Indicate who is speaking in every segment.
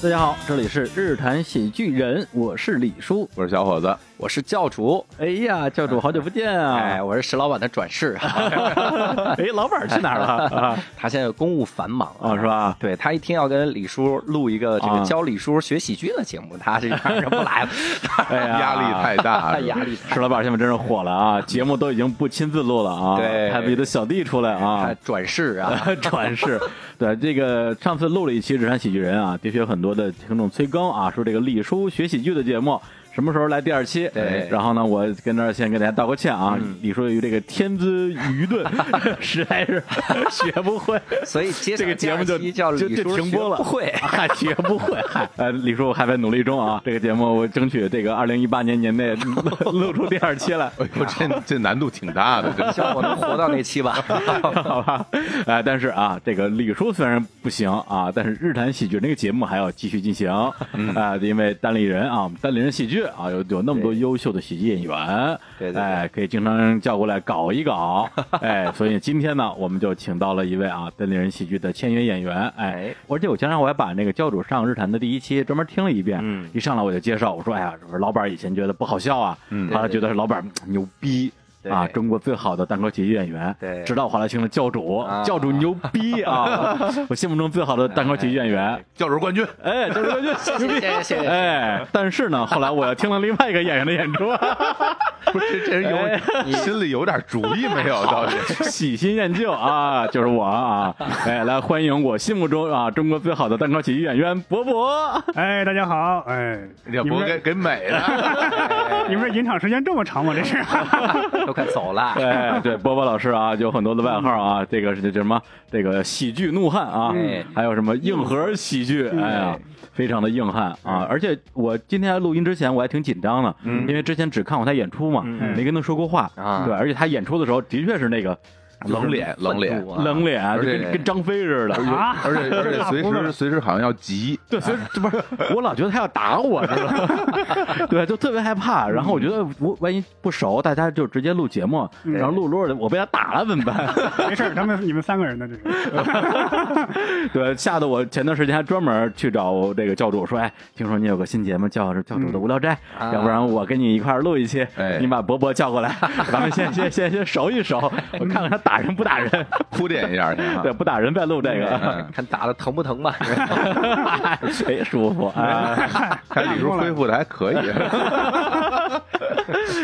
Speaker 1: 大家好，这里是日坛喜剧人，我是李叔。
Speaker 2: 我是小伙子，
Speaker 3: 我是教主，
Speaker 1: 哎呀，教主好久不见啊
Speaker 3: 哎，！我是石老板的转 世，
Speaker 1: 哎，老板去哪儿了啊？
Speaker 3: 他现在公务繁忙 啊
Speaker 1: 哦，是？吧？
Speaker 3: 对他一听要跟李叔录一个这
Speaker 1: 啊
Speaker 3: 个教李叔学喜剧的节目，他这当然不来了，
Speaker 1: 哎呀，
Speaker 2: 压力太大 了，
Speaker 3: 压力
Speaker 1: 石
Speaker 3: 太
Speaker 1: 老板现在真是火了啊！节目都已经不亲自录了啊，
Speaker 3: 对
Speaker 1: 还自己的小弟出来啊
Speaker 3: 大，转世啊，
Speaker 1: 传世。对，这个上次录了一期《职场喜剧人》啊，的确有很多的听众催更啊，说这个李叔学喜剧的节目。什么时候来第二期？哎
Speaker 3: 对嗯
Speaker 1: 然后呢，我跟这儿先跟大家道个歉啊。李叔由于这个天资愚钝， 实在是学不会，
Speaker 3: 所以接
Speaker 1: 这个节目就
Speaker 3: 叫
Speaker 1: 就
Speaker 3: 李
Speaker 1: 就
Speaker 3: 叔
Speaker 1: 停播了，啊
Speaker 3: 学不会
Speaker 1: 嗨，学不会，嗨，呃，李叔还在努力中啊。这个节目我争取这个二零一八年年内 录录出第二期来。
Speaker 2: 哎呦，这这难度挺大 的，这
Speaker 3: 希望我能活到那 期吧。
Speaker 1: 好吧，哎，但是啊，这个李叔虽然不行啊，但是日坛喜剧这个节目还要继续进行啊、
Speaker 3: 嗯
Speaker 1: 因为单立人啊，我们单立人喜剧啊，有有那么多
Speaker 3: 对
Speaker 1: 优秀的喜剧演员，
Speaker 3: 对对对
Speaker 1: 哎，可以经常叫过来搞一搞，哎，所以今天呢，我们就请到了一位啊，单立人喜剧的签约演员，哎
Speaker 3: 哎，
Speaker 1: 而且我前两天我还把那个教主上日坛的第一期专门听了一遍，
Speaker 3: 嗯
Speaker 1: 一上来我就介绍，我说哎呀，我说老板以前觉得不好笑啊，
Speaker 2: 嗯
Speaker 1: 后来
Speaker 3: 对对
Speaker 1: 觉得老板嗯牛逼。
Speaker 3: 对
Speaker 1: 啊，中国最好的单口喜剧演员，
Speaker 3: 对
Speaker 1: 直到后来请了教主，
Speaker 3: 啊
Speaker 1: 教主牛逼 啊！我心目中最好的单口喜剧演员，
Speaker 2: 教授冠军，
Speaker 1: 哎，教主牛逼，
Speaker 3: 谢谢谢谢谢谢，
Speaker 1: 哎，但是呢，后来我又听了另外一个演员的演 出，
Speaker 2: 不是这这
Speaker 4: 哎
Speaker 2: 人有心里有点主意没有？到底
Speaker 1: 喜新厌旧啊，就是我啊，哎，来欢迎我心目中啊中国最好的单口喜剧演员博博，
Speaker 4: 哎，大家好，哎，
Speaker 2: 要
Speaker 4: 你
Speaker 2: 不
Speaker 4: 们
Speaker 2: 给
Speaker 4: 这
Speaker 2: 给美了？
Speaker 4: 你们这引场时间这么长吗？这是
Speaker 3: 都快走了，
Speaker 1: 哎，对，波波老师啊，有很多的外号啊，这个是这什么，这个喜剧怒汉啊，
Speaker 3: 嗯
Speaker 1: 还有什么硬核喜剧，哎呀，非常的硬汉啊！而且我今天录音之前我还挺紧张的，因为之前只看过他演出嘛，没跟他说过话
Speaker 3: 啊
Speaker 1: 对，而且他演出的时候的确是那个
Speaker 2: 冷脸，冷脸，
Speaker 1: 冷脸，啊就
Speaker 2: 而且
Speaker 1: 跟跟张飞似 的。
Speaker 4: 啊，
Speaker 2: 而且而且随时随时好像要急，
Speaker 1: 对，所以不是我老觉得他要打我，知道吗？ 对，就特别害怕。然后我觉得我万一不熟，大家就直接录节目，然后录着录着我被他打了怎么办？
Speaker 4: 没事儿，咱们你们三个人呢，这是。
Speaker 1: 对，吓得我前段时间还专门去找我这个教主说，哎，听说你有个新节目叫《教主的无聊斋》，
Speaker 3: 啊
Speaker 1: 要不然我跟你一块儿录一期，
Speaker 2: 嗯哎
Speaker 1: 你把博博叫过 来，咱们先先先先熟一熟，我看看他打人不打人，
Speaker 2: 铺垫一下去啊
Speaker 1: 对，不打人再录这个，
Speaker 3: 嗯看打的疼 不疼吧？
Speaker 2: 嗯
Speaker 1: 哎，舒服啊，
Speaker 2: 看李
Speaker 4: 哎
Speaker 2: 叔恢复的还可以，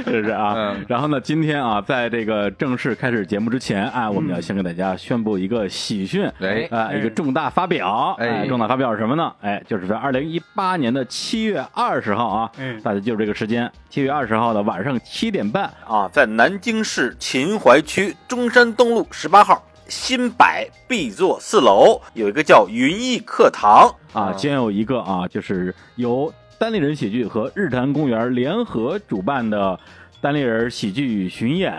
Speaker 1: 是不是啊
Speaker 2: 嗯？
Speaker 1: 然后呢，今天啊，在这个正式开始节目之前啊，我
Speaker 2: 嗯
Speaker 1: 们要先给大家宣布一个喜讯，
Speaker 2: 哎
Speaker 1: 啊，一个重大发表，
Speaker 2: 哎
Speaker 1: 重大发表是什么呢？哎，就是在二零一八年的七月二十号啊，
Speaker 4: 嗯
Speaker 1: 大家记住这个时间，七月二十号的晚上七点半，
Speaker 5: 啊，在南京市秦淮区中山东路十八号新百 B 座四楼有一个叫云逸课堂，
Speaker 1: 啊，
Speaker 3: 啊
Speaker 1: 将有一个啊，就是由单立人喜剧和日坛公园联合主办的单立人喜剧巡演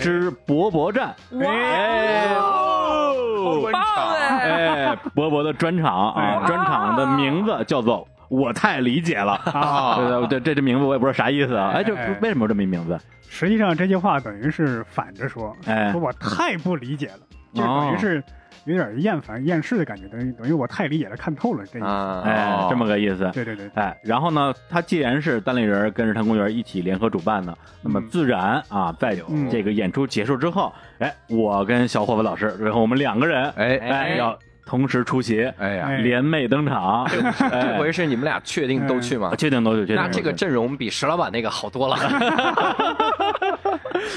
Speaker 1: 之博博站，哎哦哎，博博的专场啊，
Speaker 4: 哎
Speaker 1: 专场的名字叫做。我太理解了
Speaker 2: 啊
Speaker 1: 对对对，这这名字我也不知道啥意思啊！哎，这
Speaker 4: 哎
Speaker 1: 为什么有这么一名字？
Speaker 4: 实际上这句话等于是反着说，
Speaker 1: 哎
Speaker 4: 说我太不理解了，就
Speaker 1: 哦
Speaker 4: 等于是有点厌烦、厌世的感觉，等于等于我太理解了、看透了这意思。
Speaker 3: 啊，
Speaker 1: 哎，这么个意思。
Speaker 4: 对对对，
Speaker 1: 哎，然后呢，它既然是单立人跟日坛公园一起联合主办的，那么
Speaker 4: 嗯
Speaker 1: 自然啊，在有
Speaker 4: 嗯
Speaker 1: 这个演出结束之后，哎，我跟小伙子老师，然后我们两个人，
Speaker 2: 哎
Speaker 1: 哎，要同时出席，
Speaker 2: 哎呀，
Speaker 4: 哎
Speaker 1: 联袂登场，
Speaker 3: 这
Speaker 1: 哎，
Speaker 3: 回是你们俩确定都去吗？
Speaker 1: 确定多久？确定多久
Speaker 3: 那这个阵容比石老板那个好多了，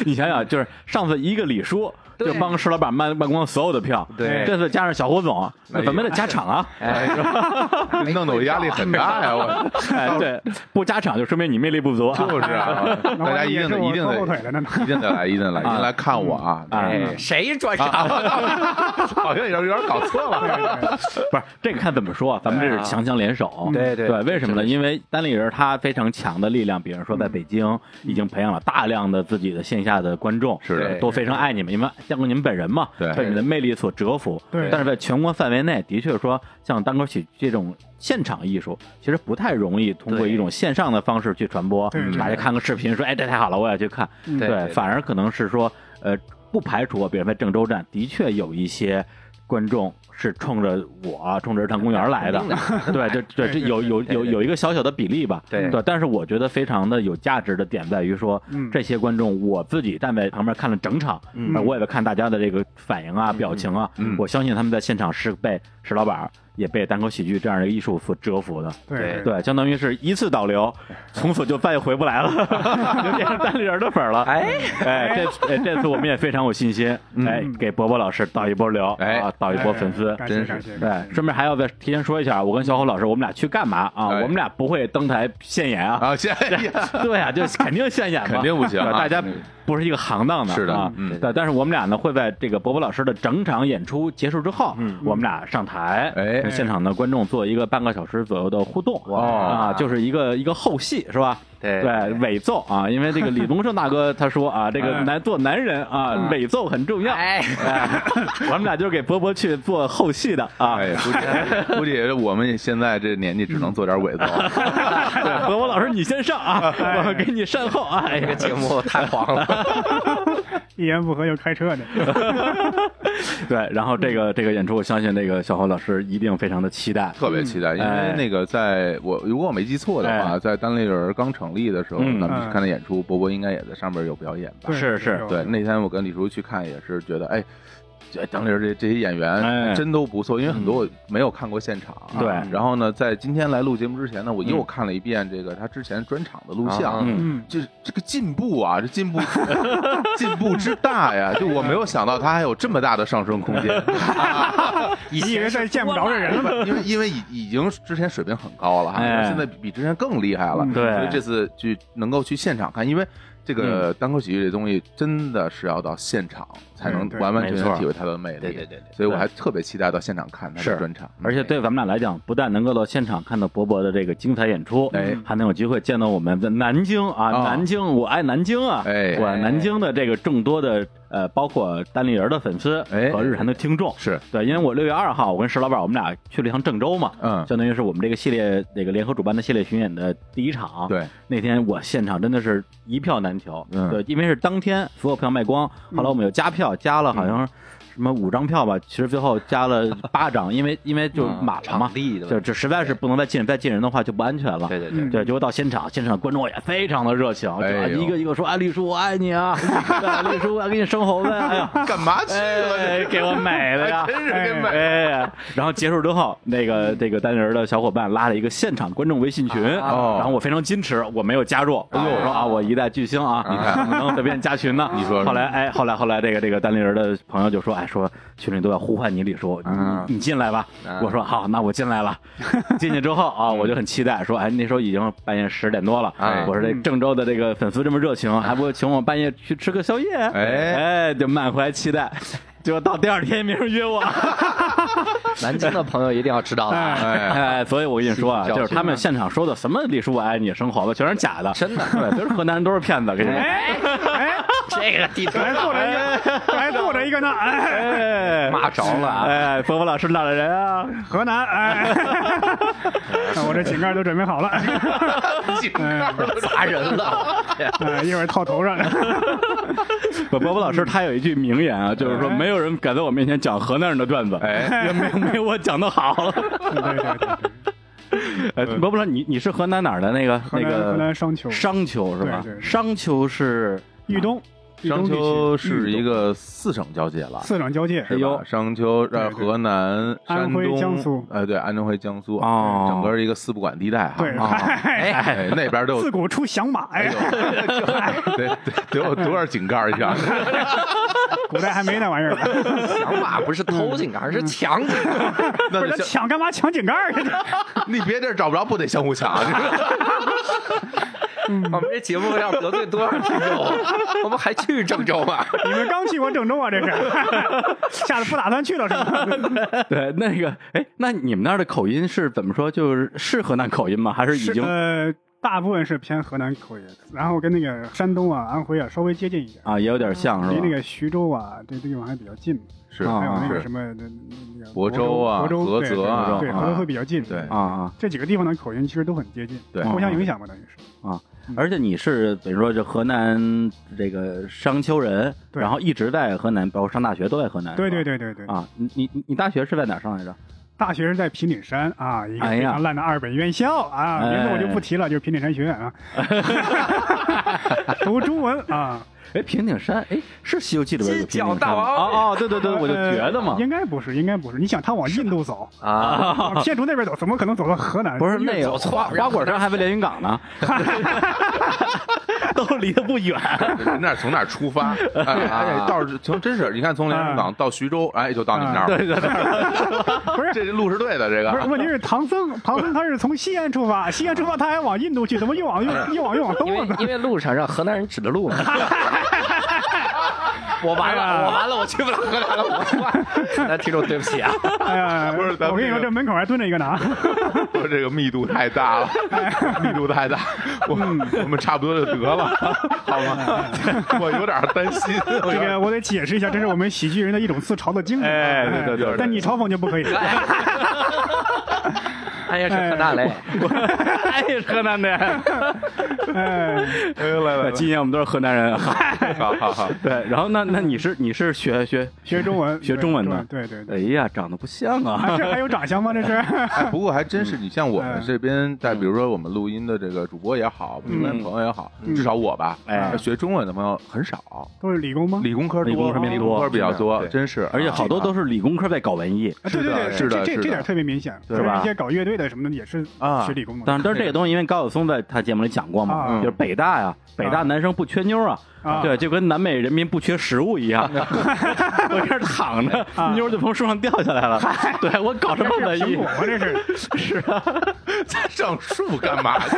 Speaker 1: 你想想，就是上次一个李叔就
Speaker 3: 对
Speaker 1: 帮石老板卖卖光所有的票，
Speaker 3: 对
Speaker 1: 这次加上小胡总，那怎么也得加场啊？
Speaker 3: 哎，
Speaker 2: 弄得我压力很大呀，我
Speaker 1: 哎，对，不加场就说明你魅力不足啊。
Speaker 2: 就是啊，
Speaker 4: 哎那
Speaker 2: 大
Speaker 4: 万
Speaker 2: 家一
Speaker 4: 也
Speaker 2: 定
Speaker 4: 是
Speaker 2: 得
Speaker 4: 我
Speaker 2: 一定
Speaker 4: 拖
Speaker 2: 得
Speaker 4: 后腿嗯了呢。
Speaker 2: 一定得来，一定得来，一定来看我啊，
Speaker 3: 哎谁转场？
Speaker 2: 好像有点有点搞错了。
Speaker 1: 不是这个看怎么说，咱们这是强强联手。
Speaker 3: 对
Speaker 1: 对
Speaker 3: 对
Speaker 1: 为什么呢？
Speaker 3: 是
Speaker 1: 因为单立人他非常强的力量，比如说在北京已经培养了大量的自己的线下的观众，
Speaker 2: 是的
Speaker 1: 对都非常爱你们，因为见过你们本人嘛，
Speaker 2: 对
Speaker 1: 被你们的魅力所折服。
Speaker 4: 对
Speaker 1: 但是在全国范围内，的确说像单口喜剧这种现场艺术，其实不太容易通过
Speaker 3: 对
Speaker 1: 一种线上的方式去传播
Speaker 4: 对，对
Speaker 1: 大家看个视频说，哎，这太好了，我也去看。
Speaker 4: 嗯
Speaker 3: 对
Speaker 1: 对，反而可能是说，呃，不排除啊，比如在郑州站的确有一些。观众是冲着我、啊冲着日坛公园来的
Speaker 3: 肯定，
Speaker 1: 对，这对这有有有有一个小小的比例吧，
Speaker 3: 对
Speaker 1: 对，但是我觉得非常的有价值的点在于说，
Speaker 4: 嗯
Speaker 1: 这些观众我自己站在旁边看了整场，
Speaker 4: 嗯
Speaker 1: 呃我也看大家的这个反应啊、表情啊，
Speaker 2: 嗯
Speaker 1: 我相信他们在现场是被石老板也被单口喜剧这样的艺术所折服的，
Speaker 4: 对
Speaker 1: 对，相当于是一次导流，从此就再也回不来了， 就变成单立人的粉儿了。哎哎，这次哎这次我们也非常有信心，哎，给博博老师导一波流，
Speaker 2: 哎
Speaker 1: 啊，导一波粉丝。
Speaker 4: 感
Speaker 2: 真
Speaker 4: 谢
Speaker 2: 是
Speaker 4: 感谢，
Speaker 1: 对，顺便还要再提前说一下，我跟小虎老师，我们俩去干嘛啊？
Speaker 2: 哎
Speaker 1: 我们俩不会登台现演啊。
Speaker 2: 啊，现在
Speaker 1: 对啊，就肯定现演嘛，
Speaker 2: 肯定不行啊
Speaker 1: 对大家
Speaker 2: 肯定
Speaker 1: 不是一个行当的，
Speaker 2: 是的
Speaker 1: 啊
Speaker 2: 嗯
Speaker 1: 对，但是我们俩呢会在这个博博老师的整场演出结束之后，我们俩上台，
Speaker 2: 嗯哎
Speaker 1: 跟现场的观众做一个半个小时左右的互动，
Speaker 3: 哇
Speaker 1: 啊，就是一个一个后戏是吧？
Speaker 3: 对
Speaker 1: 对，伪奏啊，因为这个李宗盛大哥他说 啊，这
Speaker 2: 哎
Speaker 1: 个男做男人
Speaker 2: 嗯
Speaker 1: 啊，伪奏很重要。
Speaker 3: 哎，
Speaker 1: 哎 我们俩就是给博博去做后戏的啊。
Speaker 2: 哎，估计估计我们现在这年纪只能做点伪造，
Speaker 1: 对，博博老师你先上啊，
Speaker 2: 哎
Speaker 1: 我们给你善后啊。哎
Speaker 3: 这
Speaker 1: 呀
Speaker 3: 个节目太黄了，
Speaker 4: 一言不合就开车的，
Speaker 1: 对，然后这个这个演出，我相信那个小侯老师一定非常的期待。
Speaker 2: 嗯特别期待，因为那个在我如果我没记错的话，
Speaker 1: 嗯哎
Speaker 2: 在单立人刚成立的时候，
Speaker 1: 嗯
Speaker 2: 咱们去看的演出，波波应该也在上面有表演吧？
Speaker 4: 对
Speaker 1: 是是
Speaker 4: 有
Speaker 2: 对，那天我跟李叔去看也是觉得，哎，这当时这这些演
Speaker 1: 哎嗯
Speaker 2: 员真都不错，因为很多我没有看过现场。啊
Speaker 1: 对嗯
Speaker 2: 然后呢，在今天来录节目之前呢，我又看了一遍这个他之前专场的录像。
Speaker 3: 嗯
Speaker 4: 嗯，
Speaker 2: 这这个进步啊，这进步 进步之大呀！就我没有想到他还有这么大的上升空间，
Speaker 4: 你以为在见不着的人了吗？
Speaker 2: 因为因为已已经之前水平很高了哈，
Speaker 1: 哎
Speaker 2: 现在比比之前更厉害了。
Speaker 4: 嗯
Speaker 1: 对
Speaker 2: 所以这次去能够去现场看，因为这个单口喜剧这东西真的是要到现场才能
Speaker 4: 嗯对
Speaker 2: 完完全
Speaker 1: 没
Speaker 2: 全
Speaker 1: 错
Speaker 2: 体会它的魅力。
Speaker 3: 对对对对
Speaker 2: 所以我还特别期待到现场看他
Speaker 1: 是
Speaker 2: 的专场，嗯
Speaker 1: 而且对咱们俩来讲，不但能够到现场看到博博的这个精彩演出，
Speaker 2: 哎
Speaker 1: 还能有机会见到我们的南京啊，
Speaker 2: 啊
Speaker 1: 南京，我爱南京啊，
Speaker 2: 哎
Speaker 1: 我爱南京的这个众多的呃，包括单立人的粉丝
Speaker 2: 哎
Speaker 1: 和日韩的听众，
Speaker 2: 是
Speaker 1: 对，因为我六月二号，我跟石老板我们俩去了一趟郑州嘛，
Speaker 2: 嗯
Speaker 1: 相当于是我们这个系列那个联合主办的系列巡演的第一场，
Speaker 2: 对，
Speaker 1: 那天我现场真的是一票难求，
Speaker 2: 嗯
Speaker 1: 对，因为是当天所有票卖光，后来我们又加票，加了好像什么五张票吧，其实最后加了八张，因为因为就满了嘛
Speaker 3: 嗯场，地的
Speaker 1: 就
Speaker 3: 问题，
Speaker 1: 这实在是不能再进，再进人的话就不安全了。
Speaker 3: 对对对
Speaker 4: 嗯，
Speaker 1: 对，结果到现场，现场观众也非常的热情，就
Speaker 2: 哎呦
Speaker 1: 一个一个说：“哎，绿叔，我爱你啊！哎绿叔，我要给你生猴子呀！”哎呀，
Speaker 2: 干嘛去了？
Speaker 1: 哎，给我美的呀！
Speaker 2: 真是给买
Speaker 1: 哎，然后结束之后，那 个这个单立人的小伙伴拉了一个现场观众微信群，
Speaker 2: 哦
Speaker 1: 然后我非常矜持，我没有加入，我说啊，我一代巨星啊，你看不能随便加群呢。
Speaker 2: 你说说
Speaker 1: 后来哎，后来后来这个这个单立人的朋友就说，哎，说群里都要呼唤你李叔，你
Speaker 2: 嗯
Speaker 1: 你进来吧。我说好，那我进来了。 进去之后啊，我就很期待，说哎，那时候已经半夜十点多了
Speaker 2: 嗯哎，啊
Speaker 1: 我说这郑州的这个粉丝这么热情，还不请我半夜去吃个宵夜？
Speaker 2: 哎
Speaker 1: 哎，就满怀期待。结果到第二天没人约我，
Speaker 3: 南京的朋友一定要知道啊的，
Speaker 2: 哎，
Speaker 1: 哎，所以我跟你说啊，就是他们现场说的什么李叔我爱你生活吧，全是假的，
Speaker 3: 真的
Speaker 1: 对，都是河南人，都是骗子，跟你说。
Speaker 4: 哎哎，
Speaker 3: 这个地图
Speaker 4: 还坐着一个，还坐着一个呢，哎，
Speaker 1: 哎，
Speaker 3: 骂着了啊，
Speaker 1: 哎，伯伯老师哪儿的人啊？
Speaker 4: 河南，哎，看我这井盖都准备好了，哎
Speaker 3: 砸人了，
Speaker 4: 哎，一会儿套头上，
Speaker 1: 不伯伯老师他有一句名言啊，就是说
Speaker 4: 嗯
Speaker 1: 没有人敢在我面前讲河南人的段子，
Speaker 2: 哎
Speaker 1: 也没有没有我讲的好。
Speaker 4: 对对对对，
Speaker 1: 哎，伯伯老师，你你是河南哪儿的那个那
Speaker 4: 河南河
Speaker 1: 个
Speaker 4: 南商丘，
Speaker 1: 商丘是吧
Speaker 4: 对对？对
Speaker 1: 商丘是
Speaker 4: 豫东，豫
Speaker 2: 商
Speaker 4: 东地
Speaker 2: 丘
Speaker 4: 区
Speaker 2: 是一
Speaker 4: 豫
Speaker 2: 个四省交界了
Speaker 4: 东。四省交界，
Speaker 2: 是吧？商丘、
Speaker 4: 对
Speaker 2: 呃，
Speaker 4: 对
Speaker 2: 河南、
Speaker 4: 安
Speaker 2: 山
Speaker 4: 徽
Speaker 2: 东
Speaker 4: 江苏
Speaker 2: 哎，对，安徽、江苏，哎
Speaker 1: 哦
Speaker 2: 整个一个四不管地带哈。
Speaker 4: 对，
Speaker 2: 啊
Speaker 4: 嗨
Speaker 2: 哎，那边都有
Speaker 4: 自古出响马，哎，
Speaker 2: 得得得有多少井盖儿呀？
Speaker 4: 古代还没那玩意儿呢，
Speaker 3: 抢马不是偷井盖，而是抢井盖，
Speaker 4: 不
Speaker 2: 那
Speaker 4: 是
Speaker 2: 就
Speaker 4: 他
Speaker 2: 像
Speaker 4: 抢干嘛抢井盖儿呀？
Speaker 2: 你别地儿找不着，不得相互抢？啊
Speaker 3: 我们这节目要得罪多少听 众？我们还去郑州啊吗？
Speaker 4: 你们刚去过郑州啊？这 是，下次不打算去了是吗？
Speaker 1: 对那个哎，那你们那儿的口音是怎么说？就是是河南口音吗？还是已经
Speaker 4: 呃，大部分是偏河南口音，然后跟那个山东啊、安徽啊稍微接近一点，
Speaker 1: 啊也有点像是
Speaker 4: 离
Speaker 1: 吧
Speaker 4: 那？个徐州啊这地方还比较近，
Speaker 2: 是
Speaker 1: 啊
Speaker 4: 还有那个
Speaker 2: 是
Speaker 4: 什么那那那个
Speaker 2: 亳州啊
Speaker 4: 亳州、
Speaker 2: 菏
Speaker 4: 对
Speaker 2: 泽啊
Speaker 4: 对，
Speaker 1: 啊
Speaker 4: 亳州会比较近。
Speaker 2: 对
Speaker 1: 啊啊
Speaker 4: 这几个地方的口音其实都很接近，
Speaker 2: 对
Speaker 1: 嗯
Speaker 4: 互相影响吧，等于是。
Speaker 1: 啊！而且你是等于说这河南这个商丘人，
Speaker 4: 对
Speaker 1: 然后一直在河南，包括上大学都在河南。
Speaker 4: 对对
Speaker 1: 对
Speaker 4: 对对对，
Speaker 1: 哎啊，你你你你大学是在哪儿上来着？
Speaker 4: 大学是在平顶山啊，一个
Speaker 1: 哎
Speaker 4: 非
Speaker 1: 呀哎
Speaker 4: 常烂的二本院校啊，名字我就不提了，就是平顶山学院 啊，读中文啊，
Speaker 1: 哎，平顶山，哎，是《西游记》里边有
Speaker 3: 犄
Speaker 1: 平
Speaker 3: 角
Speaker 1: 顶山
Speaker 3: 大
Speaker 1: 吗
Speaker 3: 王
Speaker 1: 哦哦，对对 对，我就
Speaker 4: 呃
Speaker 1: 觉得嘛，
Speaker 4: 应该不是，应该不是，你想他往印度走，
Speaker 3: 啊，
Speaker 4: 往片竹那边走，怎么可能走到河南？
Speaker 1: 不是那个
Speaker 3: 走错
Speaker 1: 花花果山还没连云港 呢， 都离得不远。
Speaker 2: 那儿从哪儿出发？ 哎哎，到时从真是，你看从连云港到徐州，哎，就到你们那儿了。啊对对对，不是 这路是对的，这
Speaker 4: 不是，
Speaker 2: 个
Speaker 4: 问题是唐僧，唐僧他是从西安出发，西安出发他还往印度去，怎么越往越越往越往
Speaker 3: 因为
Speaker 4: 东了呢？
Speaker 3: 因为路上让河南人指着路了。 我完了，我完了，我去不了河南了，我坏了。 那听众对不起啊，
Speaker 4: 哎呀，
Speaker 2: 不是咱们
Speaker 4: 我跟你
Speaker 2: 这
Speaker 4: 说，
Speaker 2: 个
Speaker 4: 这门口还蹲着一个 呢。
Speaker 2: 说啊这个密度太大 了，密度太大，我我们差不多就得了，好吗？ 我有点担心。
Speaker 4: 这个我得解释一下，这是我们喜剧人的一种自嘲的精神啊。
Speaker 2: 哎对对对对
Speaker 4: 但你嘲讽就 不可以。
Speaker 3: 哎呀，是河南嘞，
Speaker 1: 哎，河南 的，
Speaker 4: 哎，
Speaker 2: 哎呦来 来
Speaker 1: 今年我们都是河南人。啊
Speaker 2: 来，好好好，
Speaker 1: 对，然后那那你是你是学学，
Speaker 4: 学中文，
Speaker 1: 学中文的
Speaker 4: 对对 对。
Speaker 1: 哎呀，长得不像啊。
Speaker 4: 啊，这还有长相吗？这是？
Speaker 2: 哎，不过还真是，你像我们这边，在比如说我们录音的这个主播也好，我们朋友也好，至少我吧，
Speaker 1: 哎
Speaker 2: 学中文的朋友很少，
Speaker 4: 都是理工吗？
Speaker 2: 理工科多，
Speaker 1: 理工科偏多
Speaker 2: 科比较多，
Speaker 1: 对
Speaker 2: 真是，
Speaker 1: 而且好多都是理工科在搞文艺，
Speaker 4: 啊，对
Speaker 2: 是
Speaker 4: 对
Speaker 2: 的
Speaker 4: 对，
Speaker 2: 是的
Speaker 4: 这这
Speaker 2: 是的
Speaker 4: 这点特别明显，
Speaker 1: 对
Speaker 4: 就是
Speaker 1: 吧
Speaker 4: 一些搞乐队的什么的也是
Speaker 2: 啊
Speaker 4: 学理工的
Speaker 1: 但是但是这个东西，因为高晓松在他节目里讲过嘛，
Speaker 4: 啊
Speaker 1: 就是北大呀，北大男生不缺妞啊，
Speaker 4: 啊
Speaker 1: 对，就跟南美人民不缺食物一 样，我这儿躺着，
Speaker 4: 啊
Speaker 1: 妞就从树上掉下来了。对我搞什么
Speaker 4: 这
Speaker 1: 文
Speaker 4: 是苹
Speaker 1: 艺
Speaker 4: 果？吗？这 是，
Speaker 1: 是啊，
Speaker 2: 上树干嘛去？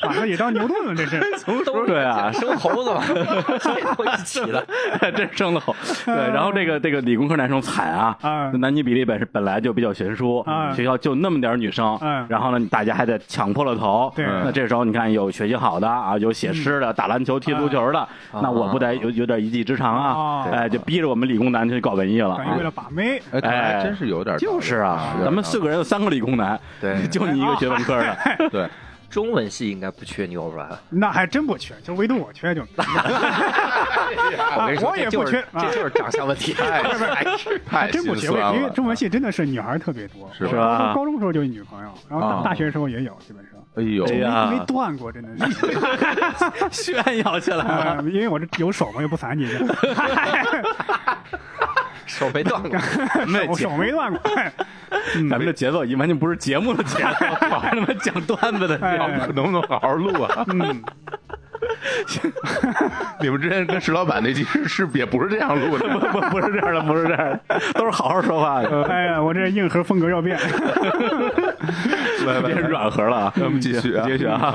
Speaker 4: 把他也当牛顿了，这 是。
Speaker 3: 都
Speaker 1: 对 啊
Speaker 3: 生猴子嘛， 这都一起了。
Speaker 1: 真生的好。对，然后这个这个理工科男生惨啊，
Speaker 4: 啊
Speaker 1: 男女比例本是本来就比较悬殊，嗯
Speaker 4: 啊
Speaker 1: 学校就那么点儿女生，
Speaker 4: 嗯
Speaker 1: 然后呢，大家还得抢破了头。嗯
Speaker 4: 对嗯
Speaker 1: 那这时候你看有学习好的啊，有写诗的，打篮球、踢足球的，
Speaker 4: 啊
Speaker 1: 那我不得有有点一技之长啊
Speaker 4: 哦？
Speaker 1: 哎，就逼着我们理工男去搞文艺了
Speaker 4: 等于
Speaker 1: 啊
Speaker 4: 为。了把妹，
Speaker 2: 哎，还真是有点道理，
Speaker 1: 就是啊，
Speaker 2: 是
Speaker 1: 咱们四个人有三个理工男，
Speaker 2: 对
Speaker 1: 就你一个学文科的，
Speaker 4: 哎
Speaker 2: 对，
Speaker 3: 中文系应该不缺啊妞吧？
Speaker 4: 那还真不缺，就唯独我缺就。
Speaker 2: 哎
Speaker 3: 我跟你说，
Speaker 4: 我也
Speaker 3: 这就
Speaker 4: 不
Speaker 3: 是
Speaker 4: 缺啊哎
Speaker 3: 这就是长相问 题。
Speaker 2: 太
Speaker 4: 真不
Speaker 2: 心
Speaker 4: 学
Speaker 2: 酸
Speaker 4: 问，因为
Speaker 2: 了。啊
Speaker 4: 中文系真的是女孩儿特别多，
Speaker 2: 是吧
Speaker 4: 我高中高中时候就有女朋友，然后
Speaker 2: 啊
Speaker 4: 大大学的时候也有，基本上
Speaker 2: 哎呦，
Speaker 1: 哎呀
Speaker 4: 没没断过，真的是。
Speaker 1: 炫耀起来了。
Speaker 4: 啊，因为我这有手嘛，又不 烦你，
Speaker 3: 手没断过，
Speaker 4: 我手没断过。嗯
Speaker 1: 咱们这节奏已经完全不是节目的 节奏，还他妈讲段子的节奏。
Speaker 4: 哎，
Speaker 2: 能不能好好录 啊？
Speaker 4: 嗯，
Speaker 2: 你们之前跟石老板那集是是也不是这样录的，
Speaker 1: 不不是这样的，不是这样的，都是好好说话的，
Speaker 4: 哎呀，我这硬核风格 要变。
Speaker 1: 别软和了啊。
Speaker 2: 咱
Speaker 4: 嗯
Speaker 2: 们继续啊，
Speaker 1: 继续啊，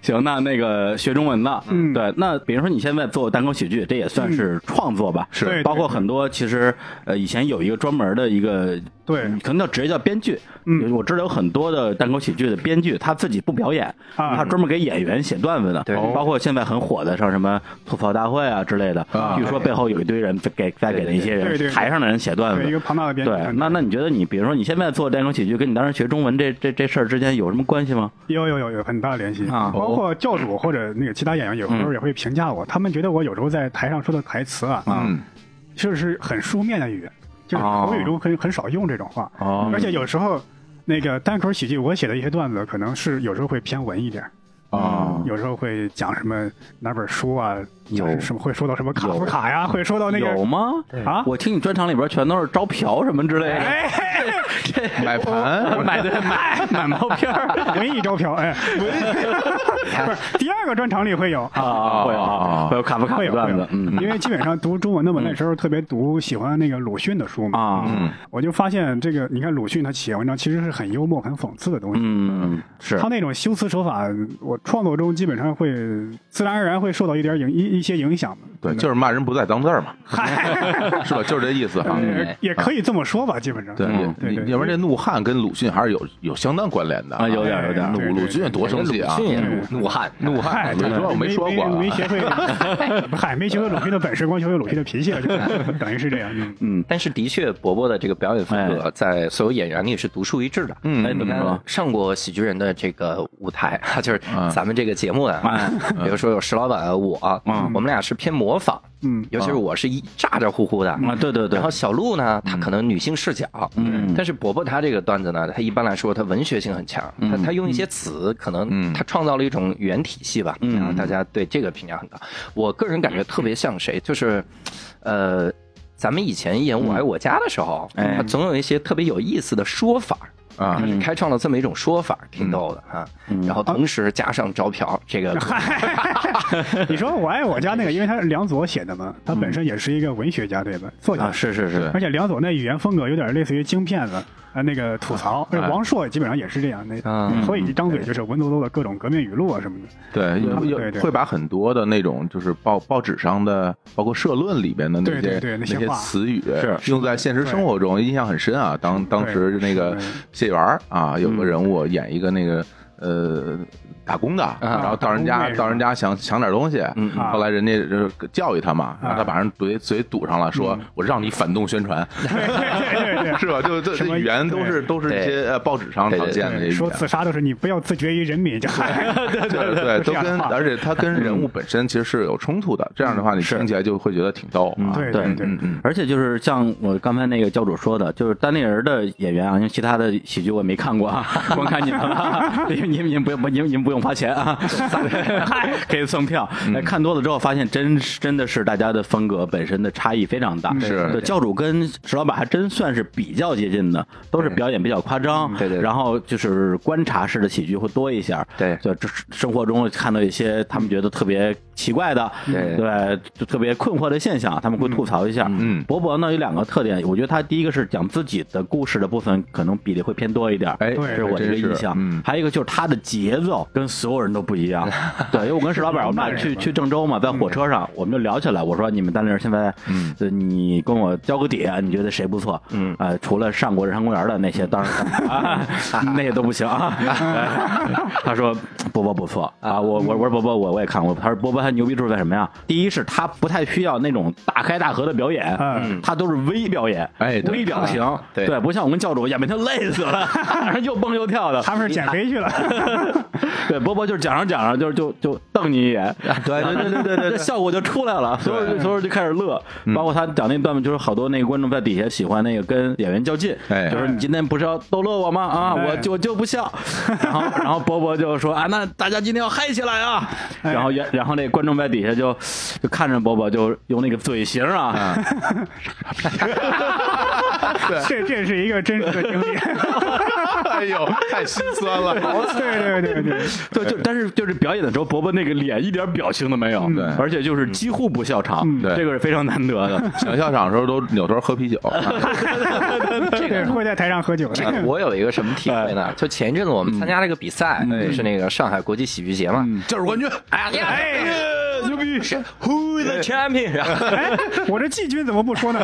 Speaker 1: 行，那那个学中文的，
Speaker 4: 嗯
Speaker 1: 对，那比如说你现在做单口喜剧，这也算是创作吧，
Speaker 4: 嗯对对
Speaker 1: 包括很多其实呃以前有一个专门的一个，
Speaker 4: 对
Speaker 1: 嗯可能叫职业叫编剧，
Speaker 4: 嗯
Speaker 1: 我知道有很多的单口喜剧的编剧，他自己不表演，
Speaker 4: 啊哦
Speaker 1: 他专门给演员写段子的，
Speaker 3: 对
Speaker 1: 包括现在很火的像什么吐槽大会啊之类的，
Speaker 2: 啊
Speaker 1: 据说背后有一堆人在给在给那些
Speaker 4: 对对
Speaker 1: 人
Speaker 4: 对
Speaker 1: 台上的人写段子
Speaker 4: 对，一，个庞大的编剧
Speaker 1: 对，
Speaker 4: 团
Speaker 1: 那
Speaker 4: 队。
Speaker 1: 那你觉得你，比如说你现在做单口喜剧，跟你当时学中文这这这事儿之间有什么关系吗？
Speaker 4: 有有有有很大的联系
Speaker 1: 啊嗯
Speaker 4: 包括教主或者那个其他演员，有时候也会评价我，他们觉得我有时候在台上说的台词啊，
Speaker 2: 嗯，
Speaker 4: 就是很书面的语言，就是
Speaker 1: 哦
Speaker 4: 口语中很很少用这种话，
Speaker 2: 哦
Speaker 4: 而且有时候。那个单口喜剧，我写的一些段子，可能是有时候会偏文一点，
Speaker 2: 啊，
Speaker 4: 有时候会讲什么哪本书啊，
Speaker 1: 哦有
Speaker 4: 讲什么会说到什么卡
Speaker 1: 有
Speaker 4: 夫卡呀，会说到那
Speaker 1: 有
Speaker 4: 个
Speaker 1: 吗？
Speaker 4: 啊，
Speaker 1: 我听你专场里边全都是招嫖什么之类的，
Speaker 4: 哎，
Speaker 2: 买盘，
Speaker 1: 买的买买毛片儿
Speaker 4: 文艺招嫖，哎，不是第二个专场里会有啊，
Speaker 1: 啊，会有啊
Speaker 2: 啊
Speaker 1: 会有卡夫卡
Speaker 4: 会
Speaker 1: 的
Speaker 4: 有
Speaker 1: 段
Speaker 4: 会
Speaker 1: 子
Speaker 4: 有，，
Speaker 1: 嗯
Speaker 4: 因为基本上读中文的嘛，那时候特别读喜欢那个鲁迅的书嘛，
Speaker 1: 啊，嗯
Speaker 4: 我就发现这个，你看鲁迅他写文章其实是很幽默、很讽刺的东西。
Speaker 1: 嗯是
Speaker 4: 他那种修辞手法，我创作中基本上会自然而然会受到一点影一一些影响的。
Speaker 2: 对，就是骂人不带脏字儿 嘛，是吧？就是这意思啊。
Speaker 4: 也也可以这么说吧，基本上。
Speaker 2: 对，
Speaker 4: 嗯对
Speaker 2: 你
Speaker 4: 对
Speaker 2: 要不然这怒汉跟鲁迅还是有有相当关联的嗯
Speaker 1: 啊，有点有点
Speaker 4: 哎
Speaker 2: 鲁
Speaker 4: 对对
Speaker 2: 鲁迅多生气啊！
Speaker 3: 鲁迅也
Speaker 1: 嗯
Speaker 3: 怒怒汉，
Speaker 2: 怒汉，
Speaker 4: 对
Speaker 2: 没说我
Speaker 4: 哎没
Speaker 2: 说过啊，
Speaker 4: 没 没学会，嗨，没学会鲁迅的本事，光学会鲁迅的脾气了，就是等于是这样。嗯
Speaker 3: 但是的确，伯伯的这个表演风格在所有演员里是独树一帜的。
Speaker 2: 嗯
Speaker 1: 哎怎
Speaker 3: 你
Speaker 1: 么说
Speaker 3: 看，上过喜剧人的这个舞台，就是
Speaker 2: 嗯
Speaker 3: 咱们这个节目啊，比如说有石老板我，我们俩是偏模仿，
Speaker 4: 嗯
Speaker 3: 尤其是我是一咋咋呼呼的，
Speaker 1: 啊，对对对
Speaker 3: 然后，小鹿呢，他可能女性视角，
Speaker 1: 嗯
Speaker 3: 但是伯伯他这个段子呢，他一般来说他文学性很强，
Speaker 1: 嗯
Speaker 3: 他他用一些词，可能
Speaker 2: 嗯
Speaker 3: 他创造了一种语言体系吧，
Speaker 1: 嗯
Speaker 3: 然后大家对这个评价很高。我个人感觉特别像谁，就是，呃，咱们以前演《我爱我家》的时候，
Speaker 1: 哎嗯
Speaker 3: 他总有一些特别有意思的说法。
Speaker 2: 啊
Speaker 3: 他是开创了这么一种说法，挺逗的啊。然后同时加上招嫖 这个，
Speaker 4: 你说我爱我家那个，因为他是梁左写的嘛，他本身也是一个文学家，对吧？作
Speaker 1: 嗯
Speaker 4: 家
Speaker 1: 啊，是是是
Speaker 2: 对，
Speaker 4: 而且梁左那语言风格有点类似于京片子，呃，那个吐槽。而且
Speaker 2: 哎
Speaker 4: 王朔基本上也是这样，那、
Speaker 3: 嗯
Speaker 4: 所以一张嘴就是文绉绉的各种革命语录啊什么的。
Speaker 2: 对，有
Speaker 4: 嗯
Speaker 2: 有
Speaker 4: 对对
Speaker 2: 会把很多的那种就是报报纸上的，包括社论里边的那些
Speaker 4: 对对对那
Speaker 2: 那
Speaker 4: 些
Speaker 2: 些
Speaker 4: 话
Speaker 2: 词语，
Speaker 1: 是
Speaker 2: 用在现实生活中，印象很深啊。当当时那个
Speaker 4: 对是
Speaker 2: 谢元儿啊，有个人物演一个那个呃打工的，然后到人
Speaker 4: 嗯啊打工
Speaker 2: 家
Speaker 4: 妹是吧
Speaker 2: 到人家想抢点东西，
Speaker 4: 嗯啊
Speaker 2: 后来人家就是教育他嘛，然后他把人嘴嘴堵上了，说
Speaker 4: 嗯
Speaker 2: 我让你反动宣 传，
Speaker 4: 对对
Speaker 2: 是吧？就这
Speaker 4: 什
Speaker 2: 这
Speaker 4: 么
Speaker 2: 语言都是都是一些呃报纸上
Speaker 3: 对
Speaker 2: 常
Speaker 3: 对
Speaker 2: 见的这
Speaker 4: 对，
Speaker 2: 些语
Speaker 4: 说
Speaker 2: 言。
Speaker 4: 自杀都是你不要自绝于人民，就对
Speaker 2: 对对，
Speaker 4: 这
Speaker 2: 都
Speaker 4: 样的
Speaker 2: 跟
Speaker 4: 话
Speaker 2: 而且它跟人物本身其实是有冲突的，这样的话你听起来就会觉得挺逗啊。
Speaker 4: 对
Speaker 1: 对
Speaker 4: 对对
Speaker 2: 嗯 嗯，
Speaker 1: 而且就是像我刚才那个教主说的，就是单立人的演员啊，因为其他的喜剧我也没看过啊，光看你们了，因为 你们你们不用你们你们不用花钱啊， 可以送票。哎看多了之后发现真是真的是大家的风格本身的差异非常大。
Speaker 2: 是
Speaker 1: 对教主跟石老板还真算是比较接近的，都是表演比较夸张，
Speaker 3: 对对对
Speaker 1: 然后就是观察式的喜剧会多一些，
Speaker 3: 对
Speaker 1: 就这生活中看到一些他们觉得特别奇怪的，
Speaker 3: 对
Speaker 1: 对，就特别困惑的现象，他们会吐槽一下。
Speaker 2: 嗯
Speaker 1: 博博呢有两个特点，我觉得他第一个是讲自己的故事的部分，可能比例会偏多一点。
Speaker 2: 哎，
Speaker 4: 对
Speaker 1: 这是我的一个印象，
Speaker 2: 嗯，
Speaker 1: 还有一个就是他的节奏跟所有人都不一 样。对，因为我跟石老板，我们俩去去郑州嘛，在火
Speaker 4: 嗯
Speaker 1: 车上我们就聊起来，我说你们单立人现在，
Speaker 2: 嗯
Speaker 1: 呃，你跟我交个底啊，你觉得谁不错？
Speaker 3: 嗯
Speaker 1: 呃，除了上过日常公园的那
Speaker 4: 嗯
Speaker 1: 些，当然 啊，那些都不 行啊。他说波波不错啊，
Speaker 4: 嗯
Speaker 1: 我我我说波波我我也看过，他说波波他牛逼之处在什么呀？第一是他不太需要那种大开大合的表演，
Speaker 4: 嗯
Speaker 1: 他都是微表演，
Speaker 2: 哎对
Speaker 1: 微表情，
Speaker 3: 对
Speaker 1: 不像我跟教主一样每天累死 了， 又蹦又跳的，
Speaker 4: 他们是减肥去 了。
Speaker 1: 对，波波就是讲着讲着，就是就就瞪你一眼，啊对对对对对对， 嗯效果就出来了，所有人就所有人就开始乐，包括他讲那段子，就是好多那个观众在底下喜欢那个跟演员较劲，
Speaker 2: 哎
Speaker 1: 就是你今天不是要逗乐我吗？啊，
Speaker 4: 哎
Speaker 1: 我就我就不笑，然后然后波波就说啊，那大家今天要嗨起来啊，然后原然后那个观众在底下就就看着波波，就用那个嘴型啊，
Speaker 4: 这这是一个真实的经 历。
Speaker 2: 哎呦，太心酸 了。
Speaker 4: 对对对对，
Speaker 1: 对，就但是就是表演的时候，伯伯那个脸一点表情都没有，
Speaker 2: 对
Speaker 1: 而且就是几乎不笑场，
Speaker 4: 嗯
Speaker 2: 对
Speaker 1: 这个是非常难得的。
Speaker 2: 想笑场的时候都扭头喝啤 酒，啊
Speaker 4: 这个会在台上喝酒 的。
Speaker 3: 啊
Speaker 2: 哎
Speaker 3: 我有一个什么体会呢？就前一阵子我们参加了一个比赛，就是那个上海国际喜剧节嘛，
Speaker 2: 教主冠军，
Speaker 3: 哎呀，
Speaker 2: 牛逼！
Speaker 3: Who the champion？然后
Speaker 4: 哎， 我这季军怎么不说呢？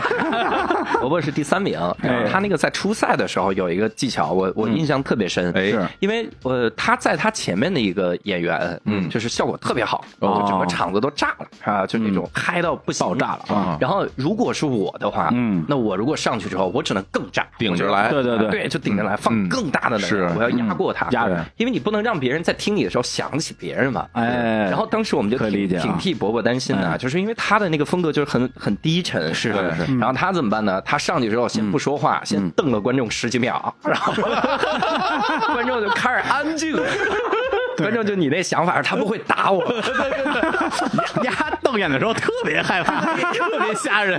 Speaker 3: 伯伯是第三名。然后他那个在初赛的时候有一个技巧，我我印象特别深。
Speaker 2: 哎是
Speaker 3: 因为呃他在他前面的一个演员，嗯，就是效果特别好，就整个场子都炸了啊，
Speaker 1: 嗯
Speaker 3: 就那种嗨到不爆炸了
Speaker 2: 啊
Speaker 3: 然后如果是我的话，
Speaker 1: 嗯
Speaker 3: 那我如果上去之后，我只能更炸，
Speaker 2: 顶着
Speaker 3: 我就啊
Speaker 2: 来
Speaker 1: 对对对
Speaker 3: 对，就顶着来放
Speaker 2: 嗯
Speaker 3: 更大的能
Speaker 2: 是
Speaker 3: 量，我要压过他，
Speaker 1: 压着，
Speaker 3: 因为你不能让别人在听你的时候想起别人嘛。
Speaker 1: 哎
Speaker 3: 然后当时我们就
Speaker 1: 可以
Speaker 3: 挺
Speaker 1: 理解啊哎
Speaker 3: 挺替伯伯担心的啊，就是因为他的那个风格就是很很低沉，是
Speaker 2: 的是
Speaker 3: 然后他怎么办呢？他上去之后先不说
Speaker 1: 嗯
Speaker 3: 话，先瞪了观众十几秒，然后观众就开始安静。 观众就你那想法，他不会打我。
Speaker 1: 丫瞪眼的时候特别害怕，特别吓人。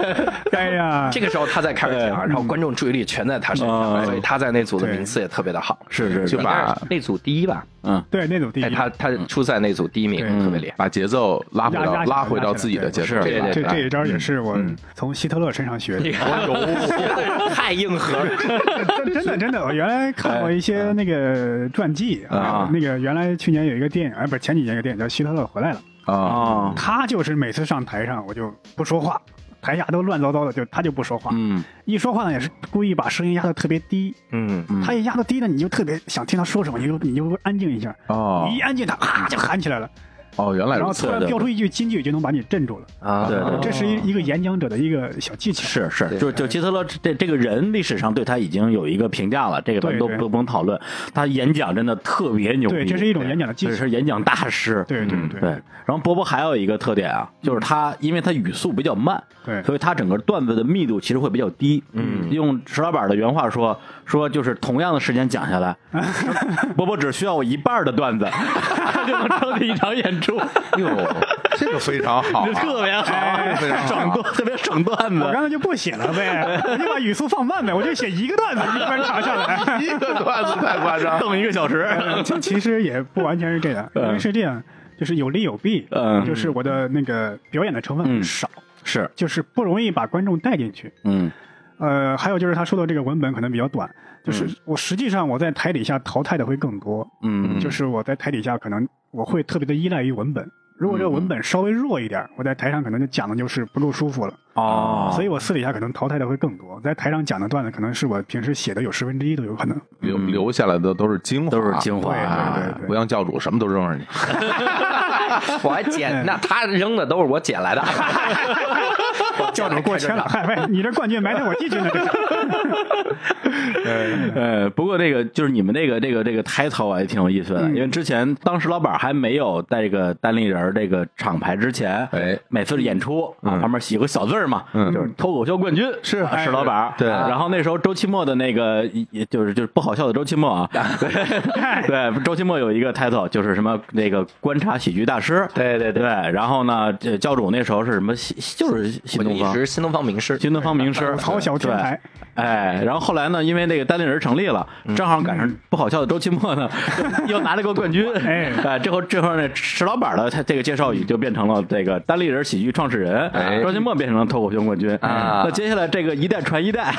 Speaker 4: 哎呀，
Speaker 3: 这个时候他才开始讲，然后观众注意力全在他身上，
Speaker 1: 嗯
Speaker 3: 所以他在那组的名次也特别的好，
Speaker 1: 是是
Speaker 2: 是
Speaker 3: 应该是那组第一吧？
Speaker 1: 嗯，
Speaker 4: 对那组第一
Speaker 3: 哎，，他他初赛那组第一名
Speaker 4: 对
Speaker 3: 特别厉害。
Speaker 2: 把节奏拉回
Speaker 4: 压压
Speaker 2: 到
Speaker 4: 起来
Speaker 2: 拉回到自己的节奏，
Speaker 1: 是
Speaker 2: 啊
Speaker 3: 对对
Speaker 4: 这
Speaker 3: 对
Speaker 4: 这一招
Speaker 2: 嗯
Speaker 4: 也是我从希特勒身上学的。
Speaker 3: 太硬核了，
Speaker 4: 真真的真的，我原来看过一些那个传记
Speaker 1: 啊
Speaker 4: 啊，那个原来去年有一个电影，哎，不是前几年有个电影叫《希特勒回来了》，
Speaker 2: 啊，
Speaker 1: 哦，
Speaker 4: 他就是每次上台上我就不说话，台下都乱糟糟的，就他就不说话，
Speaker 1: 嗯，
Speaker 4: 一说话呢也是故意把声音压得特别低，
Speaker 3: 嗯，
Speaker 4: 他一压得低呢，你就特别想听他说什么，你就你就安静一下，
Speaker 2: 哦
Speaker 4: 你一安静他啊就喊起来了。
Speaker 2: 哦，原来
Speaker 4: 然
Speaker 2: 如
Speaker 4: 后
Speaker 2: 此
Speaker 4: 突然
Speaker 1: 对
Speaker 4: 飙出一句金句就能把你镇住了。
Speaker 3: 啊，
Speaker 1: 对
Speaker 4: 这是一一个演讲者的一个小技巧。
Speaker 1: 是是，
Speaker 3: 对
Speaker 1: 就就希特勒这这个人历史上对他已经有一个评价了，这个咱们都
Speaker 4: 对对
Speaker 1: 不甭讨论。他演讲真的特别牛逼，
Speaker 4: 对这是一种演讲的技
Speaker 1: 这
Speaker 4: 巧
Speaker 1: 是演讲大师。
Speaker 4: 对对
Speaker 1: 嗯
Speaker 4: 对嗯
Speaker 1: 对。然后波波还有一个特点啊，就是他因为他语速比较慢，
Speaker 4: 对
Speaker 1: 所以他整个段子的密度其实会比较低。嗯，用石老板的原话说说，就是同样的时间讲下 来，波波只需要我一半的段子， 他就能撑起一场演 出，
Speaker 2: 哟，这个非常好
Speaker 1: 就
Speaker 2: 啊，
Speaker 1: 特别
Speaker 4: 哎
Speaker 1: 好，
Speaker 2: 非常好
Speaker 1: 省段特别省段
Speaker 4: 我
Speaker 1: 子。
Speaker 4: 刚才就不写了呗，我就把语速放慢呗，我就写一个段子，一般长下来。
Speaker 2: 一个段子太夸 张，
Speaker 1: 等一个小时，
Speaker 4: 其其实也不完全是这样，因为是这样，就是有利有弊。
Speaker 1: 嗯
Speaker 4: 就是我的那个表演的成分很少，
Speaker 1: 是，
Speaker 4: 就是不容易把观众带进去。
Speaker 1: 嗯
Speaker 4: 呃，还有就是他说的这个文本可能比较短，就是我实际上我在台底下淘汰的会更多，
Speaker 1: 嗯，
Speaker 4: 就是我在台底下可能我会特别的依赖于文本。如果这个文本稍微弱一点，我在台上可能就讲的就是不够舒服了，
Speaker 1: 哦，
Speaker 4: 所以我私底下可能淘汰的会更多。在台上讲的段子，可能是我平时写的有十分之一都有可能。
Speaker 2: 留留下来的都是精华，
Speaker 1: 都是精华
Speaker 4: 对对
Speaker 2: 啊
Speaker 4: 对对
Speaker 2: 不像教主什么都扔上去。
Speaker 3: 我还捡，那他扔的都是我捡来的。
Speaker 4: 教主过 谦了，嗨喂，哎你这冠军埋汰我进去呢，这是。
Speaker 1: 呃，不过这个就是你们这个这个这个 title 啊也挺有意思的，因为之前当时老板还没有带这个单立人这个厂牌之前，
Speaker 2: 哎
Speaker 1: 每次演出啊旁边写个小字儿嘛，
Speaker 2: 嗯
Speaker 1: 就是脱口秀冠军啊是
Speaker 4: 哎
Speaker 1: 石老板，
Speaker 2: 对
Speaker 1: 然后那时候周奇墨的那个也就是就是不好笑的周奇墨啊，对，周奇墨有一个 title 就是什么那个观察喜剧大师，
Speaker 3: 对对
Speaker 1: 对，然后呢，这教主那时候是什么新就是新
Speaker 3: 我就
Speaker 1: 东
Speaker 3: 一
Speaker 1: 方
Speaker 3: 直。新东方 名 师，
Speaker 1: 新东方名师
Speaker 4: 好小天才
Speaker 1: 对哎，然后后来呢，因为那个单立人成立了，正好赶上不好笑的周奇墨 呢，又拿了个冠军。
Speaker 4: 哎
Speaker 1: 哎，这后这后呢，石老板的他这个介绍语就变成了这个单立人喜剧创始人，
Speaker 2: 哎
Speaker 1: 周奇墨变成了脱口秀冠军。
Speaker 3: 啊
Speaker 1: 那接下来这个一代传一代，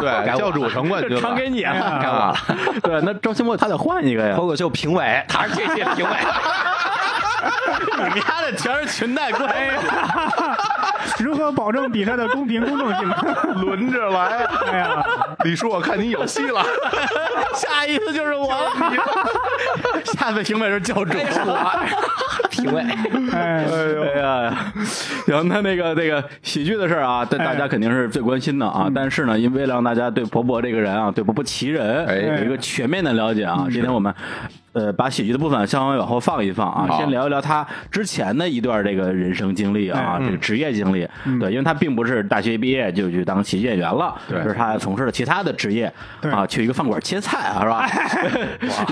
Speaker 2: 对，教主成冠军
Speaker 1: 就传
Speaker 2: 了，
Speaker 1: 给你 了，
Speaker 3: 该我了。
Speaker 1: 对，那周奇墨他得换一个呀
Speaker 3: 脱。口秀评委，他是这届评委。
Speaker 1: 你丫的全是裙带关系。
Speaker 4: 如何保证比赛的公平公正性？
Speaker 2: 轮着来。
Speaker 4: 哎呀，
Speaker 2: 李叔，我看你有戏了，
Speaker 1: 下一次就是我了， 下次评委是教主。
Speaker 3: 评委，
Speaker 4: 哎，
Speaker 1: 哎呀，行，那那个那个喜剧的事儿啊，大
Speaker 4: 哎
Speaker 1: 大家肯定是最关心的啊。
Speaker 4: 嗯
Speaker 1: 但是呢，因为让大家对伯伯这个人啊，对伯伯其人、
Speaker 2: 哎
Speaker 1: 有一个全面的了解
Speaker 4: 嗯
Speaker 1: 啊，今天我们。呃，把喜剧的部分稍微往后放一放啊，
Speaker 2: 好
Speaker 1: 先聊一聊他之前的一段这个人生经历
Speaker 4: 哎
Speaker 1: 啊，
Speaker 4: 嗯
Speaker 1: 这个职业经历。对，因为他并不是大学毕业就去当喜剧演员了，
Speaker 2: 对
Speaker 1: 而是他从事了其他的职业
Speaker 4: 对哎
Speaker 1: 啊，去一个饭馆切菜啊，是 吧？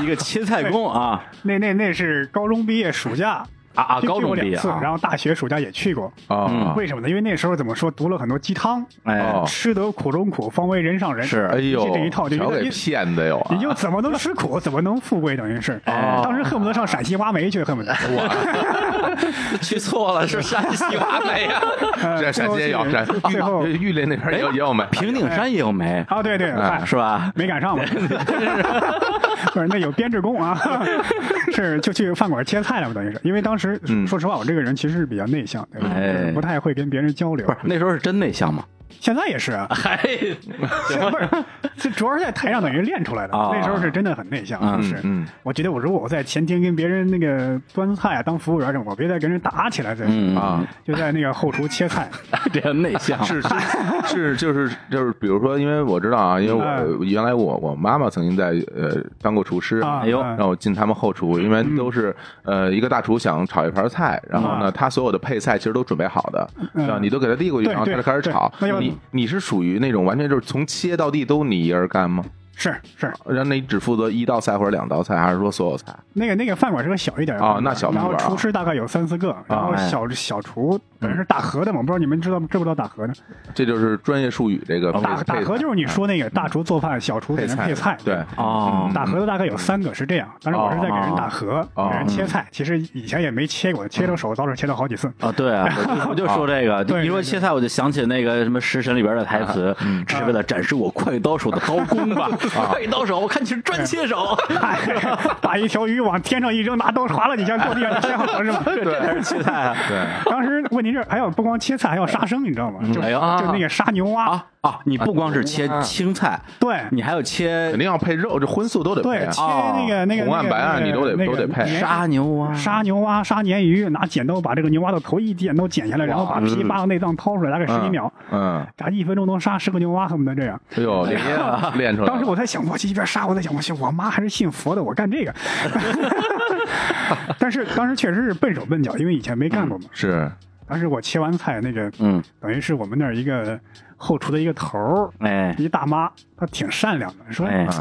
Speaker 1: 一个切菜工啊
Speaker 4: 那那那是高中毕业暑假
Speaker 1: 啊啊，
Speaker 4: 去
Speaker 1: 高
Speaker 4: 去
Speaker 1: 中
Speaker 4: 过
Speaker 1: 毕业
Speaker 4: 两次，
Speaker 1: 啊，
Speaker 4: 然后大学暑假也去过。嗯
Speaker 2: 啊！
Speaker 4: 为什么呢？因为那时候怎么说，读了很多鸡汤，呃
Speaker 1: 哎
Speaker 2: 哦，
Speaker 4: 吃得苦中苦，方为人上人。
Speaker 1: 是
Speaker 2: 哎呦，
Speaker 4: 这一套就
Speaker 2: 全
Speaker 4: 有
Speaker 2: 给
Speaker 4: 点
Speaker 2: 骗的哟啊！
Speaker 4: 你就怎么能吃苦，怎么能富贵，等于是。当时恨不得上陕西挖煤去，恨不得。
Speaker 3: 去错了，是山西华美呀。
Speaker 2: 这
Speaker 4: 呃
Speaker 2: 陕西也哎有，
Speaker 4: 最
Speaker 2: 陕
Speaker 4: 后最 后
Speaker 2: 玉玉林那边也有也 有没？
Speaker 1: 平顶山也有煤，
Speaker 4: 啊，对对，嗨
Speaker 1: 是吧？
Speaker 4: 没赶上吧？不是，那有编制工啊， 是就去饭馆切菜了嘛，等于是。因为当时
Speaker 2: 嗯
Speaker 4: 说实话，我这个人其实是比较内向，对吧
Speaker 1: 哎
Speaker 4: 就是不太会跟别人交流
Speaker 1: 不。是 那时候是真内向嘛？
Speaker 4: 现在也 是啊，
Speaker 1: 嗨，
Speaker 4: 现 在不是，这主要是在台上等于练出来的。
Speaker 1: 啊
Speaker 4: 那时候是真的很内向，啊
Speaker 1: 嗯
Speaker 4: 就是。
Speaker 2: 嗯，
Speaker 4: 我觉得我如果我在前厅跟别人那个端菜啊，当服务员什么，我别再跟人打起来，再
Speaker 1: 嗯
Speaker 2: 啊，
Speaker 4: 就在那个后厨切菜。
Speaker 1: 这样内向
Speaker 2: 是是是，就是就是，比如说，因为我知道啊，因为
Speaker 4: 哎
Speaker 2: 我原来我我妈妈曾经在呃当过厨师，
Speaker 4: 啊
Speaker 1: 哎呦
Speaker 4: 啊
Speaker 2: 让我进他们后厨，因为都是呃一个大厨想炒一盘菜，然后呢，
Speaker 4: 啊
Speaker 2: 他所有的配菜其实都准备好的，
Speaker 4: 嗯
Speaker 2: 啊，你都给他递过去，
Speaker 4: 对
Speaker 2: 然后他就开始
Speaker 4: 对对
Speaker 2: 炒
Speaker 4: 那要。
Speaker 2: 你你是属于那种完全就是从切到地都你一人干吗？
Speaker 4: 是是，
Speaker 2: 然后那你只负责一道菜或者两道菜，还是说所有菜？
Speaker 4: 那个那个饭馆是个小一点的
Speaker 2: 哦
Speaker 4: 饭馆
Speaker 2: 那小饭馆啊
Speaker 4: 然后厨师大概有三四个，然后
Speaker 1: 哎
Speaker 4: 小小厨等于是打荷的嘛，我不知道你们知道知不知道打荷的？
Speaker 2: 这就是专业术语，这个配
Speaker 4: 打打
Speaker 2: 配
Speaker 4: 荷就是你说那个大厨做饭，小厨给
Speaker 2: 配
Speaker 4: 人
Speaker 2: 菜
Speaker 4: 配菜。
Speaker 2: 对。嗯
Speaker 1: 哦
Speaker 4: 打荷的大概有三个是这样，但是我是在给人打荷，
Speaker 2: 哦嗯
Speaker 4: 给人切菜。其实以前也没切过，切着手倒是切了好几次。
Speaker 1: 啊，对啊，我就我就说这个，
Speaker 4: 对对
Speaker 1: 一说切菜我就想起那个什么《食神》里边的台词，只是为了展示我快刀手的刀工吧，
Speaker 3: 啊
Speaker 1: 啊快刀手，我看你是专切手，
Speaker 4: 把一条鱼往天上一扔，拿刀划了几下，过地上就切好了是吧？
Speaker 1: 这才是切菜啊。
Speaker 2: 对，嗯
Speaker 4: 当时问题是还有不光切菜，还要杀生，你知道吗？就
Speaker 1: 哎呦啊
Speaker 4: 就那个杀牛蛙
Speaker 1: 啊，啊，你不光是切
Speaker 3: 啊
Speaker 1: 青菜，
Speaker 4: 对
Speaker 1: 你还有切
Speaker 2: 肯定要配肉，这荤素都得配
Speaker 4: 对，
Speaker 2: 啊
Speaker 4: 切。那个那个
Speaker 2: 红案
Speaker 4: 那个
Speaker 2: 白案
Speaker 4: 那个
Speaker 2: 你都得
Speaker 4: 那个
Speaker 2: 都得配
Speaker 4: 鲶
Speaker 1: 杀牛啊蛙、
Speaker 4: 杀牛蛙、杀鲶鱼，拿剪刀把这个牛蛙的头一剪刀剪下来，然后把皮扒到内脏掏出来，大概十几秒，
Speaker 2: 嗯，
Speaker 4: 打一分钟能杀十个牛蛙，恨不得这样。
Speaker 2: 哎呦，这练
Speaker 1: 嗯
Speaker 2: 出来了。
Speaker 4: 当时我在想，我这一边杀，我在想，我去，我妈还是信佛的，我干这个。 但是当时确实是笨手笨脚，因为以前没干过嘛。
Speaker 2: 是
Speaker 4: 当时我切完菜，那个
Speaker 1: 嗯，
Speaker 4: 等于是我们那儿一个后厨的一个头儿，
Speaker 1: 哎
Speaker 4: 一大妈，她挺善良的，说：“
Speaker 1: 哎，嗯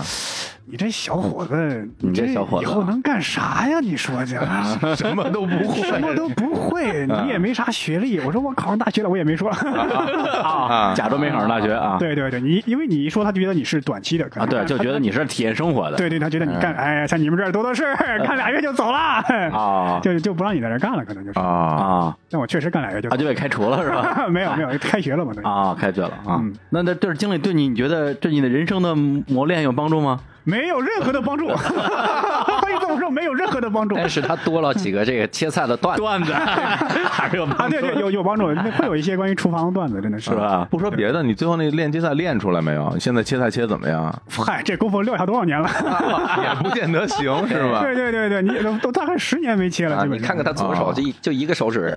Speaker 4: 你这小伙子，
Speaker 1: 你这
Speaker 4: 这
Speaker 1: 小伙子啊
Speaker 4: 以后能干啥呀？你说这。”
Speaker 2: 什么都不
Speaker 4: 什么
Speaker 2: 会，
Speaker 4: 都不会，你也没啥学历。我说我考上大学了，我也没说。
Speaker 1: 啊，假装没考上大学啊，
Speaker 4: 对对对，你因为你一说，他就觉得你是短期的，可
Speaker 1: 啊，
Speaker 4: 能
Speaker 1: 对，就觉得你是体验生活的，
Speaker 4: 对对，他觉得你干，哎呀，像你们这儿多多事，干俩月就走了，
Speaker 1: 啊
Speaker 4: 就就不让你在这儿干了，可能就是。
Speaker 2: 啊，
Speaker 1: 啊，
Speaker 4: 但我确实干俩月就
Speaker 1: 啊
Speaker 4: 走
Speaker 1: 就被开除了是吧？
Speaker 4: 了，没有没有，开学了嘛，对，
Speaker 1: 啊，开学了啊
Speaker 4: 嗯！
Speaker 1: 那那这经历对你，你觉得对你的人生的磨练有帮助吗？
Speaker 4: 没有任何的帮助， 可以这么说，没有任何的帮 助。
Speaker 3: 但哎是他多了几个这个切菜的段子，
Speaker 1: 段子还是有
Speaker 4: 啊，
Speaker 1: 帮助
Speaker 4: 对对，有有帮助，那会有一些关于厨房的段子，真的是
Speaker 1: 是？吧？
Speaker 2: 不说别的，你最后那练切菜练出来没有？现在切菜切怎么样？
Speaker 4: 嗨，这功夫撂下多少年了？
Speaker 2: 也不见得 行，是吧？
Speaker 4: 对对对对，你都都大概十年没切了，
Speaker 3: 啊，
Speaker 4: 基
Speaker 3: 你
Speaker 4: 本上
Speaker 3: 看看他，左手就一就一个手指，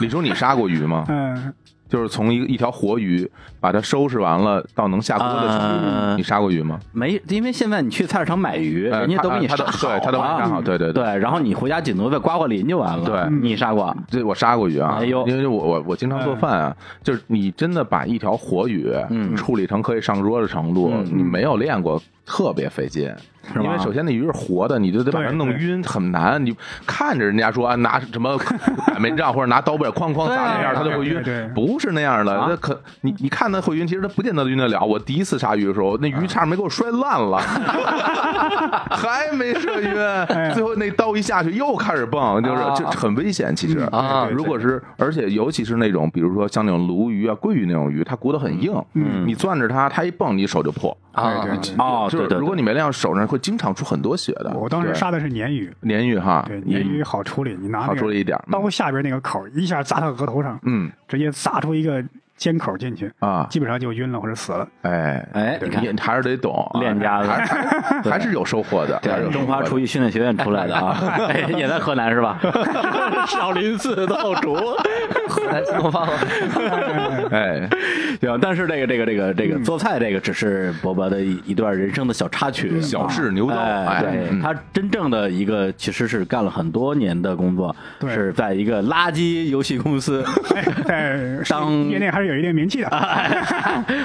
Speaker 2: 李叔，你杀过鱼吗？
Speaker 4: 嗯，
Speaker 2: 就是从一一条活鱼把它收拾完了，到能下锅的程
Speaker 1: 呃
Speaker 2: 度，你杀过鱼吗？
Speaker 1: 没，因为现在你去菜市场买鱼，
Speaker 2: 呃
Speaker 1: 人家都给你
Speaker 2: 他
Speaker 1: 杀
Speaker 2: 他
Speaker 1: 好
Speaker 2: 对
Speaker 1: 了，
Speaker 2: 他都给你杀好对对对
Speaker 1: 对。然后你回家顶多再刮刮鳞就完了。
Speaker 2: 对
Speaker 1: 你杀过？
Speaker 2: 对，我杀过鱼啊，
Speaker 1: 哎呦
Speaker 2: 因为我我我经常做饭啊，就是你真的把一条活鱼
Speaker 1: 嗯
Speaker 2: 处理成可以上桌的程度，
Speaker 1: 嗯
Speaker 2: 你没有练过，特别费劲。
Speaker 1: 吗
Speaker 2: 因为首先那鱼是活的，你就得把它
Speaker 4: 对
Speaker 2: 弄
Speaker 4: 对
Speaker 2: 晕，很难。你看着人家说啊，拿什么 擀面杖或者拿刀背哐哐砸那样，它就会晕
Speaker 4: 对对对，
Speaker 2: 不是那样的。
Speaker 1: 啊
Speaker 2: 那可你你看它会晕，其实它不见得晕得了。我第一次杀鱼的时候，那鱼差点没给我摔烂了，还没射
Speaker 4: 哎
Speaker 2: 晕，最后那刀一下去又开始蹦，就是
Speaker 3: 啊
Speaker 2: 这很危险，其实
Speaker 4: 嗯
Speaker 3: 啊
Speaker 2: 如果是，而且尤其是那种，比如说像那种鲈鱼啊、桂鱼那种鱼，它骨头很硬，
Speaker 4: 嗯
Speaker 2: 你攥着它，它一蹦，你手就破。
Speaker 3: 啊
Speaker 4: 对对对
Speaker 1: 哦，
Speaker 2: 就是
Speaker 1: 对对，
Speaker 2: 如果你没练，手上会经常出很多血的。
Speaker 4: 我当时
Speaker 2: 对
Speaker 4: 杀的是鲶鱼，
Speaker 2: 鲶鱼哈，
Speaker 4: 对，鲶
Speaker 2: 也
Speaker 4: 鱼好处理，你拿
Speaker 2: 好
Speaker 4: 那
Speaker 2: 处理
Speaker 4: 个
Speaker 2: 一点，
Speaker 4: 刀下边那个口一下砸到额头上，
Speaker 2: 嗯
Speaker 4: 直接砸出一个尖口进去，
Speaker 2: 啊，
Speaker 4: 基本上就晕了或者 死了。
Speaker 2: 哎
Speaker 1: 哎你看
Speaker 2: 你还是得懂啊
Speaker 1: 练家子
Speaker 2: 还还还是有收获的。还是有
Speaker 1: 对，
Speaker 2: 收
Speaker 1: 中
Speaker 2: 获
Speaker 1: 华
Speaker 2: 的
Speaker 1: 厨艺训练学院出来的 啊，哎也在河南是吧？ 少林寺的后 厨。
Speaker 3: 来自东
Speaker 1: 啊
Speaker 3: 方，
Speaker 2: 哎，
Speaker 1: 行，但是这个这个这个这个做菜这个只是伯伯的一一段人生的小插曲，
Speaker 2: 小试牛刀，
Speaker 1: 嗯哎，
Speaker 2: 哎
Speaker 1: 对，，
Speaker 2: 嗯
Speaker 1: 他真正的一个其实是干了很多年的工作，
Speaker 4: 对
Speaker 1: 是在一个垃圾游戏公司，
Speaker 4: 在
Speaker 1: 当啊
Speaker 4: 业内还是有一定名气的，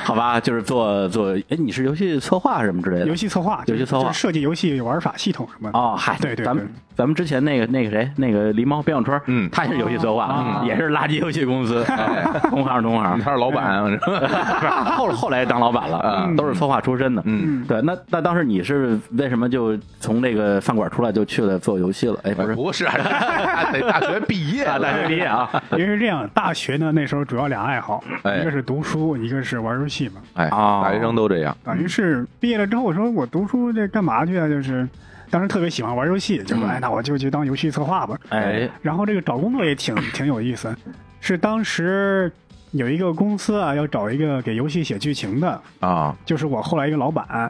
Speaker 1: 好吧，就是做做，哎，你是游戏策划什么之类的？
Speaker 4: 游戏策划，
Speaker 1: 游戏策划
Speaker 4: 就是设计游戏玩法系统什么的。
Speaker 1: 哦，嗨，
Speaker 4: 对对
Speaker 1: 咱
Speaker 4: 对
Speaker 1: 们，咱们之前那个那个谁，那个狸猫边小川，
Speaker 2: 嗯哎
Speaker 1: 他也是游戏策划，
Speaker 4: 啊
Speaker 1: 也是垃圾游戏公司，哦同行同 行。
Speaker 2: 他是老板，啊是吧
Speaker 1: 后后来当老板了，
Speaker 2: 嗯
Speaker 1: 都是策划出身的。
Speaker 2: 嗯，
Speaker 1: 对，那那当时你是为什么就从这个饭馆出来就去了做游戏了？哎，不是，
Speaker 2: 不是，还得大学毕业
Speaker 1: 大
Speaker 2: 了，
Speaker 1: 大学毕业啊，
Speaker 4: 因为是这样，大学呢那时候主要俩爱好，
Speaker 2: 哎
Speaker 4: 一个是读书，一个是玩游戏嘛。
Speaker 2: 哎，
Speaker 1: 哦
Speaker 2: 大学生都这样。
Speaker 4: 等于是毕业了之后，我说我读书这干嘛去啊？就是当时特别喜欢玩游戏，就说哎，那我就去当游戏策划吧。
Speaker 1: 嗯哎，
Speaker 4: 然后这个找工作也挺挺有意思，是当时有一个公司啊，要找一个给游戏写剧情的，
Speaker 2: 啊，
Speaker 4: 就是我后来一个老板，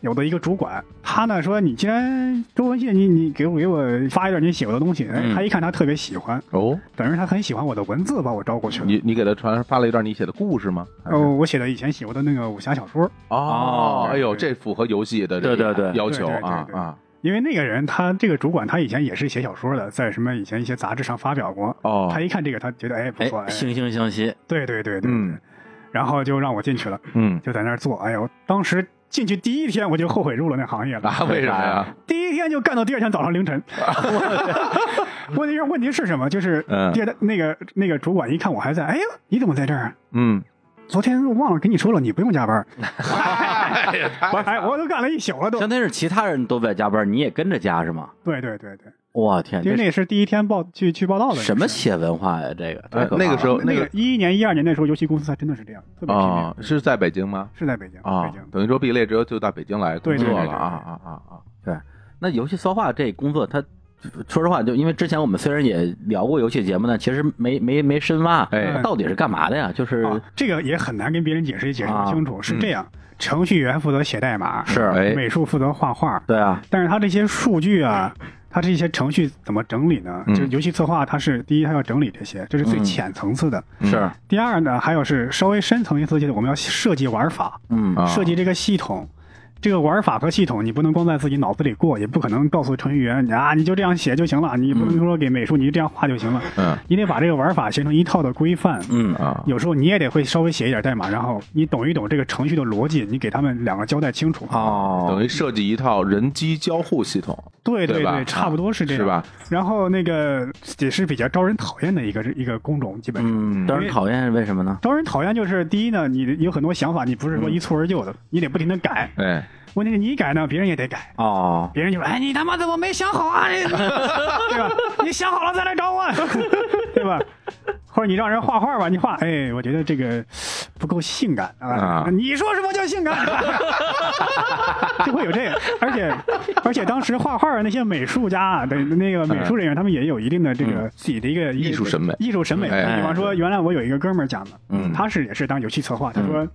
Speaker 4: 有的一个主管，他呢说你既然周文信，你你给我给我发一段你写过的东西，哎
Speaker 1: 嗯
Speaker 4: 他一看他特别喜欢，
Speaker 2: 哦，
Speaker 4: 等于他很喜欢我的文字，把我招过去了。
Speaker 2: 你你给他传发了一段你写的故事吗？还是
Speaker 4: 哦，我写的以前写过的那个武侠小说，
Speaker 1: 哦
Speaker 2: 哎呦，这符合游戏的这
Speaker 1: 对
Speaker 2: 个
Speaker 1: 对对
Speaker 2: 要求
Speaker 4: 对对对
Speaker 2: 啊
Speaker 4: 对
Speaker 2: 啊
Speaker 4: 因为那个人他这个主管他以前也是写小说的，在什么以前一些杂志上发表过。
Speaker 2: 哦
Speaker 4: 他一看这个，他觉得哎不
Speaker 1: 哎
Speaker 4: 错，，哎，
Speaker 1: 惺惺相惜，
Speaker 4: 对对对对，
Speaker 2: 嗯
Speaker 4: 然后就让我进去了。
Speaker 2: 嗯
Speaker 4: 就在那儿做。哎呦，当时进去第一天我就后悔入了那行业了，
Speaker 2: 啊，为什么呀？
Speaker 4: 第一天就干到第二天早上凌晨。问题是问题是什么？就是
Speaker 2: 嗯
Speaker 4: 第二天那个那个主管一看我还在，哎呦，你怎么在这儿啊？
Speaker 2: 嗯，
Speaker 4: 昨天我忘了跟你说了，你不用加班。
Speaker 2: 哎呀，太
Speaker 4: 哎，我都干了一宿了都。
Speaker 1: 相当于是其他人都在加班，你也跟着加是吗？
Speaker 4: 对对对对，
Speaker 1: 我天，
Speaker 4: 因为
Speaker 1: 这
Speaker 4: 那是第一天报去去报道的。
Speaker 1: 什么写文化呀？这个太
Speaker 2: 哎
Speaker 1: 可怕了
Speaker 2: 那个时候
Speaker 4: 那
Speaker 2: 那
Speaker 4: 个
Speaker 2: 个
Speaker 4: 一一年、一二年那时候，游戏公司还真的是这样，特别拼命
Speaker 2: 啊，，是在北京吗？
Speaker 4: 是在北京，
Speaker 2: 啊
Speaker 4: 北京，。
Speaker 2: 等于说毕业之后就到北京来工
Speaker 4: 对对
Speaker 2: 作
Speaker 4: 对
Speaker 2: 了
Speaker 4: 对
Speaker 2: 啊啊啊啊！
Speaker 1: 那游戏策划这工作，它说实话，就因为之前我们虽然也聊过游戏节目呢，其实没没没深挖，
Speaker 2: 哎
Speaker 1: 到底是干嘛的呀？就是、
Speaker 4: 啊，这个也很难跟别人解释，也解释不清楚。是这样，程序员负责写代码，
Speaker 1: 是
Speaker 2: 哎
Speaker 4: 美术负责画画，
Speaker 1: 对啊，
Speaker 4: 但是他这些数据啊，他这些程序怎么整理呢？
Speaker 2: 嗯
Speaker 4: 就是游戏策划，它是第一，它要整理这些，这是最
Speaker 1: 嗯
Speaker 4: 浅层次的。
Speaker 1: 是，
Speaker 2: 啊
Speaker 4: 第二呢，还有是稍微深层次一些的，我们要设计玩法，
Speaker 1: 嗯
Speaker 2: 啊
Speaker 4: 设计这个系统。这个玩法和系统，你不能光在自己脑子里过，也不可能告诉程序员你啊，你就这样写就行了，你不能说给美术你就这样画就行了，
Speaker 2: 嗯
Speaker 4: 你得把这个玩法形成一套的规范，
Speaker 1: 嗯
Speaker 2: 啊，
Speaker 4: 有时候你也得会稍微写一点代码，然后你懂一懂这个程序的逻辑，你给他们两个交代清楚。
Speaker 1: 哦，
Speaker 2: 等于设计一套人机交互系统，
Speaker 4: 对
Speaker 2: 对
Speaker 4: 对，
Speaker 2: 吧啊
Speaker 4: 差不多是这样，
Speaker 2: 是吧？
Speaker 4: 然后那个也是比较招人讨厌的一个一个工种，基本上。
Speaker 1: 嗯，当然讨厌是为什么呢？
Speaker 4: 招人讨厌就是第一呢，你有很多想法，你不是
Speaker 2: 嗯
Speaker 4: 说一蹴而就的，你得不停的改。
Speaker 2: 哎，
Speaker 4: 问题是你一改呢，别人也得改，
Speaker 1: 哦，
Speaker 4: 别人就说：“哎，你他妈怎么没想好 啊？你对吧？你想好了再来找我， 对吧？”或者你让人画画吧，你画，哎，我觉得这个不够性感啊！
Speaker 2: 啊
Speaker 4: 你说什么叫 性感？ 就会有这个，而且而且当时画画的那些美术家啊，对那个美术人员，他们也有一定的这个自己的一个一
Speaker 2: 嗯
Speaker 4: 个
Speaker 2: 艺术审美
Speaker 4: 艺术审美。
Speaker 2: 哎
Speaker 4: 比方说，原来我有一个哥们儿讲的，
Speaker 1: 嗯
Speaker 4: 他是也是当游戏策划，他
Speaker 2: 嗯
Speaker 4: 说，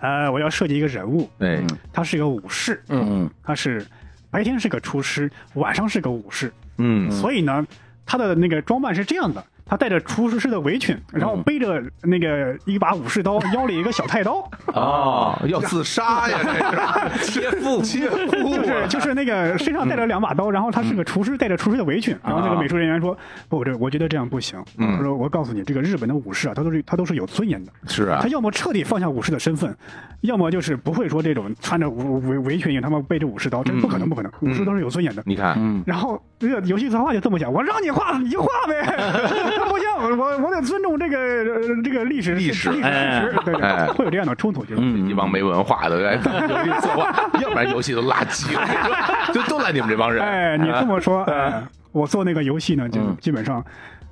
Speaker 4: 呃，我要设计一个人物，
Speaker 2: 哎，
Speaker 4: 他是个武士，
Speaker 1: 嗯
Speaker 4: 他是白天是个厨师，晚上是个武士，
Speaker 2: 嗯，
Speaker 4: 所以呢，他的那个装扮是这样的。他戴着厨师的围裙，然
Speaker 2: 嗯
Speaker 4: 后背着那个一把武士刀，腰里一个小菜刀，
Speaker 2: 哦，要自杀呀，这是 切腹，切腹
Speaker 4: 就
Speaker 2: 啊嗯
Speaker 4: 是就是那个身上带着两把刀，然后他是个厨师，带着厨师的围裙，然后那个美术人员说：“不，这我觉得这样不行。”
Speaker 2: 啊嗯
Speaker 4: 他说：“我告诉你，这个日本的武士啊，他都是他都是有尊严的，
Speaker 2: 是啊
Speaker 4: 他，要么彻底放下武士的身份，要么就是不会说这种穿着武围围裙，他妈背着武士刀，这不可
Speaker 2: 嗯
Speaker 4: 能，不可能，武士都是有尊严的。
Speaker 2: 你看，
Speaker 1: 嗯
Speaker 4: 然后这个游戏策划就这么想，我让你画你就画 呗，不行，我我得尊重这个呃这个历史
Speaker 2: 历史
Speaker 4: 历史
Speaker 1: 哎
Speaker 4: 事实，对
Speaker 2: 哎
Speaker 4: 对，会有这样的冲突，就是
Speaker 2: 这
Speaker 1: 嗯，
Speaker 2: 帮没文化的，哎，游戏策 划，要不然游戏都垃圾，我跟你说就都赖你们这帮人。
Speaker 4: 哎，你这么说，哎，我做那个游戏呢，就
Speaker 1: 嗯
Speaker 4: 基本上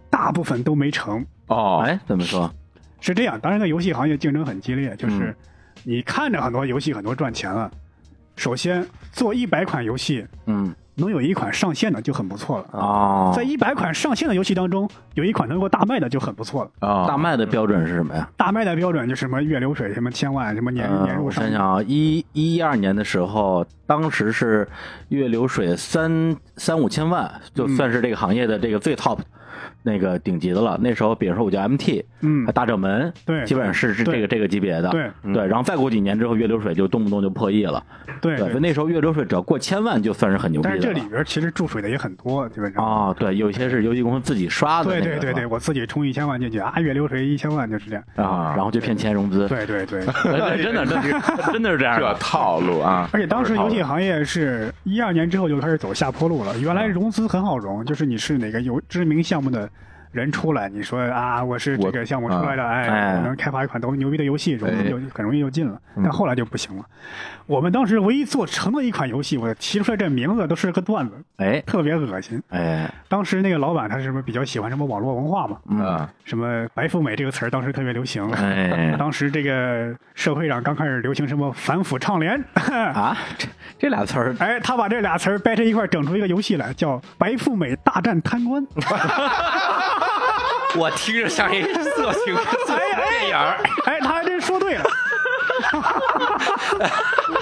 Speaker 4: 大部分都没成。
Speaker 2: 哦，
Speaker 1: 哎，怎么说？
Speaker 4: 是这样，当然，那游戏行业竞争很激烈，就是
Speaker 1: 嗯
Speaker 4: 你看着很多游戏很多赚钱了，首先做一百款游戏，
Speaker 1: 嗯，
Speaker 4: 能有一款上线的就很不错了。
Speaker 1: 哦
Speaker 4: 在，一百款上线的游戏当中，有一款能够大卖的就很不错了。
Speaker 1: 大
Speaker 2: 啊，
Speaker 1: 麦的标准是什么呀？
Speaker 4: 大卖的标准就是什么月流水、什么千万、什么年年
Speaker 1: 嗯，
Speaker 4: 入
Speaker 1: 我
Speaker 4: 上
Speaker 1: 想
Speaker 4: 亿。
Speaker 1: 想啊，一一一二年的时候，当时是月流水三三五千万，就
Speaker 4: 嗯
Speaker 1: 算是这个行业的这个最 top、那个顶级的了。那时候，比如说我叫 MT，
Speaker 4: 嗯
Speaker 1: 还大正门，
Speaker 4: 对
Speaker 1: 基本上是是
Speaker 4: 对
Speaker 1: 这个这个级别的，
Speaker 4: 对
Speaker 1: 对。然后再过几年之后，月流水就动不动就破亿了，
Speaker 4: 对
Speaker 1: 对。那时候月流水只要过千万就算是很牛逼
Speaker 4: 但
Speaker 1: 的
Speaker 4: 是
Speaker 1: 了。
Speaker 4: 这里边其实注水的也很多，基本上。
Speaker 1: 啊、对，有一些是游戏公司自己刷的那
Speaker 4: 对
Speaker 1: 个，
Speaker 4: 对对对，
Speaker 1: 是吧
Speaker 4: 我自己充一千万进去啊，月流水一千万就是这样。
Speaker 1: 啊，然后就骗钱融资，
Speaker 4: 对对 对。
Speaker 1: 对，哎真的真的真的是 这样
Speaker 2: 这
Speaker 1: 的，
Speaker 2: 套路啊，
Speaker 4: 而且当时游戏行业是一二年之后就开始走下坡路了。原
Speaker 1: 嗯
Speaker 4: 来融资很好融，就是你是哪个有知名项目的人出来，你说啊，我是这个项目出来的，
Speaker 1: 哎嗯
Speaker 4: 哎，我能开发一款多牛逼的游戏，融
Speaker 2: 哎
Speaker 4: 资就很容易就进了。但后来就不行了。我们当时唯一做成的一款游戏，我提出来这名字都是个段子，
Speaker 1: 哎
Speaker 4: 特别恶心。
Speaker 1: 哎，
Speaker 4: 当时那个老板他是不是比较喜欢什么网络文化嘛？
Speaker 1: 嗯
Speaker 2: 啊，
Speaker 4: 什么“白富美”这个词儿当时特别流行。
Speaker 1: 哎
Speaker 4: 当时这个社会上刚开始流行什么反腐倡廉，
Speaker 1: 啊，这这俩词儿
Speaker 4: 哎，他把这俩词儿掰成一块儿，整出一个游戏来，叫《白富美大战贪官》。
Speaker 3: 我听着像一色 情色情电影儿。
Speaker 4: 哎，他还真说对了。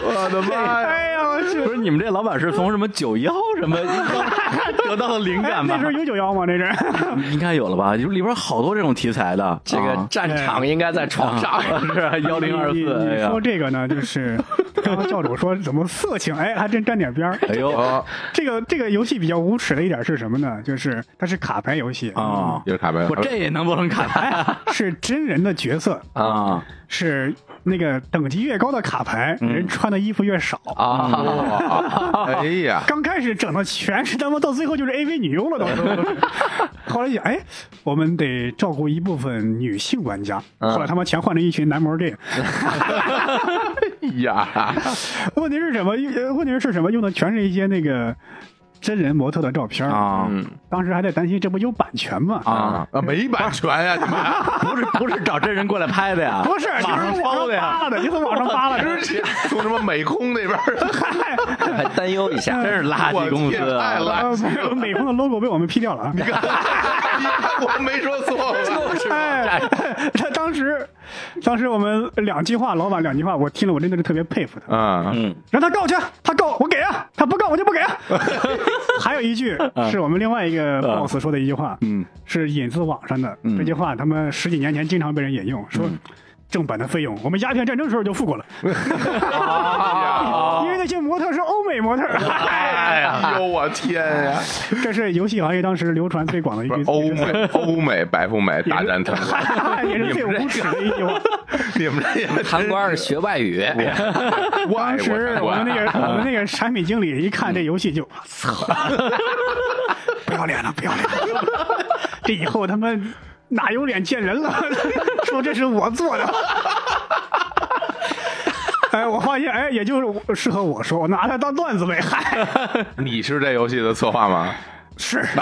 Speaker 2: 我的妈呀！
Speaker 4: 哎呀，我去！
Speaker 1: 不是你们这老板是从什么九幺什 么得到的灵
Speaker 4: 哎
Speaker 1: 感
Speaker 4: 那
Speaker 1: 吧
Speaker 4: 时？候有九幺吗？那是。
Speaker 1: 应该有了吧？就里边好多这种题材的，
Speaker 3: 这个
Speaker 1: 啊
Speaker 3: 战场应该在床上，
Speaker 1: 是幺零二
Speaker 4: 你
Speaker 1: 四，哎
Speaker 4: 你
Speaker 1: 呀
Speaker 4: 说，这个呢，就是刚刚教主说怎么色情，哎，还真沾点边儿。
Speaker 1: 哎呦，
Speaker 4: 这个这个游戏比较无耻的一点是什么呢？就是它是卡牌游戏
Speaker 1: 啊，
Speaker 2: 也是卡牌，
Speaker 1: 我这也能不能卡牌 啊？
Speaker 4: 是真人的角色，
Speaker 1: 啊
Speaker 4: 是那个等级越高的卡牌，人穿的衣服越少。
Speaker 3: 啊，
Speaker 2: 哇哎呀，
Speaker 4: 刚开始整的全是他妈，到最后就是 AV 女优了，到时候都 是。后来想，哎，我们得照顾一部分女性玩家。
Speaker 1: 啊
Speaker 4: 后来他妈全换成一群男 模 gay。
Speaker 2: 哎呀，哎
Speaker 4: 问题是什么？问题是什么？用的全是一些那个真人模特的照片儿
Speaker 3: 啊
Speaker 4: 当时还在担心这不有版权吗？
Speaker 1: 嗯啊，
Speaker 2: 啊，没版权呀，你们
Speaker 1: 不是不是找真人过来拍的呀，
Speaker 4: 不是，就是
Speaker 1: 网上
Speaker 4: 网上
Speaker 1: 抄
Speaker 4: 扒
Speaker 1: 的呀，
Speaker 4: 拉的，就是网上扒 拉 的。
Speaker 2: 之前从什么美空那边儿，
Speaker 3: 还担忧一下，
Speaker 1: 真是垃圾公司啊
Speaker 2: 我天太！
Speaker 4: 呃
Speaker 2: 垃圾
Speaker 4: 美美空的 logo 被我们 P 掉了 啊！
Speaker 2: 我没说错吧，
Speaker 4: 哎，他当时，当时我们两句话，老板两句话，我听了我真的是特别佩服他。
Speaker 2: 啊，
Speaker 4: 让他告去，他告我给啊，他不告我就不给啊。还有一句是我们另外一个 boss 说的一句话，
Speaker 1: 嗯，
Speaker 4: 是引自网上的这句话，他们十几年前经常被人引用，说正版的费用我们鸦片战争时候就付过了，因为那些模特是欧美模特。啊
Speaker 2: 哎呦我天呀！
Speaker 4: 这是游戏行业当时流传最广的一
Speaker 2: 不
Speaker 4: 句
Speaker 2: 是，欧美欧美白富美大战他们，
Speaker 4: 也是最无耻的一句话。
Speaker 2: 你们这也
Speaker 3: 韩官儿学外语，
Speaker 2: 外
Speaker 4: 当时
Speaker 2: 哎
Speaker 4: 我们那个我们那个产品经理一看这游戏就，操， 不要脸了，不要脸了， 这以后他们哪有脸见人了？ 说这是我做的。 哎，我发现，哎，也就是我适合我说，我拿它当段子呗。嗨，
Speaker 2: 你是这游戏的策划吗？
Speaker 4: 是，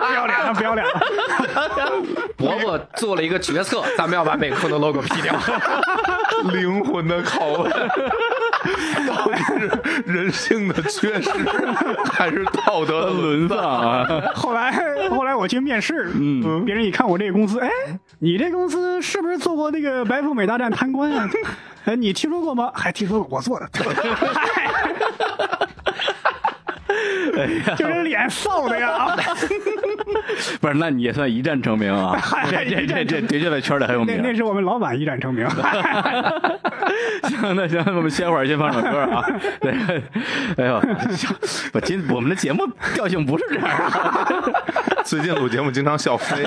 Speaker 4: 不要脸了，不要脸了。
Speaker 3: 伯伯做了一个决策，咱们要把美空的 logo P 掉。
Speaker 2: 灵魂的拷 问，到底是人性的缺失，还是道德的沦丧？
Speaker 1: 啊，
Speaker 4: 后来后来我去面试，嗯，别人一看我这个公司，哎，你这公司是不是做过那个白富美大战贪官啊？哎，你听说过吗？还听说过，我做的。就是脸臊的呀，
Speaker 1: 不是，那你也算一战成名 啊！这这这这的确在圈里很有
Speaker 4: 哎那那
Speaker 1: 名。
Speaker 4: 是我们老板一战成名。啊
Speaker 1: 行，那行，我们歇会儿，先放首歌啊。对，哎呦，我今我们的节目调性不是这样啊。
Speaker 2: 最近录节目经常笑飞，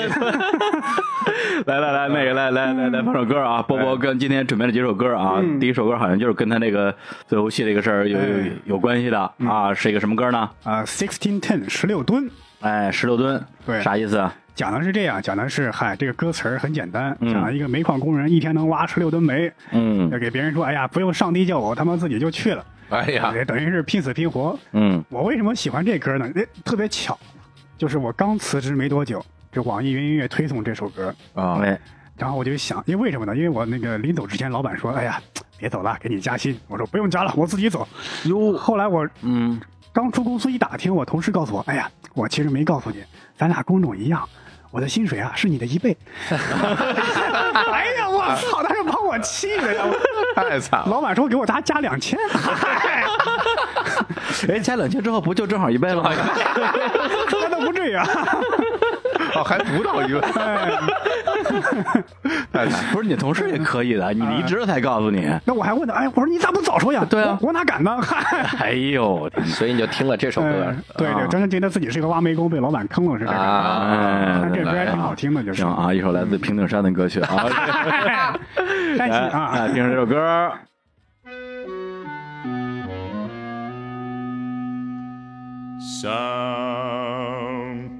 Speaker 1: 来来来，那个来来来来放首歌啊！波波跟今天准备了几首歌啊，第一首歌好像就是跟他那个做游戏这个事儿有有有关系的啊，是一个什么歌呢？
Speaker 4: 啊，sixteen ten 十六吨，
Speaker 1: 哎，十六吨，
Speaker 4: 对
Speaker 1: 啥意思啊？
Speaker 4: 讲的是这样，讲的是嗨，这个歌词儿很简单，讲了一个煤矿工人一天能挖十六吨煤，
Speaker 1: 嗯
Speaker 4: 要给别人说，哎呀，不用上帝叫我，我他妈自己就去了，
Speaker 2: 哎呀，
Speaker 4: 也等于是拼死拼活。
Speaker 1: 嗯
Speaker 4: 我为什么喜欢这歌呢？哎，特别巧，就是我刚辞职没多久，这网易云音乐推送这首歌，
Speaker 2: 啊，
Speaker 1: 哎，
Speaker 4: 然后我就想，因为为什么呢？因为我那个临走之前，老板说：“哎呀，别走了，给你加薪。”我说：“不用加了，我自己走。”哟，后来我
Speaker 1: 嗯，
Speaker 4: 刚出公司一打听，我同事告诉我：“哎呀，我其实没告诉你，咱俩工种一样。”我的薪水啊，是你的一倍。哎呀，我操！他是把我气的呀！我
Speaker 2: 太惨了，
Speaker 4: 老板说给我加加两千，
Speaker 1: 哎，加两千之后不就正好一倍了吗？
Speaker 4: 那哎倒不至于啊。
Speaker 2: 哦还不到一万，太惨了。
Speaker 1: 不是你同事也可以的，你离职了才告诉你。
Speaker 4: 那我还问他，哎，我说你咋不早说呀？
Speaker 1: 对啊
Speaker 4: 我我哪敢呢？
Speaker 1: 哎呦，天
Speaker 3: 所以你就听了这首歌
Speaker 1: 啊
Speaker 4: 哎，对对，真的觉得自己是个挖煤工，被老板坑了是这样。
Speaker 3: 啊，
Speaker 4: 但这歌还挺好听的，就
Speaker 1: 哪
Speaker 4: 是
Speaker 1: 行。啊，一首来自平顶山的歌曲啊，
Speaker 4: 山西
Speaker 1: 来
Speaker 4: 啊
Speaker 1: 啊，，听着这首歌。
Speaker 6: Some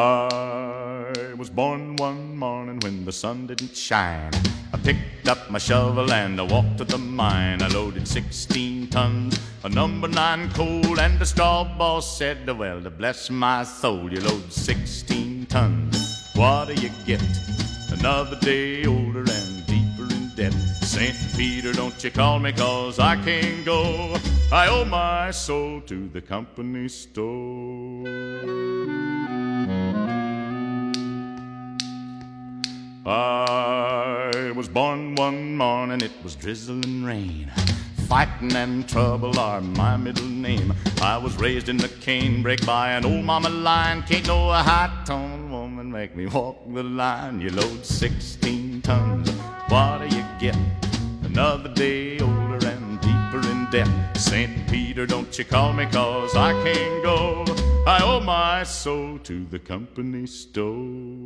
Speaker 6: I was born one morning when the sun didn't shine. I picked up my shovel and I walked to the mine. I loaded 16 tons of number nine coal, and the straw boss said, Well, to bless my soul, you load 16 tons. What do you get? Another day older and deeper in debt. St. Peter, don't you call me 'cause I can't go. I owe my soul to the company store. I was born one morning, it was drizzling rain. Fighting and trouble are my middle name. I was raised in the canebrake by an old mama lion. Can't no high tone woman make me walk the line. You load 16 tons, what do you get? Another day older and deeper in debt. St. Peter, don't you call me, cause I can't go. I owe my soul to the company store.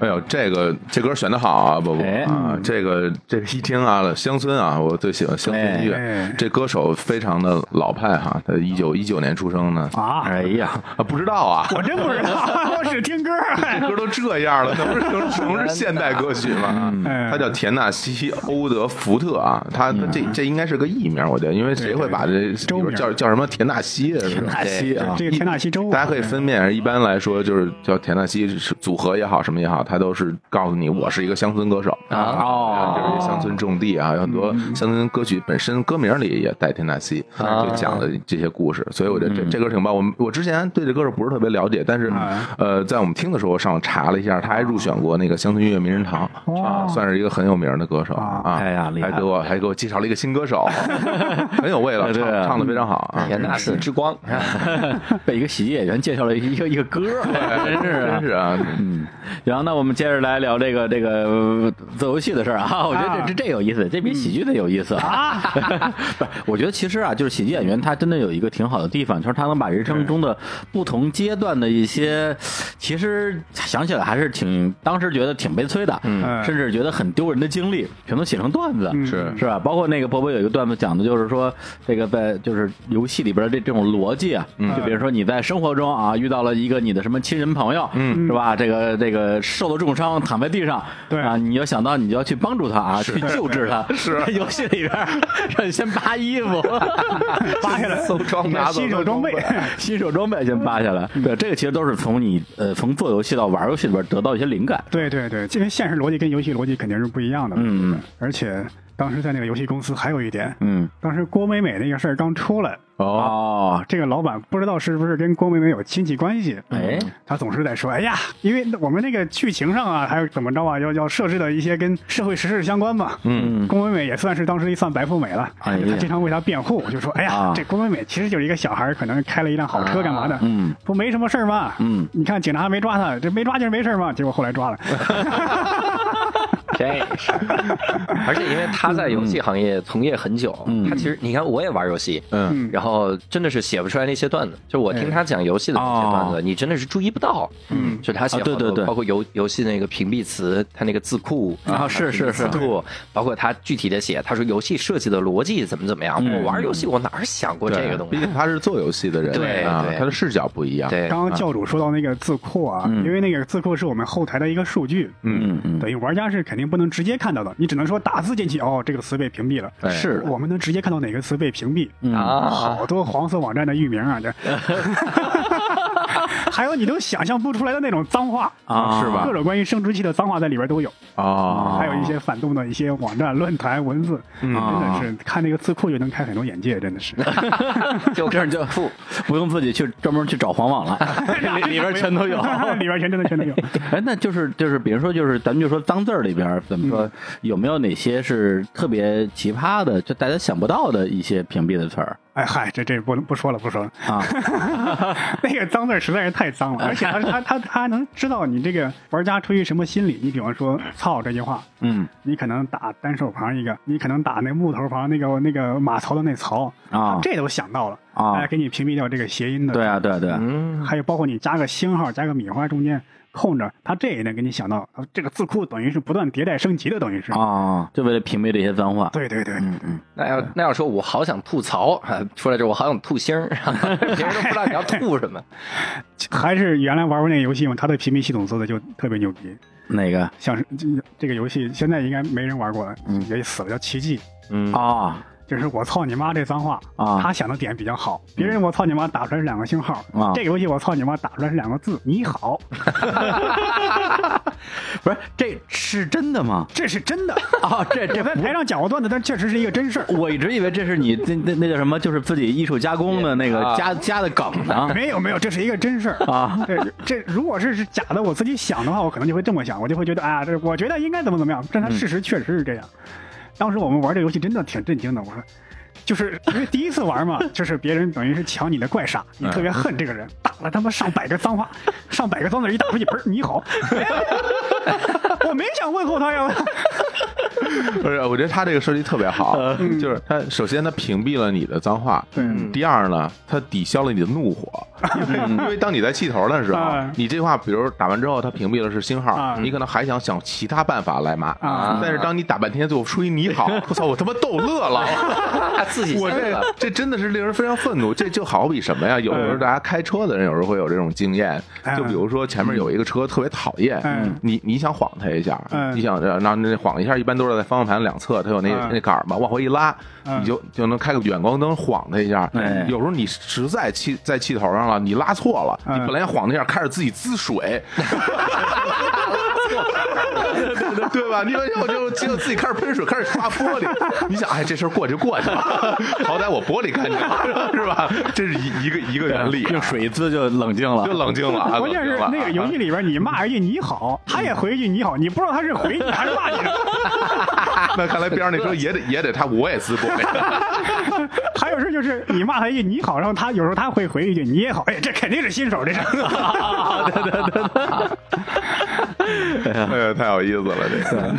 Speaker 2: 哎呦，这个这歌选的好啊，波波
Speaker 1: 哎
Speaker 2: 啊，这个这个一听啊，乡村啊，我最喜欢乡村音乐
Speaker 4: 哎。
Speaker 2: 这歌手非常的老派哈，他一九一九年出生的
Speaker 4: 啊，
Speaker 1: 哎呀，
Speaker 2: 啊，不知道啊，
Speaker 4: 我真不知道， 我只听歌。 哎
Speaker 2: 这歌都这样了，那不是能能是现代歌曲吗？
Speaker 4: 嗯
Speaker 2: 他叫田纳西欧德福特啊，他他这这应该是个艺名，我觉得，因为谁会把这
Speaker 4: 周
Speaker 2: 里
Speaker 4: 名
Speaker 2: 边叫叫什么田纳西啊？是吧
Speaker 1: 纳西啊，
Speaker 4: 这个田纳西州，
Speaker 2: 大家可以分辨，一般来说就是叫田纳西是组合也好，什么也好，他都是告诉你我是一个乡村歌手啊，
Speaker 1: 哦嗯
Speaker 2: 这是一个乡村种地啊，有很多乡村歌曲本身歌名里也带田纳西，
Speaker 3: 啊
Speaker 2: 就讲的这些故事，所以我觉得
Speaker 1: 嗯
Speaker 2: 这这歌挺棒。我们我之前对这歌手不是特别了解，但是
Speaker 4: 啊
Speaker 2: 呃，在我们听的时候我上网查了一下，他还入选过那个乡村音乐名人堂啊，算是一个很有名的歌手
Speaker 4: 啊
Speaker 2: 啊，
Speaker 1: 哎呀厉害
Speaker 2: 还给我还给我介绍了一个新 歌手，很有味道，
Speaker 1: 对
Speaker 2: 唱
Speaker 1: 啊
Speaker 2: 唱的非常好啊。
Speaker 3: 田纳西之光，
Speaker 1: 被一个喜剧演员介绍了一个一个歌儿， 真是啊
Speaker 2: 真是啊，
Speaker 1: 嗯， 然后那我们接着来聊这个这个呃做游戏的事儿啊， 我觉得
Speaker 4: 啊
Speaker 1: 这这这有意思，这比喜剧的有意思啊。 不是，我觉得其实啊，就是喜剧演员他真的有一个挺好的地方，就是他能把人生中的不同阶段的一些，其实想起来还是挺当时觉得挺悲催的，
Speaker 4: 嗯
Speaker 1: 甚至觉得很丢人的经历，全都写成段子，
Speaker 4: 嗯
Speaker 2: 是
Speaker 1: 是吧？包括那个伯伯有一个段子讲的就是说，这个在就是游戏里边的这这种逻辑啊，就比如说你在生活中啊遇到了一个你的什么亲人朋友，嗯，是吧？这个这个受了重伤躺在地上，
Speaker 4: 对
Speaker 1: 啊，你要想到你就要去帮助他啊，去救治他。是 游戏里边让你先扒衣服，
Speaker 4: 扒下来，
Speaker 2: 装
Speaker 4: 拿走新手装备，
Speaker 1: 新手装备先扒下来。对，这个其实都是从你呃从做游戏到玩游戏里边得到一些灵感。
Speaker 4: 对对对，这个现实逻辑跟游戏逻辑肯定是不一样的。
Speaker 1: 嗯嗯，
Speaker 4: 而且当时在那个游戏公司还有一点，
Speaker 1: 嗯，
Speaker 4: 当时郭美美那个事儿刚出来，
Speaker 1: 哦，
Speaker 4: 这个老板不知道是不是跟郭美美有亲戚关系，
Speaker 1: 哎
Speaker 4: 他总是在说，哎呀，因为我们那个剧情上啊，还有怎么着啊，要要设置的一些跟社会时事相关吧。
Speaker 1: 嗯
Speaker 4: 郭美美也算是当时一算白富美了，
Speaker 1: 哎呀
Speaker 4: 她经常为她辩护，就说，哎呀，
Speaker 1: 啊
Speaker 4: 这郭美美其实就是一个小孩儿，可能开了一辆好车干嘛的，
Speaker 1: 嗯
Speaker 4: 不没什么事儿嘛，
Speaker 1: 嗯
Speaker 4: 你看警察还没抓他，这没抓就是没事儿嘛，结果后来 抓了，
Speaker 3: 这是， 而且因为他在游戏
Speaker 1: 嗯
Speaker 3: 行业从业很久，他其实你看我也玩游戏，
Speaker 2: 嗯
Speaker 3: 然后真的是写不出来那些段子，就我
Speaker 1: 哎
Speaker 3: 听他讲游戏的那些段子，你真的是注意不到，嗯，就他写好多
Speaker 1: 哦啊对对对
Speaker 3: 包括游游戏那个屏蔽词，他那个字库
Speaker 1: 啊是是是
Speaker 3: 字库，包括他具体的写，他说游戏设计的逻辑怎么怎么样，
Speaker 1: 嗯
Speaker 3: 我玩游戏我哪儿想过这个东
Speaker 2: 毕
Speaker 3: 西
Speaker 2: 竟，他是做游戏的人，
Speaker 3: 对
Speaker 2: 啊
Speaker 3: 对，
Speaker 2: 他的视角不一样。
Speaker 3: 对，
Speaker 4: 刚刚教主说到那个字库啊，因为那个字库是我们后台的一个数据，
Speaker 1: 嗯嗯，
Speaker 4: 等于玩家是肯定不能直接看到的，你只能说打字进去，哦，这个词被屏蔽了。
Speaker 2: 哎
Speaker 1: 是的
Speaker 4: 我们能直接看到哪个词被屏蔽。
Speaker 1: 嗯
Speaker 3: 啊，
Speaker 4: 好多黄色网站的域名啊， 这，还有你都想象不出来的那种脏话
Speaker 1: 啊是吧
Speaker 4: 各种关于生殖器的脏话在里边都有，
Speaker 1: 啊
Speaker 2: 哦，
Speaker 4: 还有一些反动的一些网站、论坛、文字，
Speaker 1: 嗯
Speaker 4: 真
Speaker 1: 啊
Speaker 4: 的是看那个字库就能开很多眼界，真的是。
Speaker 3: 就
Speaker 1: 这样就不 不用自己去专门去找黄网了， 里 里边全都有。
Speaker 4: 里边全真的全都有。
Speaker 1: 哎，那就是就是，比如说就是，咱们就说脏字儿里边儿怎么
Speaker 3: 嗯
Speaker 1: 说，有没有哪些是特别奇葩的，就大家想不到的一些屏蔽的词儿
Speaker 4: 哎嗨，这这不不说了，不说了。
Speaker 1: 啊？
Speaker 4: 那个脏字儿实在是太脏了，而且他他他他能知道你这个玩家出于什么心理。你比方说“操”这句话，
Speaker 1: 嗯
Speaker 4: 你可能打单手旁一个，你可能打那木头旁那个那个马槽的那槽
Speaker 1: 啊
Speaker 4: 他这都想到了
Speaker 1: 啊
Speaker 4: 哎给你屏蔽掉这个谐
Speaker 3: 嗯
Speaker 4: 音的。
Speaker 1: 对，啊，对啊，对啊，
Speaker 4: 还有包括你加个星号，加个米花中间空着，他这也能给你想到。这个字库等于是不断迭代升级的，等于是。
Speaker 1: 啊，嗯就为了屏蔽这些脏话。
Speaker 4: 对对对，
Speaker 3: 那要哎那要说，我好想吐槽，啊出来之后我好想吐星儿， 别人都不知道你要吐什么。
Speaker 4: 还是原来玩过那个游戏嘛，它的屏蔽系统做的就特别牛逼。
Speaker 1: 哪个
Speaker 4: 像是这这个游戏现在应该没人玩过了，
Speaker 1: 嗯
Speaker 4: 也死了叫奇迹，
Speaker 3: 嗯
Speaker 1: 啊
Speaker 4: 就是我操你妈这脏话
Speaker 1: 啊嗯
Speaker 4: 他想的点比较好，别人我操你妈打出来是两个星号，
Speaker 1: 啊
Speaker 4: 这个游戏我操你妈打出来是两个字，你好，
Speaker 1: 不是这是真的吗？
Speaker 4: 这是真的。
Speaker 1: 啊，这
Speaker 4: 我
Speaker 1: 这
Speaker 4: 在台上讲过段子，但确实是一个真事儿。
Speaker 1: 我一直以为这是你那那那叫什么，就是自己艺术加工的那个
Speaker 3: 啊
Speaker 1: 加加的梗呢。
Speaker 4: 没有没有，这是一个真事儿
Speaker 1: 啊
Speaker 4: 这这如果是是假的，我自己想的话，我可能就会这么想，我就会觉得啊，这我觉得应该怎么怎么样，但它事实确实是这样。当时我们玩这游戏真的挺震惊的，我说。就是因为第一次玩嘛，就是别人等于是抢你的怪杀，你特别恨这个人，打了他妈上百个脏话，上百个 脏字儿一打出去，不是你好，我没想问候他呀，
Speaker 2: 不是，我觉得他这个设计特别好，
Speaker 4: 嗯
Speaker 2: 就是他首先他屏蔽了你的脏话，第二呢，他抵消了你的怒火，
Speaker 4: 嗯
Speaker 2: 因为当你在气头的时候
Speaker 4: 哎，
Speaker 2: 你这话比如打完之后，他屏蔽了是星号
Speaker 4: 啊，
Speaker 2: 你可能还想想其他办法来骂
Speaker 4: 啊，
Speaker 2: 但是当你打半天最后出一你 好，我操，我他妈逗乐了。
Speaker 3: 他 自己
Speaker 2: 我
Speaker 3: 信
Speaker 2: 这
Speaker 3: 了
Speaker 2: 这真的是令人非常愤怒，这就好比什么呀？有时
Speaker 4: 哎
Speaker 2: 候大家开车的人有时候会有这种经验，
Speaker 4: 嗯
Speaker 2: 就比如说前面有一个车特别讨厌
Speaker 4: 嗯，
Speaker 2: 你你想晃他一下，
Speaker 4: 嗯
Speaker 2: 你想然后那晃一下，一般都是在方向盘两侧，它有那
Speaker 4: 嗯
Speaker 2: 那杆儿嘛，往回一拉，
Speaker 4: 嗯
Speaker 2: 你就就能开个远光灯晃他一下
Speaker 1: 哎。
Speaker 2: 有时候你实在气在气头上了，你拉错了，
Speaker 4: 嗯
Speaker 2: 你本来想晃他一下，开始自己滋水。 对吧？你以为我就结果自己开始喷水，开始刷玻璃。你想，哎，这事儿过就过去了，好歹我玻璃干净了，是吧？这是一一个一个原
Speaker 3: 啊
Speaker 2: 理、
Speaker 1: 用水滋就冷静了
Speaker 2: 就。冷静了啊，
Speaker 4: 关键是
Speaker 2: 冷静
Speaker 4: 那
Speaker 2: 了
Speaker 4: 个游戏里边，你骂一句你好，他也回一句你好，你不知道他是回你还是骂你，
Speaker 2: 啊那看来边上那车也得也得他，我也自玻璃。
Speaker 4: 还有时候就是你骂他一句你好，然后他有时候他会回一句你也好，哎，这肯定是新手这是。
Speaker 2: 哎呀，太有意思了，这个。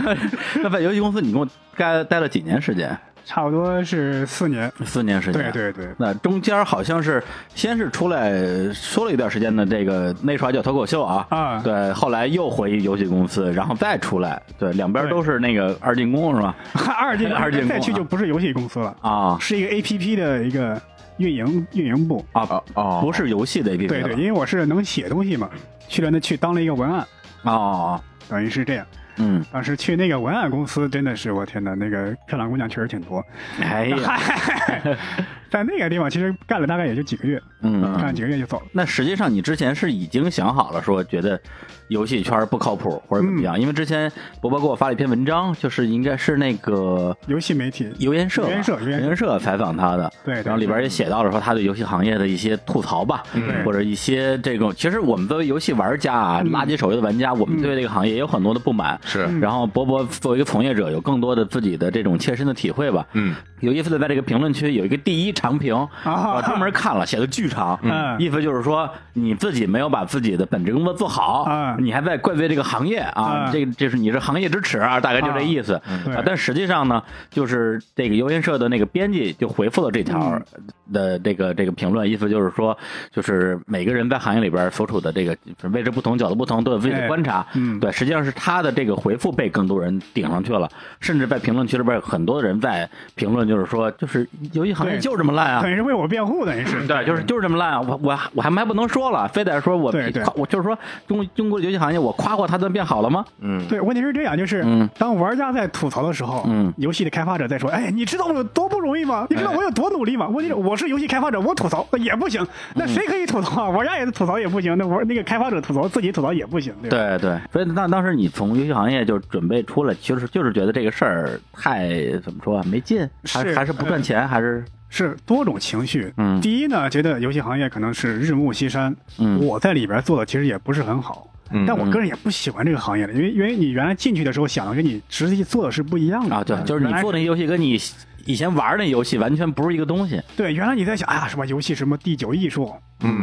Speaker 1: 那在游戏公司，你跟我待待了几年时间？
Speaker 4: 差不多是四年，
Speaker 1: 四年时间。
Speaker 4: 对对对
Speaker 1: 那中间好像是先是出来说了一段时间的这个那时候还叫脱口秀啊，
Speaker 4: 啊
Speaker 1: 对，后来又回游戏公司，然后再出来，对，两边
Speaker 4: 对
Speaker 1: 都是那个二进宫是吧？
Speaker 4: 二进
Speaker 1: 二进宫啊
Speaker 4: 再去就不是游戏公司了，
Speaker 1: 啊
Speaker 4: 是一个 A P P 的一个运营运营部。
Speaker 1: 啊
Speaker 2: 哦
Speaker 1: 不是游戏的 APP
Speaker 4: 对对，因为我是能写东西嘛，去了那去当了一个文案，
Speaker 1: 哦哦，
Speaker 4: 等于是这样。
Speaker 1: 嗯，
Speaker 4: 当时去那个文案公司，真的是我天哪，那个漂亮姑娘确实挺多。
Speaker 1: 哎呀，
Speaker 4: 在那个地方其实干了大概也就几个月，
Speaker 1: 嗯。
Speaker 4: 干了几个月就走了。
Speaker 1: 那实际上，你之前是已经想好了，说觉得游戏圈不靠谱或者怎
Speaker 4: 嗯
Speaker 1: 么样？因为之前博博给我发了一篇文章，就是应该是那个
Speaker 4: 游戏媒体
Speaker 1: 游研社吧，
Speaker 4: 游研社游研社
Speaker 1: 采访他的，
Speaker 4: 对对
Speaker 1: 然后里边也写到了说他对游戏行业的一些吐槽吧，
Speaker 4: 嗯
Speaker 1: 或者一些这种，其实我们作为游戏玩家啊，垃圾手游的玩家，我们对这个行业也有很多的不满，
Speaker 2: 是
Speaker 1: 然后博博作为一个从业者，有更多的自己的这种切身的体会吧，
Speaker 2: 嗯，
Speaker 1: 有意思的，在这个评论区有一个第一长评，
Speaker 4: 啊
Speaker 1: 我专门看了，写的巨长，
Speaker 4: 嗯
Speaker 1: 意思就是说你自己没有把自己的本职工作做好，
Speaker 4: 嗯
Speaker 1: 你还在怪罪这个行业啊，
Speaker 4: 嗯
Speaker 1: 这个这是你是行业之耻啊，大概就这意思。
Speaker 4: 对
Speaker 1: 啊，但实际上呢，就是这个游研社的那个编辑就回复了这条
Speaker 4: 嗯
Speaker 1: 的这个这个评论，意思就是说，就是每个人在行业里边所处的这个位置不同、角度不同，都有自己的
Speaker 4: 哎
Speaker 1: 观察。
Speaker 4: 嗯
Speaker 1: 对，实际上是他的这个回复被更多人顶上去了，甚至在评论区里边有很多人在评论，就是说，就是游戏行业
Speaker 4: 对
Speaker 1: 就这么烂啊
Speaker 4: 等。于是为我辩护，等于是。
Speaker 1: 对，就是就是这么烂啊！我我我还还不能说了，非得说我
Speaker 4: 对对
Speaker 1: 夸我就是说中中国游戏行业，我夸过它，它变好了吗？
Speaker 4: 对，问题是这样，就是、
Speaker 1: 嗯
Speaker 4: 当玩家在吐槽的时候，
Speaker 1: 嗯哎
Speaker 4: 游戏的开发者在说：“哎，你知道我有多不容易吗？你知道我有多努力吗？”问题是我是游戏开发者，我吐槽哎也不
Speaker 1: 嗯
Speaker 4: 行，那谁可以吐槽啊？玩家也吐槽也不行，那玩那个开发者吐槽自己吐槽也不行，对
Speaker 1: 对
Speaker 4: 吧？
Speaker 1: 对，所以那当时你从游戏行业就准备出来，其实就是觉得这个事儿太怎么说啊，没劲，还
Speaker 4: 是
Speaker 1: 还是不赚钱，还是
Speaker 4: 是多种情绪。
Speaker 1: 嗯
Speaker 4: 第一呢，觉得游戏行业可能是日暮西山，
Speaker 1: 嗯
Speaker 4: 我在里边做的其实也不是很好。但我个人也不喜欢这个行业了，因为因为你原来进去的时候想的跟你实际做的是不一样的
Speaker 1: 啊，对，就是你
Speaker 4: 原来
Speaker 1: 做那游戏跟你以前玩那游戏完全不是一个东西。
Speaker 4: 对，原来你在想，哎呀，什么游戏什么第九艺术，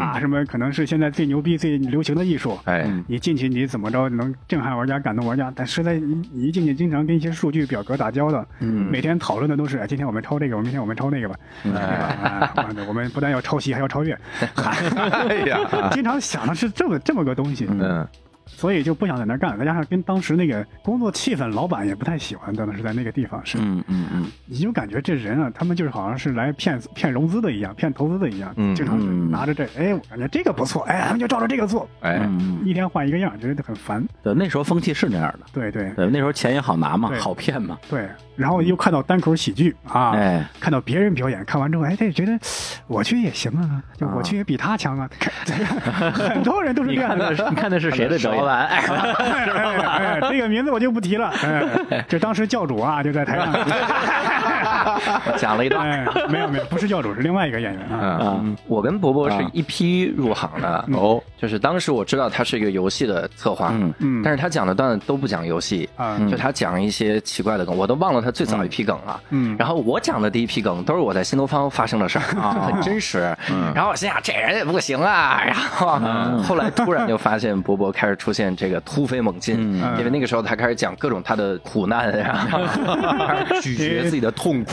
Speaker 4: 啊，什么可能是现在最牛逼、最流行的艺术。
Speaker 2: 嗯哎，
Speaker 1: 嗯
Speaker 4: 你进去你怎么着能震撼玩家、感动玩家？但实在你你一进去，经常跟一些数据表格打交道，
Speaker 2: 嗯
Speaker 4: 每天讨论的都是，哎，今天我们抄这个，明天我们抄那个吧，对吧？啊我们不但要抄袭，还 要超越，
Speaker 2: 哎呀，
Speaker 4: 经常想的是这么这么个东西，
Speaker 2: 嗯，
Speaker 4: 所以就不想在那儿干。再加上跟当时那个工作气氛，老板也不太喜欢，当时在那个地方是，
Speaker 1: 嗯嗯嗯，
Speaker 4: 你就感觉这人啊，他们就是好像是来骗骗融资的一样，骗投资的一样，
Speaker 2: 嗯
Speaker 4: 经常是
Speaker 1: 嗯
Speaker 4: 拿着这，哎，我感觉这个不错，哎，咱们就照着这个做，
Speaker 2: 哎，
Speaker 1: 嗯，
Speaker 4: 一天换一个样，觉得很烦。
Speaker 1: 对，那时候风气是那样的。
Speaker 4: 对对
Speaker 1: 对，那时候钱也好拿嘛，
Speaker 4: 对
Speaker 1: 好骗嘛。
Speaker 4: 对，然后又看到单口喜剧啊，
Speaker 1: 哎
Speaker 4: 看到别人表演，看完之后，哎，这觉得我去也行啊，就我去也比他强啊， 很多人都是
Speaker 1: 你
Speaker 4: 这
Speaker 1: 看
Speaker 4: 样
Speaker 1: 那
Speaker 4: 的。
Speaker 1: 是 你看那是谁的表演？
Speaker 4: 哎哎哎，这个名字我就不提了。哎，就当时教主啊，就在台上。
Speaker 3: 我讲了一段。
Speaker 4: 哎，没有没有，不是教主，是另外一个演员啊。
Speaker 2: 嗯，
Speaker 3: 啊，我跟伯伯是一批入行的，
Speaker 2: 哦，
Speaker 3: 就是当时我知道它是一个游戏的策划，
Speaker 1: 嗯
Speaker 4: 嗯
Speaker 3: 但是他讲的段子都不讲游戏，
Speaker 4: 啊
Speaker 3: 就他讲一些奇怪的梗，我都忘了他最早一批梗了。
Speaker 4: 嗯
Speaker 3: 然后我讲的第一批梗都是我在新东方发生的事儿， 很真实。然后我心想这人也不行啊，然 后后来突然就发现博博开始出现这个突飞猛进，因为那个时候他开始讲各种他的苦难，然后开始咀嚼自己的痛苦。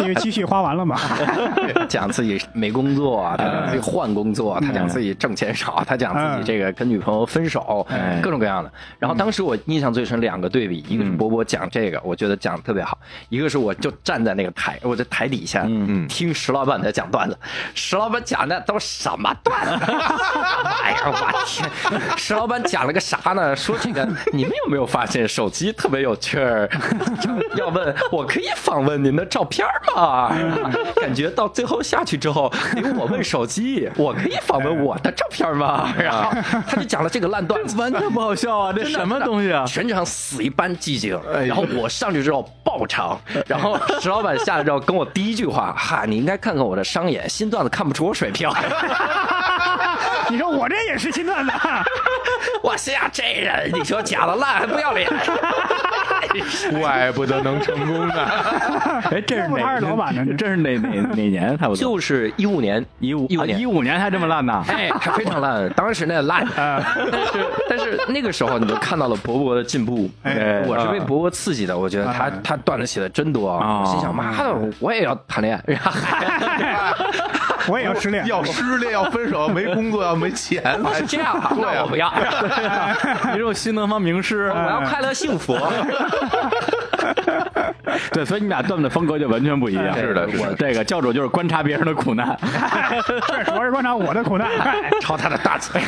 Speaker 4: 因为积蓄花完了嘛，
Speaker 3: 讲自己没工作啊，他讲自己换工作，他讲自己挣钱少，他讲自己这个跟女朋友分手，各种各样的。然后当时我印象最深两个对比，一个是波波讲这个，我觉得讲的特别好；一个是我就站在那个台，我在台底下听石老板在讲段子，石老板讲的都什么段子？哎呀，我天！石老板讲了个 啥呢？说这个你们有没有发现手机特别有 趣儿？要问我可以访问您的照片吗？感觉到最后下去之后，连我问手机，我可以访问我的照 片吗？然后他就讲了这个烂段子，
Speaker 1: 完全不好笑啊！这什么东西啊？哎
Speaker 3: 全场死一般寂静。然后我上去之后爆场，然后石老板下来之后跟我第一句话：“哈，你应该看看我的商演，新段子看不出我水平。”
Speaker 4: 你说我这也是新段子，
Speaker 3: 我心想这人，你说假的烂还不要脸，
Speaker 2: 怪不得能成功啊呢。
Speaker 1: 哎，这是
Speaker 4: 要不
Speaker 1: 哪？
Speaker 4: 他是老板呢
Speaker 1: 这是哪哪哪年？差不多
Speaker 3: 就是一五年，
Speaker 1: 一五
Speaker 3: 一五
Speaker 1: 啊
Speaker 3: 年
Speaker 1: 一。五年还这么烂呢？
Speaker 3: 哎，他非常烂，当时那烂，但是但是那个时候你就看到了博博的进步，呃
Speaker 1: 哎
Speaker 3: 我是被博博刺激的，我觉得他他段子写的真多，
Speaker 1: 啊
Speaker 3: 我心想妈的，我也要谈恋爱，
Speaker 4: 我也 要失 恋，
Speaker 2: 要失恋，要分手，没工作，要没钱，
Speaker 3: 我是这样的，
Speaker 2: 对
Speaker 3: 那
Speaker 2: 啊
Speaker 3: 我不要，
Speaker 1: 你这种新东方名师，
Speaker 3: 我要快乐幸福。
Speaker 1: 对，所以你们俩段子风格就完全不一样。
Speaker 2: 是的是的
Speaker 1: 我这个教主就是观察别人的苦难，
Speaker 4: 是我是观察我的 苦难，哎
Speaker 3: 朝他的大嘴。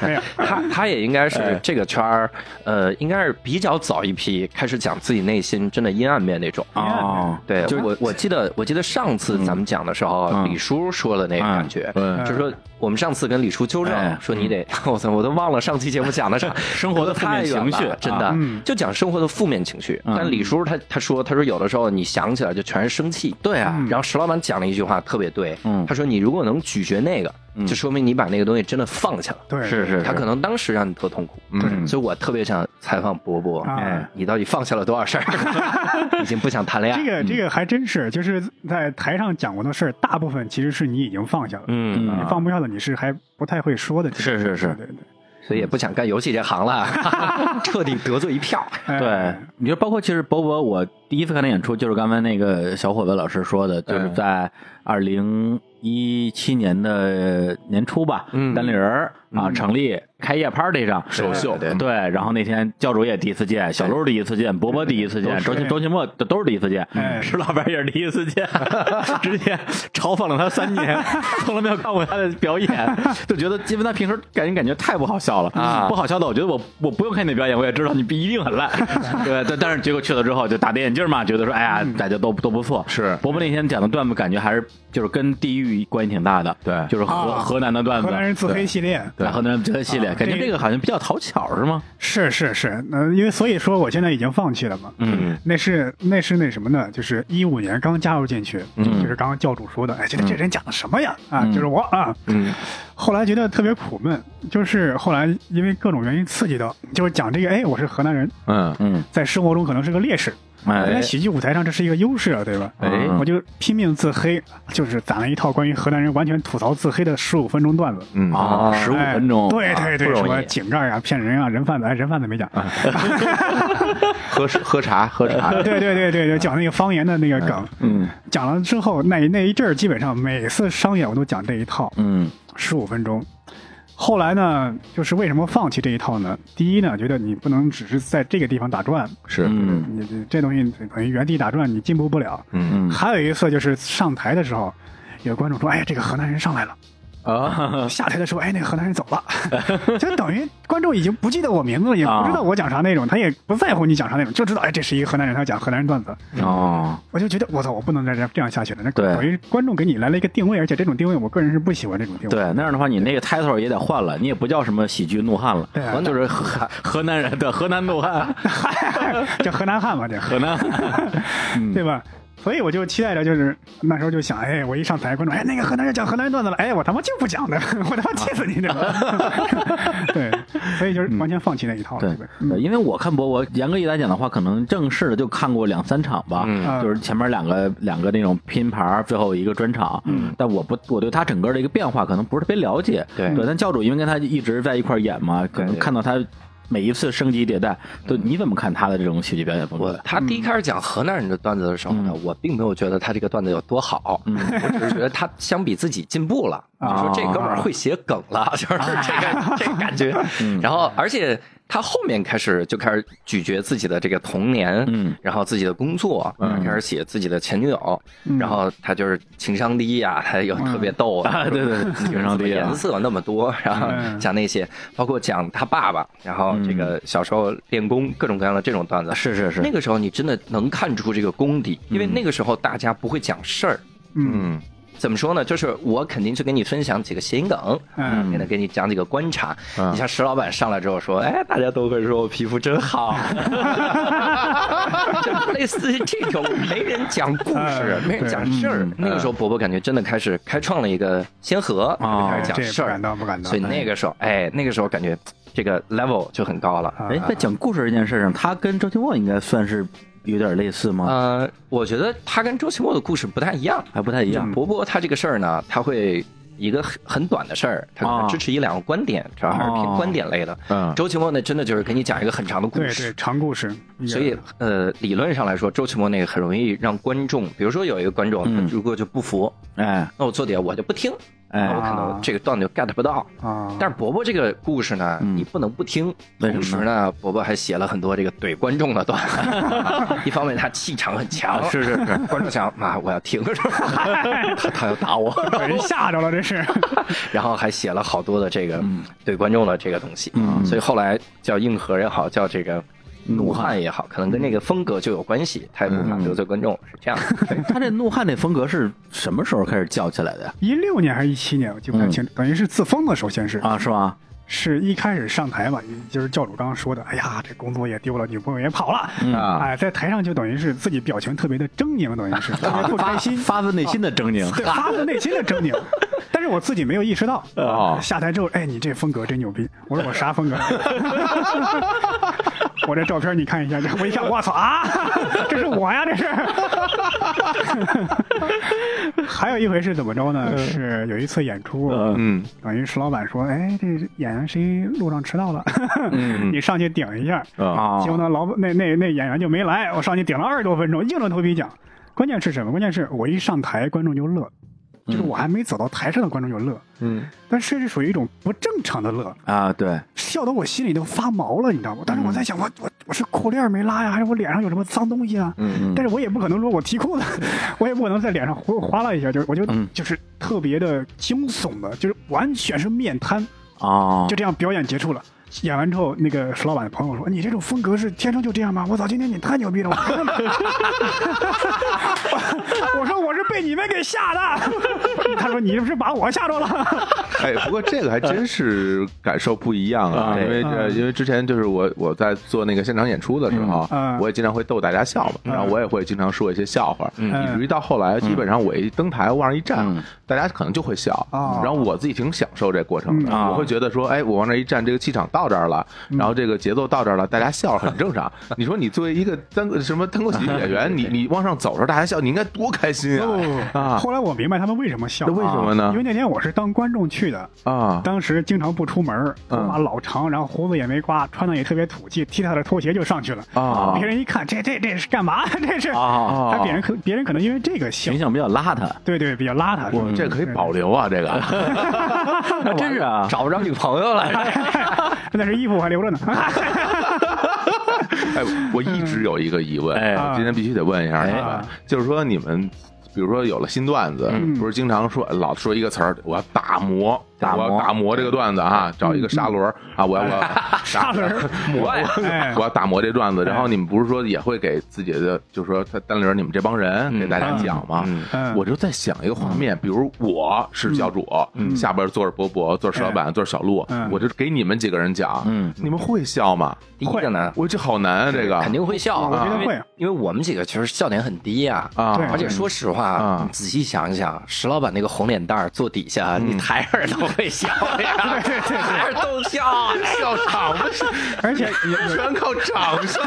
Speaker 4: 没有
Speaker 3: 他他也应该是这个圈儿，呃，应该是比较早一批开始讲自己内心真的阴暗面那种。
Speaker 1: 哦，
Speaker 3: 对，就我我记得我记得上次咱们讲的时候，
Speaker 1: 嗯
Speaker 3: 李叔说的那个感觉，
Speaker 1: 嗯
Speaker 3: 就是说我们上次跟李叔纠正、
Speaker 1: 哎
Speaker 3: 说你得， 我操，我都忘了上期节目讲的啥，
Speaker 1: 生活的负面情绪
Speaker 3: 太远了真的、
Speaker 1: 啊
Speaker 3: 就讲生活的负面情绪。
Speaker 1: 嗯
Speaker 3: 但李叔他他说他说有的时候你想起来就全是生气，对啊。然后石老板讲了一句话特别对，
Speaker 1: 嗯
Speaker 3: 他说你如果能咀嚼那个，就说明你把那个东西真的放下了。
Speaker 4: 对，
Speaker 1: 是是，
Speaker 3: 他可能当时让你特痛苦，嗯，所以我特别想采访波波，
Speaker 4: 啊
Speaker 3: 哎你到底放下了多少事 儿？已经不想谈恋爱，
Speaker 4: 这
Speaker 1: 嗯
Speaker 4: 个这个还真是，就是在台上讲过的事儿，大部分其实是你已经放下了，
Speaker 3: 嗯，
Speaker 4: 你放不下的你是还不太会说的，
Speaker 1: 是是是
Speaker 4: 对对对，
Speaker 3: 所以也不想干游戏这行了， 彻底得罪一票。
Speaker 4: 哎
Speaker 1: 对，你说包括其实博博，我第一次看他演出就是刚才那个小伙子老师说的，就是在二零一七年的年初吧，
Speaker 3: 嗯
Speaker 1: 单立人儿啊成立开业 party 上
Speaker 2: 首秀
Speaker 1: 对对，然后那天教主也第一次见，小鹿第一次见，博博第一次见，周奇周奇墨都都是第一次见，
Speaker 4: 哎
Speaker 1: 石老板也是第一次见， 直接嘲讽了他三年， 从来没有看过他的表演，就觉得因为他平时给人感觉太不好笑了
Speaker 3: 啊
Speaker 1: 不好笑的，我觉得我我不用看你的表演，我也知道你一定很烂，对，但但是结果去了之后就打点眼镜嘛，觉得说哎呀，大家都都不错，
Speaker 2: 是
Speaker 1: 伯伯那天讲的段子，感觉还是就是跟地域关系挺大的，
Speaker 2: 对
Speaker 1: 就是河
Speaker 4: 啊
Speaker 1: 河南的段子，
Speaker 4: 河南人自黑系列，
Speaker 1: 嗯对，河南人这个系列，感觉
Speaker 4: 这
Speaker 1: 这个好像比较讨巧是吗？
Speaker 4: 是是是，嗯，因为所以说我现在已经放弃了嘛，
Speaker 1: 嗯，
Speaker 4: 那是那是那什么呢？就是一五年刚加入进去，
Speaker 1: 嗯
Speaker 4: 就是刚刚教主说的，哎，觉得这人讲的什么呀？啊，就是我啊，嗯，后来觉得特别苦闷，就是后来因为各种原因刺激到，就是讲这个，哎，我是河南人，
Speaker 2: 嗯，
Speaker 1: 嗯，
Speaker 4: 在生活中可能是个劣势，在
Speaker 1: 哎，
Speaker 4: 喜剧舞台上这是一个优势啊，对吧？
Speaker 2: 哎
Speaker 4: 我就拼命自黑，就是攒了一套关于河南人完全吐槽自黑的十五分钟段子。
Speaker 2: 嗯
Speaker 1: 啊，十五
Speaker 4: 哎
Speaker 1: 分钟，啊
Speaker 4: 对对对，什
Speaker 1: 不容
Speaker 4: 么
Speaker 1: 易，啊
Speaker 4: 井盖啊、骗人啊、人贩子，哎，人贩子没讲，
Speaker 2: 喝喝茶，喝茶，
Speaker 4: 对对对对对，讲那个方言的那个梗，
Speaker 1: 嗯
Speaker 4: 讲了之后，那那一阵儿基本上每次商演我都讲这一套，
Speaker 1: 嗯
Speaker 4: 十五分钟。后来呢，就是为什么放弃这一套呢？第一呢，觉得你不能只是在这个地方打转，
Speaker 2: 是，
Speaker 1: 嗯
Speaker 4: 你这这东西等于原地打转，你进步不了。
Speaker 1: 嗯
Speaker 4: 还有一次就是上台的时候，有观众说：“哎呀，这个河南人上来了。”
Speaker 1: 啊，
Speaker 4: 下台的时候，哎，那个河南人走了， 就等于观众已经不记得我名字，也不
Speaker 1: 啊
Speaker 4: 知道我讲啥内容，他也不在乎你讲啥内容，就知道哎，这是一个河南人，他讲河南人段子。
Speaker 1: 哦，
Speaker 4: 我就觉得我操，我不能再这样这样下去了。那
Speaker 1: 对
Speaker 4: 等于观众给你来了一个定位，而且这种定位我个人是不喜欢这种 定位。
Speaker 1: 对，那样的话你那个 title 也得换了，你也不叫什么喜剧怒汉了，
Speaker 4: 对啊
Speaker 1: 就是河河南人的河南怒汉，
Speaker 4: 对，叫河南汉嘛，这
Speaker 1: 河南，
Speaker 4: 对吧？所以我就期待着，就是那时候就想，哎，我一上台，观众，哎，那个河南人讲河南人段子了，哎，我他妈就不讲的， 我他妈气死你这个。对，所以就是完全放弃那一套嗯了。
Speaker 1: 对
Speaker 4: 基本，
Speaker 3: 嗯
Speaker 1: 对，因为我看博博，严格一来讲的话，可能正式的就看过两三场吧，
Speaker 3: 啊
Speaker 4: 嗯
Speaker 1: 就是前面两个两个那种拼盘儿，最后一个专场。嗯，但我不，我对他整个的一个变化可能不是特别了解。
Speaker 3: 对
Speaker 1: 对，但教主因为跟他一直在一块儿演嘛，可能
Speaker 3: 对嗯
Speaker 1: 看到他每一次升级迭代，对，你怎么看他的这种喜剧表演风
Speaker 3: 我
Speaker 1: 格？
Speaker 3: 他第一开始讲河南人的段子的时候呢，
Speaker 1: 嗯
Speaker 3: 我并没有觉得他这个段子有多好，我只是觉得他相比自己进步了，
Speaker 1: 啊
Speaker 3: 就说这哥们儿会写梗了， 就是这个这个感觉。
Speaker 1: 嗯
Speaker 3: 然后，而且他后面开始就开始咀嚼自己的这个童年，
Speaker 1: 嗯，
Speaker 3: 然后自己的工作，开始写自己的前女友，
Speaker 1: 嗯
Speaker 3: 然后他就是情商低呀，他又特别逗，啊
Speaker 1: 对嗯对对情商低啊
Speaker 3: 怎么颜色那么多，然后
Speaker 4: 嗯
Speaker 3: 讲那些，包括讲他爸爸，然后这
Speaker 1: 嗯
Speaker 3: 个小时候练功各种各样的这种 段子，
Speaker 1: 是是是
Speaker 3: 那个时候你真的能看出这个功底，因为那个时候大家不会讲事儿。
Speaker 4: 嗯
Speaker 3: 怎么说呢？就是我肯定去给你分享几个谐音梗，
Speaker 4: 嗯
Speaker 3: 给能给你讲几个观察。你像石老板上来之后说：“哎，大家都会说我皮肤真 好。” 就类似于这种，没人讲故事，
Speaker 4: 嗯
Speaker 3: 没人讲事儿。那个时候，伯伯感觉真的开始开创了一个先河，
Speaker 1: 哦
Speaker 3: 开始讲
Speaker 4: 嗯这也
Speaker 3: 事
Speaker 4: 不
Speaker 3: 儿
Speaker 4: 敢。当，不敢当
Speaker 3: 所以。那个时候，哎，那个时候感觉这个 level 就很高了。
Speaker 4: 嗯
Speaker 1: 哎，在讲故事这件事上，他跟周奇墨应该算是有点类似吗？
Speaker 3: 呃，我觉得他跟周奇墨的故事不太一样。
Speaker 1: 还不太一样。
Speaker 3: 伯伯他这个事儿呢，他会一个很很短的事儿，他可
Speaker 1: 啊
Speaker 3: 能支持一两个观点，主要还是偏观点类的。
Speaker 2: 嗯
Speaker 3: 周奇墨呢，真的就是给你讲一个很长的故
Speaker 4: 对对
Speaker 3: 事。，
Speaker 4: 长故事。
Speaker 3: 所以，呃，理论上来说，周奇墨那个很容易让观众，比如说有一个观众，他如果就不服，
Speaker 4: 嗯
Speaker 1: 哎
Speaker 3: 那我坐底下我就不听，那我
Speaker 1: 哎，
Speaker 3: 可能这个段子就 get 不到。
Speaker 4: 啊，
Speaker 3: 但是伯伯这个故事呢，你不能不听。
Speaker 1: 为什么
Speaker 3: 同时呢，伯伯还写了很多这个怼观众的 段子。一方面他气场很强，啊是是是，观众想啊，我要 听，是吧他他要打我，
Speaker 4: 把人吓着了，这是。
Speaker 3: 然后还写了好多的这个怼观众的这个东西。所以后来叫硬核也好，叫这个。怒汉也好，可能跟那个风格就有关系，他也无法得罪观众，是这样 的。
Speaker 1: 他这怒汉这风格是什么时候开始叫起来的呀？
Speaker 4: 一六年还是一七年，我记不太清，等于是自封的，首先是
Speaker 1: 啊，是吗？
Speaker 4: 是一开始上台嘛，就是教主刚刚说的，哎呀，这工作也丢了，女朋友也跑了，哎，在台上就等于是自己表情特别的狰狞，等于是特别不开心，
Speaker 1: 发自内心的狰狞。
Speaker 4: 对，发自内心 的狰狞。但是我自己没有意识到，
Speaker 2: 哦
Speaker 4: 下台之后，哎，你这风格真牛逼！我说我啥风格？ 我这照片你看一下，我一看，我操啊，这是我呀，这是。还有一回是怎么着呢？是有一次演出，
Speaker 2: 嗯
Speaker 4: 等于石老板说，哎，这演员谁路上迟到了，
Speaker 2: 嗯
Speaker 4: 你上去顶一下。
Speaker 2: 啊
Speaker 1: 啊
Speaker 4: 结果呢，老板那那那演员就没来，我上去顶了二十多分钟，硬着头皮讲。关键是什么？关键是我一上台，观众就乐，就是我还没走到台上的观众就乐，
Speaker 2: 嗯，
Speaker 4: 但是是属于一种不正常的乐，
Speaker 1: 啊，对，
Speaker 4: 笑得我心里都发毛了，你知道吗？当时
Speaker 2: 嗯
Speaker 4: 我在想，我我我是裤链没拉呀，还是我脸上有什么脏东西啊？
Speaker 2: 嗯
Speaker 4: 但是我也不可能说我提裤子， 我也不可能在脸上划划拉一下，就是我就、
Speaker 2: 嗯
Speaker 4: 就是特别的惊悚的，就是完全是面瘫。
Speaker 1: 哦，
Speaker 4: 就这样表演结束了。演完之后，那个石老板的朋友说：“你这种风格是天生就这样吗？”我操，今天你太牛逼了！我我 说我是被你们给吓的。 他说：“你是不是把我吓着了
Speaker 2: 哎，不过这个还真是感受不一样啊，
Speaker 1: 啊
Speaker 2: 因为这因为之前就是我我在做那个现场演出的时候
Speaker 4: 嗯啊，
Speaker 2: 我也经常会逗大家笑嘛，然后我也会经常说一些笑话，以至于到后来基本上我一登台往上一站，大家可能就会笑，
Speaker 4: 哦
Speaker 2: 然后我自己挺享受这过程的，
Speaker 1: 嗯啊
Speaker 2: 我会觉得说，哎，我往那一站，这个气场到这儿了，然后这个节奏到这儿了，大家笑很正常。你说你作为一个单个什么单口喜剧演员， 你你往上走的时候大家笑，你应该多开心？”啊！啊，
Speaker 4: 后来我明白他们为什么笑
Speaker 2: 那
Speaker 4: 了，
Speaker 2: 为什么呢
Speaker 4: 因为？那天我是当观众去的，
Speaker 2: 啊，嗯
Speaker 4: 当时经常不出门儿，头发老长，然后胡子也没刮，穿的也特别土气，踢他的拖鞋就上去了。
Speaker 2: 啊
Speaker 4: 别人一看，这这这是干嘛？ 这是
Speaker 1: 啊
Speaker 4: 他别人可别人可能因为这个笑
Speaker 1: 形，象比较邋 遢，
Speaker 4: 对对，比较邋遢。是吧
Speaker 2: 这可以保留啊，这个。
Speaker 1: 还真是啊。
Speaker 3: 找不着女朋友了，
Speaker 4: 那是衣服我还 留着呢。
Speaker 2: 哎，我一直有一个疑问，
Speaker 1: 哎
Speaker 2: 我今天必须得问一下你们，
Speaker 4: 啊
Speaker 2: 就是说你们，比如说有了新段子，不是经常说老说一个词儿，我要打磨，
Speaker 1: 打磨嗯
Speaker 2: 我要打磨这个段子啊，找一个砂轮儿啊，我要我要
Speaker 4: 沙轮儿，
Speaker 2: 我
Speaker 4: 哎
Speaker 2: 我要打磨这段子，然后你们不是说也会给自己的，就是说他单立人你们这帮人给大家讲吗？
Speaker 4: 嗯
Speaker 2: 我就在想一个画面，比如我是教主，下边坐着伯伯，坐着石老板，坐着小鹿
Speaker 4: 嗯，
Speaker 2: 我就给你们几个人讲，你们会笑吗？
Speaker 3: 第一个呢，
Speaker 2: 我这好难啊，这个
Speaker 3: 肯定会笑，
Speaker 4: 我觉得
Speaker 3: 因为
Speaker 4: 会
Speaker 3: 因为我们几个其实笑点很低呀。
Speaker 2: 啊
Speaker 4: 对，
Speaker 3: 而且说实话
Speaker 2: 啊，
Speaker 3: 你仔细想一想，石老板那个红脸蛋儿坐底下，
Speaker 2: 嗯
Speaker 3: 你抬着都会笑 呀，抬着都笑啊，
Speaker 2: 笑场不是，
Speaker 4: 而且
Speaker 2: 全靠掌声，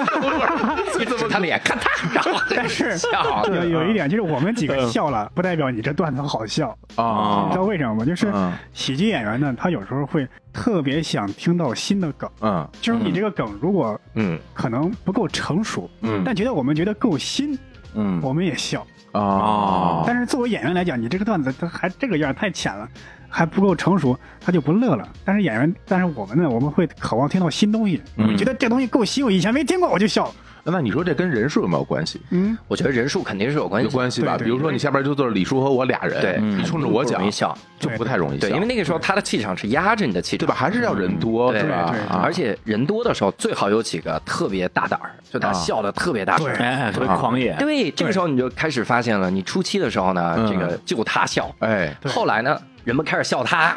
Speaker 3: 你指 他脸，看他，然后在那
Speaker 4: 但 是
Speaker 3: 笑，
Speaker 4: 有有一点就是我们几
Speaker 2: 嗯
Speaker 4: 个笑了，不代表你这段子好笑，
Speaker 2: 啊
Speaker 4: 你知道为什么吗？就是
Speaker 2: 嗯
Speaker 4: 喜剧演员呢，他有时候会特别想听到新的梗，
Speaker 2: 嗯
Speaker 4: 就是你这个梗如果
Speaker 2: 嗯
Speaker 4: 可能不够成熟，
Speaker 2: 嗯
Speaker 4: 但觉得我们觉得够新，
Speaker 1: 嗯，
Speaker 4: 我们也笑。
Speaker 2: 哦啊，
Speaker 4: 但是作为演员来讲，你这个段子它还这个样儿太浅了，还不够成熟，他就不乐了。但是演员，但是我们呢，我们会渴望听到新东西，
Speaker 2: 嗯
Speaker 4: 我们觉得这东西够新，我以前没听过，我就笑了。
Speaker 2: 那你说这跟人数有没有关系？
Speaker 4: 嗯，
Speaker 3: 我觉得人数肯定是有关系
Speaker 2: 有
Speaker 3: 的，
Speaker 2: 关嗯系吧？
Speaker 4: 对对
Speaker 2: 比如说你下边就坐着李叔和我俩人，
Speaker 3: 对
Speaker 2: 你冲着我讲
Speaker 3: 容易笑，
Speaker 2: 就不太容易笑，
Speaker 3: 对，因为那个时候他的气场是压着你的气
Speaker 2: 对
Speaker 3: 场
Speaker 2: 吧？。还是要人多，
Speaker 3: 对
Speaker 2: 是吧
Speaker 4: 对对？
Speaker 2: 啊
Speaker 3: 而且人多的时候，最好有几个特别大胆儿，就
Speaker 2: 啊
Speaker 3: 他笑的特别大声
Speaker 4: 对，
Speaker 1: 哎，特别狂野，
Speaker 3: 对，这个时候你就开始发现了，你初期的时候呢，
Speaker 2: 嗯
Speaker 3: 这个就他笑，
Speaker 2: 哎，
Speaker 3: 后来呢，人们开始笑他，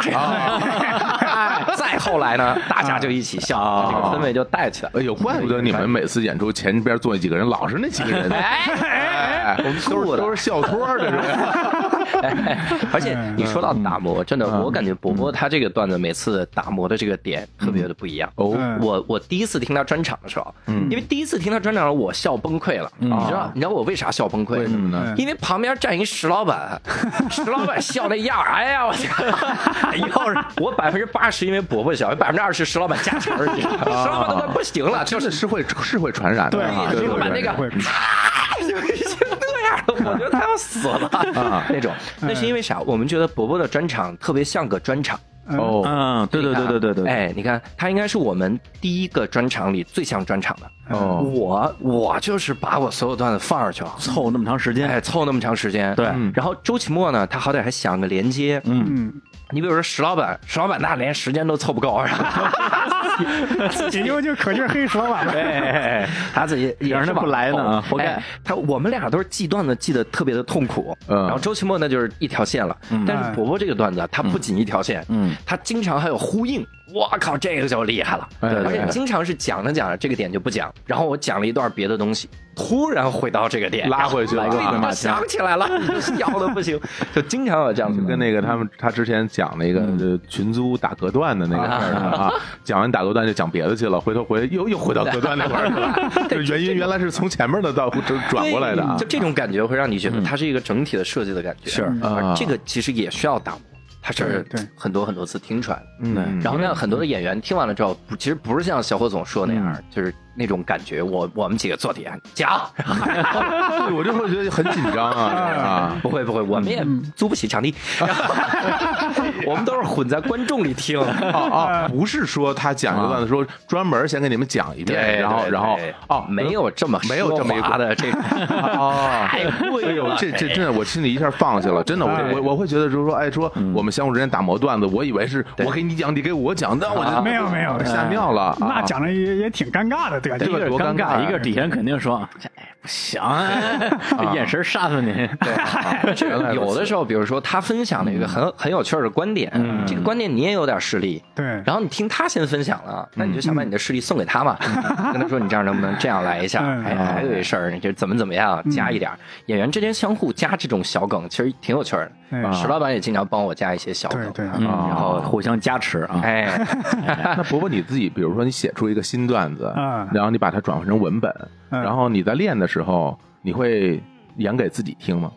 Speaker 3: 哎 再后来呢，大家就一起笑，这个氛围就带起来了。
Speaker 2: 哎呦，怪不得你们每次演出前边坐那几个人老是那几个 人，
Speaker 3: 哎，
Speaker 2: 哎，我们都是都是笑托儿的 人，
Speaker 3: 而且
Speaker 2: 嗯
Speaker 3: 你说到打磨，真的，我感觉伯伯他这个段子每次打磨的这个点特别的不一样。
Speaker 2: 哦，
Speaker 4: 嗯
Speaker 3: 我我第一次听他专场的时候，
Speaker 2: 嗯
Speaker 3: 因为第一次听他专场，我笑崩溃了。你知道你知道我为啥笑崩溃？
Speaker 2: 为什么呢？
Speaker 4: 嗯
Speaker 3: 因为旁边站一石老板，石老板笑那样儿，哎呀，我 操！要是我百分之八十因为伯伯笑，百分之二十石老板加成儿，你知道
Speaker 2: 啊
Speaker 3: 吗石老板都快不行了，就是
Speaker 2: 真的是会是会传染的
Speaker 4: 对
Speaker 2: 啊，
Speaker 4: 对
Speaker 3: 石
Speaker 4: 对
Speaker 3: 老板
Speaker 4: 对
Speaker 3: 那个
Speaker 4: 会
Speaker 3: 啪就已经那样了，我觉得他要死了 那种。那是因为啥？我们觉得伯伯的专场特别像个专场。
Speaker 2: 哦
Speaker 1: 嗯，对对对对对对，
Speaker 3: 哎，你看，他应该是我们第一个专场里最像专场的。
Speaker 2: 哦，
Speaker 3: 我我就是把我所有段子放上去了，
Speaker 1: 凑那么长时间，
Speaker 3: 哎，凑那么长时间。
Speaker 1: 对
Speaker 3: 嗯然后周奇墨呢，他好歹还想个连接。
Speaker 1: 嗯，
Speaker 4: 嗯，
Speaker 3: 你比如说石老板，石老板那连时间都凑不够，是
Speaker 2: 哎
Speaker 3: 吧
Speaker 2: 啊
Speaker 4: 自己就就可劲儿黑说吧，
Speaker 3: 哎，他 自己也
Speaker 1: 让
Speaker 3: 是
Speaker 1: 人不
Speaker 3: 往
Speaker 1: 来呢
Speaker 3: 后
Speaker 1: 啊活该
Speaker 3: 哎他我们俩都是记段子记得特别的痛苦，
Speaker 2: 嗯
Speaker 3: 然后周奇墨那就是一条线了，但是伯伯这个段子他不仅一条线，嗯，他经常还有呼应，我靠，这个就厉害了，
Speaker 2: 哎
Speaker 3: 而且
Speaker 2: 对
Speaker 3: 经常是讲着讲着这个点就不讲，然后我讲了一段别的东西，突然回到这个点，
Speaker 2: 拉回去了
Speaker 3: 然后
Speaker 2: 拉回
Speaker 3: 对，
Speaker 2: 马
Speaker 3: 我想起 来了，笑的不行，就经常有这样子的
Speaker 2: 跟那个他们他之前讲那个呃群租打隔断的那个事儿啊，讲完打隔断就讲别的去了，回头回又又回到隔断那块儿去 了，这原因原来是从前面的到转转过来的啊嗯
Speaker 3: 对就，这种感觉会让你觉得它是一个整体的设计的感觉。是
Speaker 2: 啊
Speaker 3: 这个其实也需要打磨，它是
Speaker 4: 嗯对对
Speaker 3: 很多很多次听出来的。
Speaker 2: 嗯
Speaker 3: 然后呢，很多的演员听完了之后，不其实不是像小火总说那样，
Speaker 2: 嗯
Speaker 3: 就是那种感觉。我我们几个坐底下 讲，
Speaker 2: 对我就会觉得很紧张啊啊。
Speaker 3: 不会不会，我们也租不起场地， 然后我们都是混在观众里 听。
Speaker 2: 哦哦，不是说他讲一个段子，说专门先给你们讲一遍，
Speaker 3: 对，
Speaker 2: 然后
Speaker 3: 对
Speaker 2: 然后
Speaker 3: 对
Speaker 2: 哦，
Speaker 3: 没有这么
Speaker 2: 没有这么一
Speaker 3: 奢华的这个，
Speaker 2: 哦，
Speaker 3: 太
Speaker 2: 哎
Speaker 3: 贵
Speaker 2: 呦
Speaker 3: 了，，
Speaker 2: 这这真的，我心里一下放下了，真的，我我我会觉得就是说，哎，说
Speaker 4: 嗯
Speaker 2: 我们相互之间打磨段子，我以为是我给你讲，你给我讲，但我就
Speaker 4: 啊没有没有，
Speaker 2: 吓尿了啊，
Speaker 4: 那讲的也也挺尴尬的，对吧？
Speaker 2: 这个多尴尬啊
Speaker 1: 一个底下人肯定说这哎不行，啊这眼神杀 死你，
Speaker 3: 这个有的时候，比如说他分享了一个很很有趣儿的观点，这个观点你也有点势力，
Speaker 4: 对
Speaker 3: 然后你听他先分享了，那你就想把你的势力送给他嘛， 跟他说你这样能不能这样来一下？
Speaker 4: 嗯
Speaker 3: 哎，还有一事儿，你这怎么怎么样加一点儿？演员之间相互加这种小梗，其实挺有趣儿的。
Speaker 2: 啊
Speaker 4: 嗯
Speaker 3: 石老板也经常帮我加一些小
Speaker 4: 对
Speaker 3: 梗，嗯
Speaker 4: 对，
Speaker 1: 然后互相加持啊，
Speaker 3: 哎，
Speaker 2: 那伯伯你自己，比如说你写出一个新段子
Speaker 4: 嗯，
Speaker 2: 然后你把它转换成文本，
Speaker 4: 嗯
Speaker 2: 然后你在练的时候，你会演给自己听吗？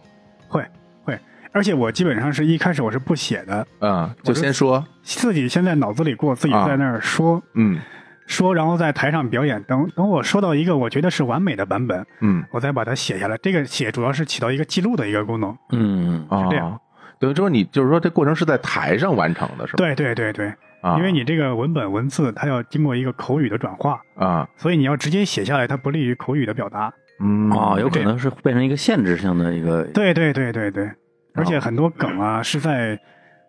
Speaker 4: 会会，而且我基本上是一开始我是不写的，
Speaker 2: 嗯，就先说，
Speaker 4: 自己先在脑子里过，自己在那儿说
Speaker 2: 嗯
Speaker 4: 说，然后在台上表演。等等，我说到一个我觉得是完美的版本，
Speaker 2: 嗯
Speaker 4: 我再把它写下来。这个写主要是起到一个记录的一个功能。
Speaker 1: 嗯，
Speaker 2: 啊
Speaker 4: 这样，
Speaker 2: 等于说你就是说这过程是在台上完成的，是吧？
Speaker 4: 对对对对，
Speaker 2: 啊，
Speaker 4: 因为你这个文本文字它要经过一个口语的转化，
Speaker 2: 啊，
Speaker 4: 所以你要直接写下来，它不利于口语的表达。
Speaker 2: 嗯
Speaker 1: 哦，有可能是变成一个限制性的一个，
Speaker 4: 啊对对对对对，而且很多梗啊是在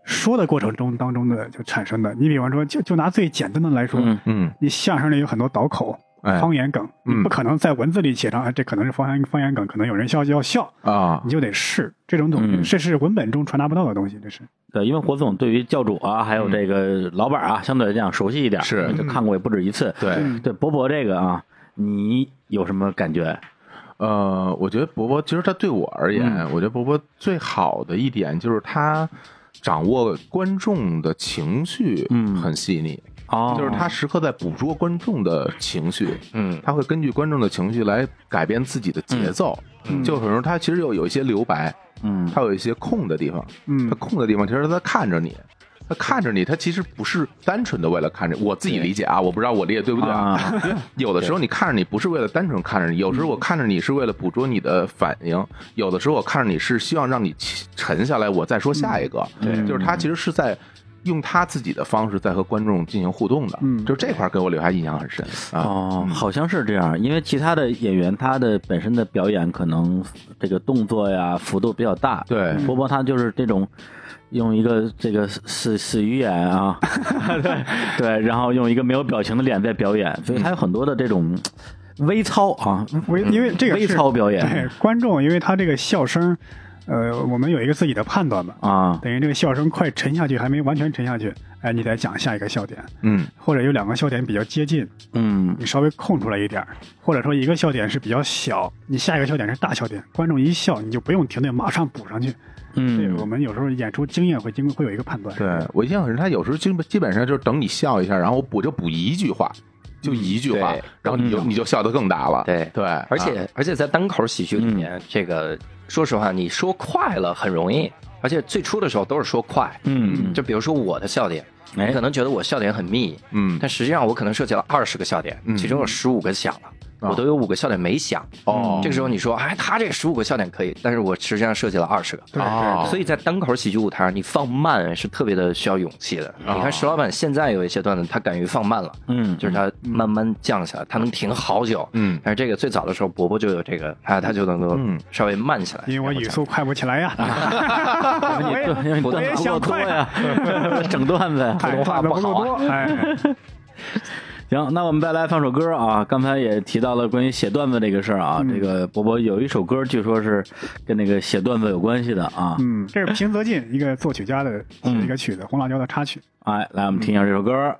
Speaker 4: 说的过程中当中的就产生的。你比方说，就就拿最简单的来说，
Speaker 1: 嗯
Speaker 2: 嗯，
Speaker 4: 你相声里有很多倒口。
Speaker 2: 哎
Speaker 4: 方言梗，
Speaker 2: 嗯
Speaker 4: 你不可能在文字里写上，啊，这可能是方言方言梗，可能有人笑就要笑，
Speaker 2: 啊
Speaker 4: 你就得试这种东西，
Speaker 1: 嗯
Speaker 4: 这是文本中传达不到的东西，这是。
Speaker 1: 对，因为火总对于教主啊，还有这个老板啊，相对来讲熟悉一点，
Speaker 2: 嗯是
Speaker 1: 就看过也不止一次。
Speaker 2: 对，
Speaker 4: 嗯
Speaker 1: 对，博博这个啊，你有什么感觉？
Speaker 2: 呃，我觉得伯伯其实他对我而言，
Speaker 1: 嗯
Speaker 2: 我觉得伯伯最好的一点就是他掌握观众的情绪，
Speaker 1: 嗯
Speaker 2: 很细腻，
Speaker 1: 哦
Speaker 2: 就是他时刻在捕捉观众的情绪，
Speaker 3: 嗯
Speaker 2: 他会根据观众的情绪来改变自己的节奏。就有时候他其实有有一些留白，
Speaker 1: 嗯
Speaker 2: 他有一些空的地方，
Speaker 4: 嗯
Speaker 2: 他空的地方其实他在看着你。他看着你，他其实不是单纯的为了看着，我自己理解啊，我不知道我理解对不对啊。
Speaker 1: 啊，嗯
Speaker 2: 因为有的时候你看着你不是为了单纯看着你，有时候我看着你是为了捕捉你的反应，有的时候我看着你是希望让你沉下来，我再说下一个。
Speaker 1: 嗯对
Speaker 2: 就是他其实是在用他自己的方式在和观众进行互动的。
Speaker 4: 嗯
Speaker 2: 就这块儿给我留下印象很深啊。
Speaker 1: 哦，好像是这样，因为其他的演员他的本身的表演可能这个动作呀幅度比较大，
Speaker 2: 对嗯
Speaker 1: 波波他就是这种用一个这个死死鱼眼 啊，对对，然后用一个没有表情的脸在表演，
Speaker 2: 嗯
Speaker 1: 所以他有很多的这种微操啊，
Speaker 4: 为嗯因为这个
Speaker 1: 微
Speaker 4: 是
Speaker 1: 操表演
Speaker 4: 对观众，因为他这个笑声，呃，我们有一个自己的判断嘛，
Speaker 1: 啊，
Speaker 4: 等于这个笑声快沉下去，还没完全沉下去，哎，你再讲下一个笑点，
Speaker 2: 嗯，
Speaker 4: 或者有两个笑点比较接近，
Speaker 1: 嗯
Speaker 4: 你稍微空出来一点儿，或者说一个笑点是比较小，你下一个笑点是大笑点，观众一笑你就不用停顿，马上补上去。对，我
Speaker 1: 嗯，
Speaker 4: 们有时候演出经验会经会有一个判断。
Speaker 2: 对我印象很深，他有时候基本基本上就是等你笑一下，然后我补就补一句话，就一句话
Speaker 3: 对，
Speaker 2: 然后你就你就笑得更大了。
Speaker 3: 对
Speaker 2: 对，
Speaker 3: 而且、
Speaker 2: 啊嗯
Speaker 3: 而且在单口喜剧里面，这个说实话，你说快了很容易，而且最初的时候都是说快，
Speaker 1: 嗯
Speaker 3: 就比如说我的笑点，
Speaker 1: 哎
Speaker 3: 你可能觉得我笑点很密，
Speaker 2: 嗯
Speaker 3: 但实际上我可能设计了二十个笑点，
Speaker 2: 嗯
Speaker 3: 其中有十五个想了。
Speaker 2: 啊
Speaker 3: 我都有五个笑点没想，
Speaker 2: 哦
Speaker 3: 这个时候你说，哎，他这十五个笑点可以，但是我实际上设计了二十个，
Speaker 4: 对
Speaker 2: 哦
Speaker 3: 所以在单口喜剧舞台上，你放慢是特别的需要勇气的。
Speaker 2: 哦
Speaker 3: 你看石老板现在有一些段子，他敢于放慢了，
Speaker 1: 嗯
Speaker 3: 就是他慢慢降下来，他能停好久。
Speaker 2: 嗯
Speaker 3: 但是这个最早的时候，伯伯就有这个，啊他他就能够
Speaker 2: 嗯
Speaker 3: 稍微慢起来。
Speaker 4: 因为我语速快不起来呀。
Speaker 1: 你对，
Speaker 4: 我
Speaker 1: 因为
Speaker 4: 也
Speaker 1: 你
Speaker 4: 我
Speaker 1: 段
Speaker 4: 也
Speaker 1: 子不
Speaker 4: 想
Speaker 1: 够多
Speaker 4: 快啊呀，
Speaker 1: 呀，整段子呀。
Speaker 3: 普
Speaker 4: 哎
Speaker 3: 通话
Speaker 4: 差得
Speaker 3: 不
Speaker 4: 不够
Speaker 3: 好
Speaker 1: 啊
Speaker 4: 多。哎，
Speaker 1: 行，那我们再来放首歌啊。刚才也提到了关于写段子这个事儿啊，
Speaker 4: 嗯
Speaker 1: 这个伯伯有一首歌，据说是跟那个写段子有关系的啊。
Speaker 4: 嗯，这是平泽进一个作曲家的一个曲子，红辣椒的插曲。
Speaker 1: 哎，来，我们听一下这首歌。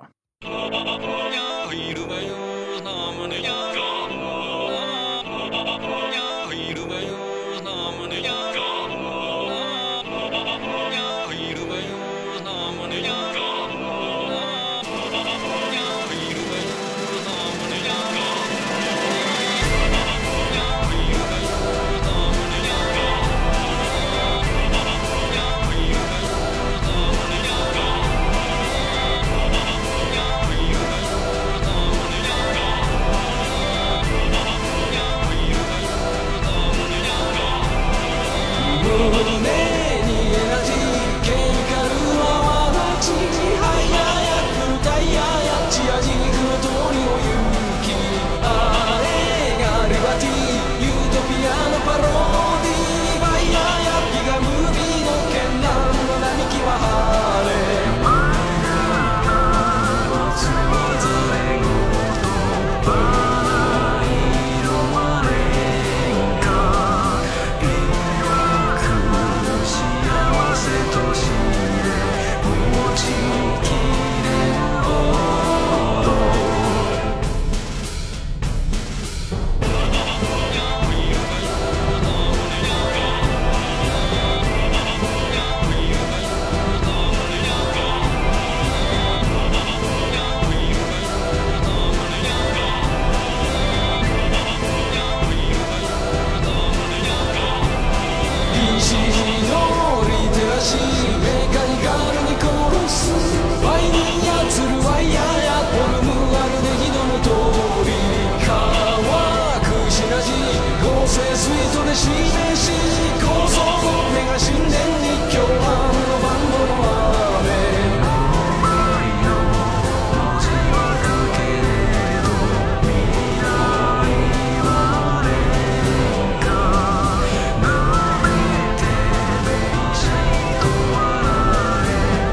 Speaker 7: 「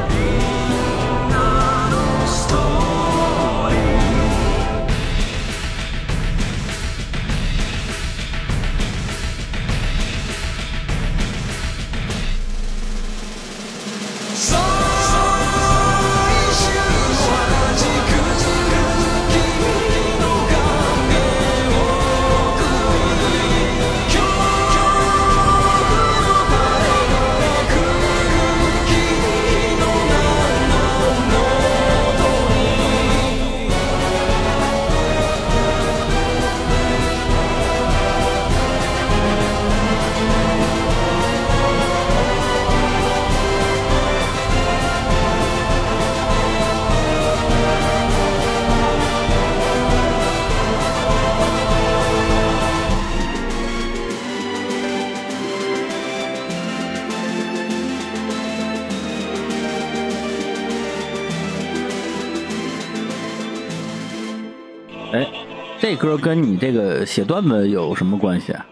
Speaker 1: 这歌跟你这个写段子有什么关系啊？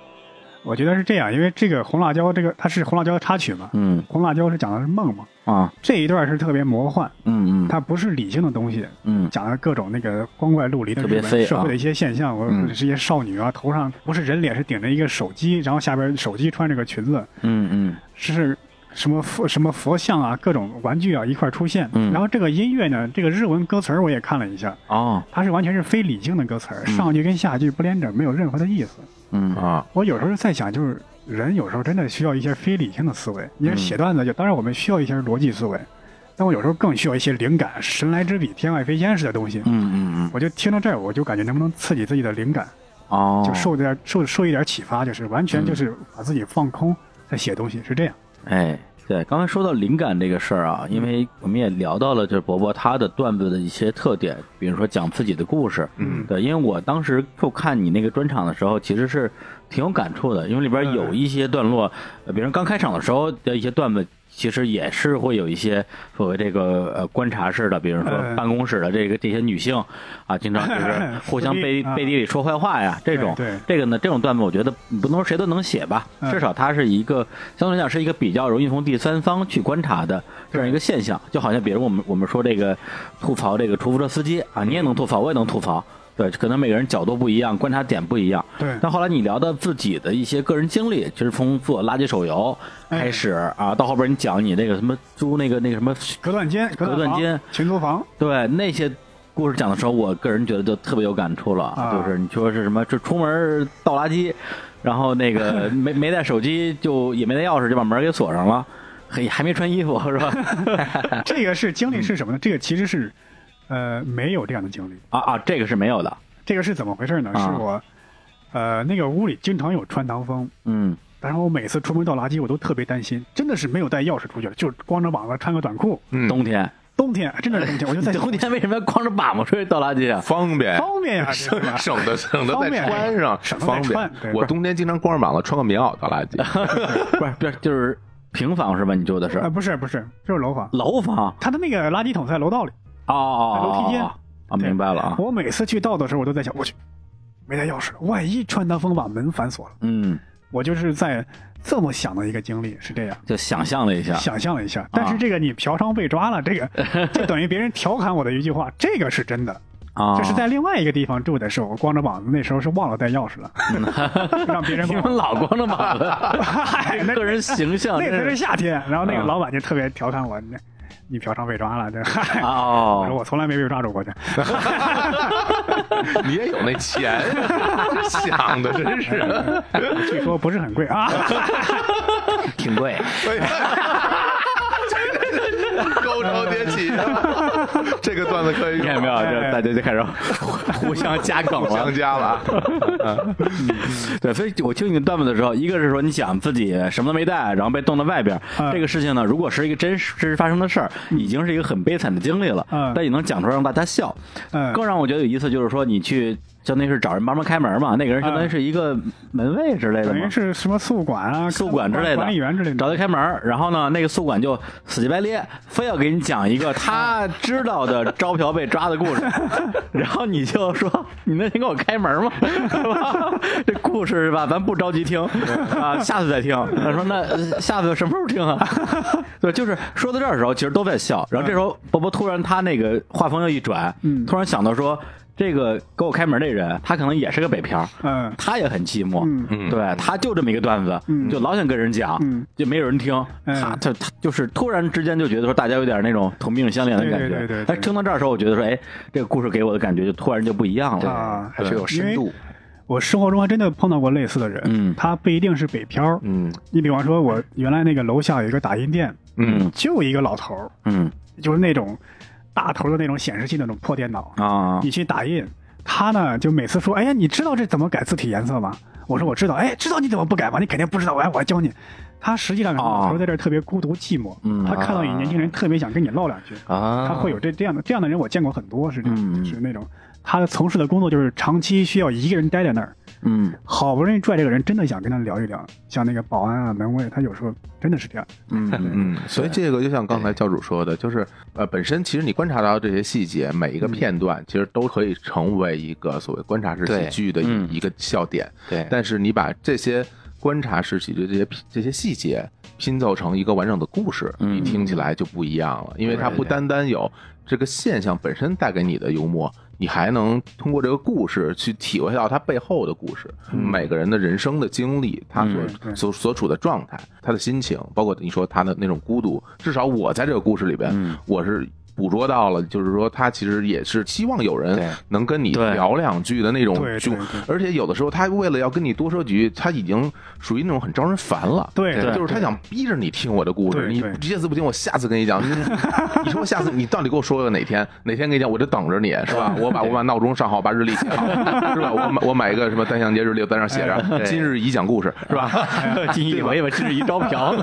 Speaker 4: 我觉得是这样，因为这个红辣椒，这个它是红辣椒的插曲嘛，
Speaker 1: 嗯
Speaker 4: 红辣椒是讲的是梦嘛，
Speaker 1: 啊，
Speaker 4: 这一段是特别魔幻，
Speaker 1: 嗯嗯
Speaker 4: 它不是理性的东西，
Speaker 1: 嗯
Speaker 4: 讲的各种那个光怪陆离的
Speaker 1: 特
Speaker 4: 日
Speaker 1: 别飞
Speaker 4: 本
Speaker 1: 啊嗯
Speaker 4: 社会的一些现象，或者是一些少女啊，头上不是人脸，是顶着一个手机，然后下边手机穿着个裙子，
Speaker 1: 嗯嗯
Speaker 4: 是什么佛什么佛像啊，各种玩具啊一块儿出现。
Speaker 1: 嗯
Speaker 4: 然后这个音乐呢，这个日文歌词儿我也看了一下，
Speaker 1: 哦
Speaker 4: 它是完全是非理性的歌词儿，上句跟下句不连着，没有任何的意思。
Speaker 1: 嗯
Speaker 2: 啊，
Speaker 4: 我有时候在想，就是人有时候真的需要一些非理性的思维。你是写段子，就当然我们需要一些逻辑思维，但我有时候更需要一些灵感，神来之笔，天外飞仙似的东西。
Speaker 1: 嗯嗯嗯
Speaker 4: 我就听到这儿，我就感觉能不能刺激自己的灵感，
Speaker 1: 哦，
Speaker 4: 就受点受受一点启发，就是完全就是把自己放空，在写东西是这样。
Speaker 1: 哎，对，刚才说到灵感这个事儿
Speaker 4: 嗯
Speaker 1: 啊，因为我们也聊到了，就是伯伯他的段子的一些特点，比如说讲自己的故事，嗯，对，因为我当时就看你那个专场的时候，其实是挺有感触的，因为里边有一些段
Speaker 4: 嗯
Speaker 1: 落，呃比如刚开场的时候的一些段子。其实也是会有一些所谓这个呃观察式的，比如说
Speaker 4: 嗯
Speaker 1: 办公室的这个这些女性啊，经常就是 互相背
Speaker 4: 啊哎
Speaker 1: 背地里说坏话呀，这种
Speaker 4: 对对
Speaker 1: 这个呢，这种段子我觉得不能说谁都能写吧，
Speaker 4: 嗯
Speaker 1: 至少它是一个相对来讲是一个比较容易从第三方去观察的这样一个现象，
Speaker 4: 嗯
Speaker 1: 就好像比如我们我们说这个吐槽这个出租车司机啊，
Speaker 4: 嗯
Speaker 1: 你也能吐槽，我也能吐槽。对，可能每个人角度不一样，观察点不一样。
Speaker 4: 对
Speaker 1: 但后来你聊到自己的一些个人经历，就是从做垃圾手游开始、
Speaker 4: 嗯
Speaker 1: 啊，到后边你讲你那个什么租那个那个什么
Speaker 4: 隔断间、
Speaker 1: 隔断
Speaker 4: 房
Speaker 1: 间、
Speaker 4: 群租房，
Speaker 1: 对那些故事讲的时候，我个人觉得就特别有感触了，
Speaker 4: 啊
Speaker 1: 就是你说是什么，就出门倒垃圾，然后那 个没没带手机，就也没带钥匙，就把门给锁上了，嘿，还没穿衣服 是吧？哎
Speaker 4: 这个是经历是
Speaker 1: 嗯
Speaker 4: 什么呢？这个其实是，呃，没有这样的经历。
Speaker 1: 啊啊，这个是没有的，
Speaker 4: 这个是怎么回事呢？
Speaker 1: 啊
Speaker 4: 是我，呃，那个屋里经常有穿堂风，
Speaker 1: 嗯
Speaker 4: 然后我每次出门倒垃圾，我都特别担心，真的是没有带钥匙出去了，就是光着膀子穿个短裤。
Speaker 2: 嗯
Speaker 1: 冬天，
Speaker 4: 冬天真的是冬天，我就在想
Speaker 1: 冬 天为什么要光着粑粑出去倒垃圾 啊？
Speaker 2: 方便。
Speaker 4: 方便呀，这个
Speaker 2: 省得省得
Speaker 4: 方
Speaker 2: 再
Speaker 4: 便
Speaker 2: 穿上，
Speaker 4: 省得再
Speaker 2: 方
Speaker 4: 穿对
Speaker 2: 便。我冬天经常光着膀子穿个棉袄倒垃圾，
Speaker 1: 不是不是，就是平房是吧？你住的是
Speaker 4: 呃，不是不是，就是楼房，
Speaker 1: 楼房？
Speaker 4: 他的那个垃圾桶在楼道里。
Speaker 1: 哦哦
Speaker 4: 在
Speaker 1: 哦，
Speaker 4: 楼梯间
Speaker 1: 哦啊，明白了啊，
Speaker 4: 我每次去倒的时候，我都在想，我去，没带钥匙，万一穿堂风把门反锁了。
Speaker 1: 嗯，
Speaker 4: 我就是在这么想的一个经历，是这样。
Speaker 1: 就想象了一下，
Speaker 4: 想象了一下，但是这个你嫖娼被抓了，这 个就等于别人调侃我的一句话，这个是真的。
Speaker 1: 啊，
Speaker 4: 就是在另外一个地方住的时候，我光着膀子，那时候是忘了带钥匙了，
Speaker 1: 嗯
Speaker 4: 让别人
Speaker 1: 你
Speaker 4: 帮
Speaker 1: 们
Speaker 4: 我。
Speaker 1: 老光着膀 子，
Speaker 4: 嗨，那
Speaker 1: 个人形象
Speaker 4: 那
Speaker 1: 真
Speaker 4: 可
Speaker 1: 是
Speaker 4: 是夏天，然后那个
Speaker 1: 啊
Speaker 4: 老板就特别调侃我，你你嫖娼被抓了，这嗨。 我说
Speaker 1: 哦，
Speaker 4: 我从来没被抓住过去，
Speaker 2: 你也有那钱，哎想的真 是。
Speaker 4: 据说不是很贵 啊。
Speaker 3: 挺贵。
Speaker 2: 高潮迭起，这个段 子可以
Speaker 1: 你看
Speaker 2: 用
Speaker 1: 没有？就大家就开始互相加梗了，
Speaker 2: 强加了啊。
Speaker 1: 对，所以我听你的段子的时候，一个是说你想自己什么都没带，然后被冻在外边儿、
Speaker 4: 嗯
Speaker 1: 这个事情呢，如果是一个真实真实发生的事儿，已经是一个很悲惨的经历了，
Speaker 4: 嗯
Speaker 1: 但也能讲出来让大家笑。
Speaker 4: 嗯
Speaker 1: 更让我觉得有意思就是说，你去相当于是找人帮忙开门嘛，那个人相当于是一个门卫之类的
Speaker 4: 等
Speaker 1: 嘛
Speaker 4: 于。是什么宿管啊、
Speaker 1: 宿管之类的，
Speaker 4: 管理员之类的，
Speaker 1: 找他开门儿，然后呢，那个宿管就死乞白咧，非要给你讲一个他知道的招嫖被抓的故 事， 然后你就说你那天给我开门吗？ 是吧这故事是吧？咱不着急听啊，下次再听。他说那呃下次什么时候听啊？ 对，就是说到这儿的时候，其实都在笑。然后这时候波波突然他那个话锋又一转，
Speaker 4: 嗯
Speaker 1: 突然想到说。这个给我开门这人，他可能也是个北漂儿，
Speaker 4: 嗯
Speaker 1: 他也很寂寞，
Speaker 4: 嗯
Speaker 1: 对，他就这么一个段子，就老想跟人讲，
Speaker 4: 嗯
Speaker 1: 就没有人听，
Speaker 4: 嗯
Speaker 1: 他他他就是突然之间就觉得说大家有点那种同病相怜的感觉，
Speaker 4: 对对对对对
Speaker 1: 哎，听到这儿的时候，我觉得说，哎，这个故事给我的感觉就突然就不一样了，
Speaker 4: 啊，
Speaker 3: 还是有深度。
Speaker 4: 我生活中还真的碰到过类似的人，
Speaker 1: 嗯
Speaker 4: 他不一定是北漂，
Speaker 2: 嗯
Speaker 4: 你比方说，我原来那个楼下有一个打印店，
Speaker 1: 嗯
Speaker 4: 就一个老头儿，
Speaker 1: 嗯
Speaker 4: 就是那种大头的那种显示器那种破电脑，
Speaker 1: 啊
Speaker 4: 你去打印，他呢就每次说，哎呀，你知道这怎么改字体颜色吗？我说我知道，哎，知道你怎么不改吗？你肯定不知道，我来我来教你。他实际上可能
Speaker 1: 哦
Speaker 4: 老头儿在这儿特别孤独寂寞，
Speaker 1: 嗯
Speaker 4: 他看到你
Speaker 2: 啊
Speaker 4: 年轻人特别想跟你唠两句，
Speaker 3: 啊
Speaker 4: 他会有这这样的这样的人，我见过很多，是这样，
Speaker 1: 嗯
Speaker 4: 就是那种他从事的工作就是长期需要一个人待在那儿，
Speaker 1: 嗯
Speaker 4: 好不容易拽这个人，真的想跟他聊一聊，像那个保安啊、门卫，他有时候真的是这样。
Speaker 1: 嗯嗯
Speaker 2: 嗯，所以这个就像刚才教主说的，就是呃，本身其实你观察到这些细节，每一个片段其实都可以成为一个所谓观察式喜
Speaker 3: 对
Speaker 2: 剧的
Speaker 1: 嗯
Speaker 2: 一一个笑点。
Speaker 3: 对
Speaker 2: 但是你把这些观察式喜剧这些这些细节拼凑成一个完整的故事，
Speaker 1: 嗯
Speaker 2: 你听起来就不一样了，因为它不单单有这个现象本身带给你的幽默。你还能通过这个故事去体会到它背后的故事，每个人的人生的经历，他所、
Speaker 4: 嗯对
Speaker 2: 所所处的状态，他的心情，包括你说他的那种孤独。至少我在这个故事里边，
Speaker 4: 嗯
Speaker 2: 我是捕捉到了，就是说他其实也是希望有人
Speaker 3: 对
Speaker 2: 能跟你
Speaker 1: 对
Speaker 2: 聊两句的那种
Speaker 4: 对对
Speaker 2: 就
Speaker 4: 对
Speaker 2: 而且有的时候他为了要跟你多说几句，他已经属于那种很招人烦了。
Speaker 4: 对对
Speaker 2: 就是他想逼着你听我的故事，
Speaker 4: 对
Speaker 2: 你
Speaker 4: 对
Speaker 2: 这次不听，我下次跟你讲。你说下次你到底给我说个哪天？哪天跟你讲，我就等着你，是吧？我把我把闹钟上好，把日历写好，是吧？我买我买一个什么单向节日历，我在那儿写着
Speaker 3: 对
Speaker 2: 今日已讲故事，是吧？
Speaker 4: 啊
Speaker 1: 金一伟吧，这是一招 嫖。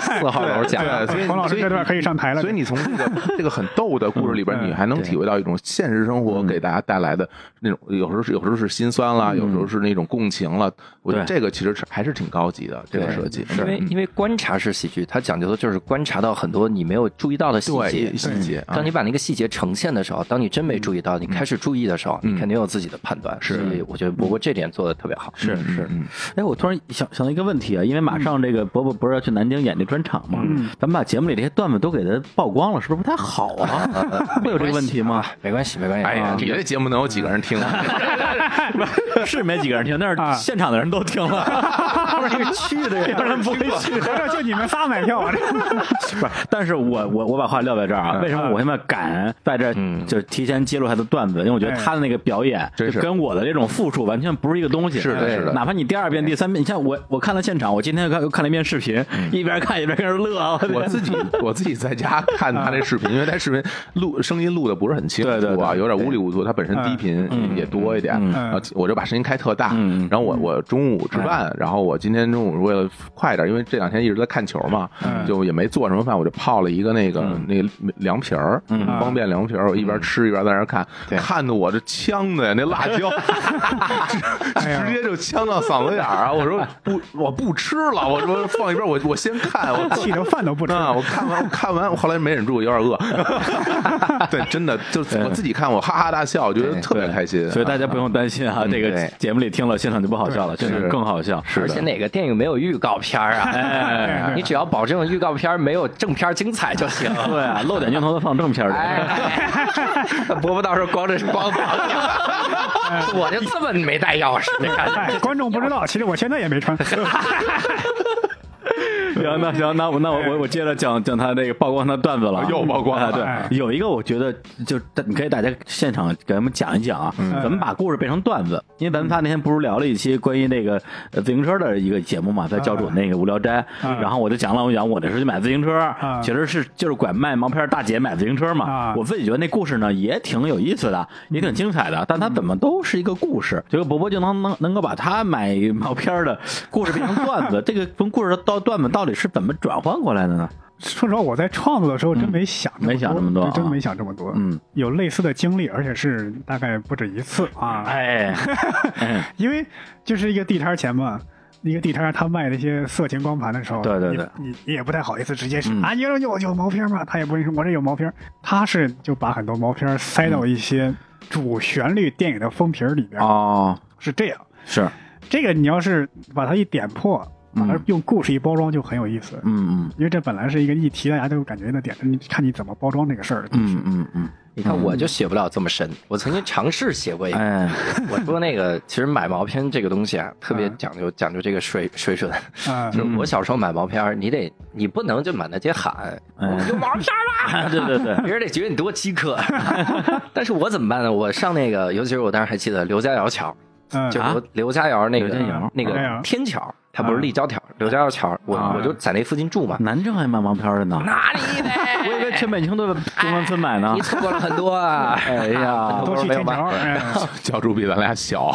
Speaker 3: 四号楼讲
Speaker 2: 对，啊所以
Speaker 4: 啊黄老师
Speaker 2: 所以
Speaker 4: 这段可以上台了
Speaker 2: 所以你从这 个这个很逗的故事里边，你还能体会到一种现实生活给大家带来的那种，有时候是有时候是心酸了，有时候是那种共情了。我觉得
Speaker 1: 对
Speaker 2: 这个其实是还是挺高级的这个
Speaker 3: 对
Speaker 2: 设计，
Speaker 3: 因为因为观察式喜剧，它讲究的就是观察到很多你没有注意到的细节嗯
Speaker 2: 对。细节啊
Speaker 3: 当你把那个细节呈现的时候，当你真没注意到，你开始注意的时候，你肯定有自己的判断。是，所以我觉得伯伯这点做的特别好。嗯是是，
Speaker 1: 哎，我突然想想到一个问题啊，因为马上这个伯伯不是要去南京演这专场嘛，
Speaker 4: 嗯
Speaker 1: 咱们把节目里这些段子都给他曝光了，是不是不太好啊？会有这个问题吗？
Speaker 3: 没关系没关系。
Speaker 2: 哎呀，你这节目能有几个人听啊？
Speaker 1: 是没几个人听，但
Speaker 4: 啊
Speaker 1: 是现场的人都听了，不是去 的呀，人不会去。
Speaker 4: 合着就你们仨买票啊？
Speaker 1: 不 是，但是我我我把话撂在这儿啊，为什么我现在敢在这儿就是提前揭露他的段子？因为我觉得
Speaker 4: 哎
Speaker 1: 他的那个表演，
Speaker 2: 真是
Speaker 1: 跟我的这种复述完全不是一个东西。
Speaker 2: 是的
Speaker 3: 哎
Speaker 1: 对
Speaker 2: 是的
Speaker 1: 哪怕你第二遍、第三遍，你像我我看了现场，我今天又看又看了一遍视频，一边看一边跟人乐啊， 嗯
Speaker 2: 我自己我自己在家看他那视频，因为他视频录声音录的不是很清楚啊，
Speaker 1: 对对对嗯
Speaker 2: 有点无里无涂。他本身低频也也多一点，然后我就把声音开特大。
Speaker 1: 嗯
Speaker 2: 然后我我中午吃饭，然后我今天中午为了快点，因为这两天一直在看球嘛，
Speaker 1: 嗯
Speaker 2: 就也没做什么饭，我就泡了一个那个那个凉皮儿，
Speaker 1: 嗯
Speaker 2: 方便凉皮儿，我一边吃一边在那儿看，看的我这呛的呀，那辣 椒
Speaker 4: 哎
Speaker 1: 哎
Speaker 2: 直接就呛到嗓子眼儿啊！我说不，我不吃了，我说放一边，我我先看，我
Speaker 4: 气得饭 都不吃。
Speaker 2: 啊！我看完，我看完，我后来没忍住，有 点饿。对，真的，就是我自己看，我哈哈大笑，我觉得特别开心。
Speaker 1: 所以大家不用担心啊，这个
Speaker 3: 对
Speaker 1: 节目里听了现场就不好笑了，现场更好笑。
Speaker 3: 而且哪个电影没有预告片儿啊？你只要保证预告片儿没有正片儿精彩就行。
Speaker 1: 对啊，露点镜头的放正片儿里。
Speaker 3: 哎， 伯伯到时候光着光膀 子，我就这么没带钥匙，你看
Speaker 4: 哎，观众不知 道，其实我现在也没穿。
Speaker 1: 行，那行，那我那我我我接着讲讲他那个曝光他段子了啊，
Speaker 2: 又曝光了哎
Speaker 1: 啊对，有一个我觉得就你可以大家现场给他们讲一讲啊，
Speaker 2: 嗯
Speaker 1: 咱们把故事变成段子，因为咱们仨那天不是聊了一期关于那个呃自行车的一个节目嘛，在教主
Speaker 2: 哎
Speaker 1: 那个无聊斋，然后我就讲了，我讲我那时候去买自行车，
Speaker 2: 哎
Speaker 1: 其实是就是拐卖毛片大姐买自行车嘛
Speaker 4: 啊，
Speaker 1: 我自己觉得那故事呢也挺有意思的，也挺精彩的，但它怎么都是一个故事，结果伯伯就能能能够把他买毛片的故事变成段 子，这个从故事到段子到底是怎么转换过来的呢？
Speaker 4: 说实话，我在创作的时候真没想这
Speaker 1: 没想这么多啊
Speaker 4: 对真没想这么多。
Speaker 1: 嗯，
Speaker 4: 有类似的经历，而且是大概不止一次啊。
Speaker 1: 哎，
Speaker 4: 因为就是一个地摊儿前嘛，一个地摊儿他卖那些色情光盘的时候，
Speaker 1: 对对对嗯
Speaker 4: 你你你也不太好意思直接是、啊，你有有有毛片吗？他也不会说我这有毛片，他是就把很多毛片塞到
Speaker 1: 嗯
Speaker 4: 一些主旋律电影的封皮儿里边，
Speaker 1: 哦，
Speaker 4: 是这样。
Speaker 1: 是，
Speaker 4: 这个你要是把它一点破，把它
Speaker 1: 嗯
Speaker 4: 用故事一包装就很有意思。
Speaker 1: 嗯
Speaker 4: 因为这本来是一个议题，大家都感觉的点，你看你怎么包装这个事儿。
Speaker 1: 嗯嗯嗯
Speaker 3: 你看我就写不了这么深，我曾经尝试写过一
Speaker 1: 嗯，
Speaker 3: 个。
Speaker 1: 哎，
Speaker 3: 我说那个，其实买毛片这个东西啊，特别讲究讲究这个水水准。
Speaker 4: 啊、
Speaker 3: 就是我小时候买毛片儿，你得你不能就满大街喊
Speaker 1: 哎
Speaker 3: 有毛片 儿啦，
Speaker 1: 对对对
Speaker 3: 别人得觉得你多饥渴。 但是我怎么办呢？我上那个，尤其是我当时还记得刘家窑桥，
Speaker 4: 嗯，
Speaker 3: 就
Speaker 1: 啊
Speaker 3: 刘刘家窑那
Speaker 1: 刘家
Speaker 3: 个
Speaker 1: 窑
Speaker 3: 那
Speaker 4: 哎呀
Speaker 3: 个天桥，它不是立交桥，刘家窑桥，我我就在那附近住嘛。
Speaker 1: 南郑还卖毛片的呢，
Speaker 3: 哪里
Speaker 1: 我以为
Speaker 3: 嘞？
Speaker 1: 全北京都在中关村买呢
Speaker 3: 你。错过了很多啊！
Speaker 1: 哎呀，
Speaker 4: 都去
Speaker 3: 没有
Speaker 4: 天
Speaker 3: 吧
Speaker 4: 桥。哎
Speaker 2: 教主比咱 俩小，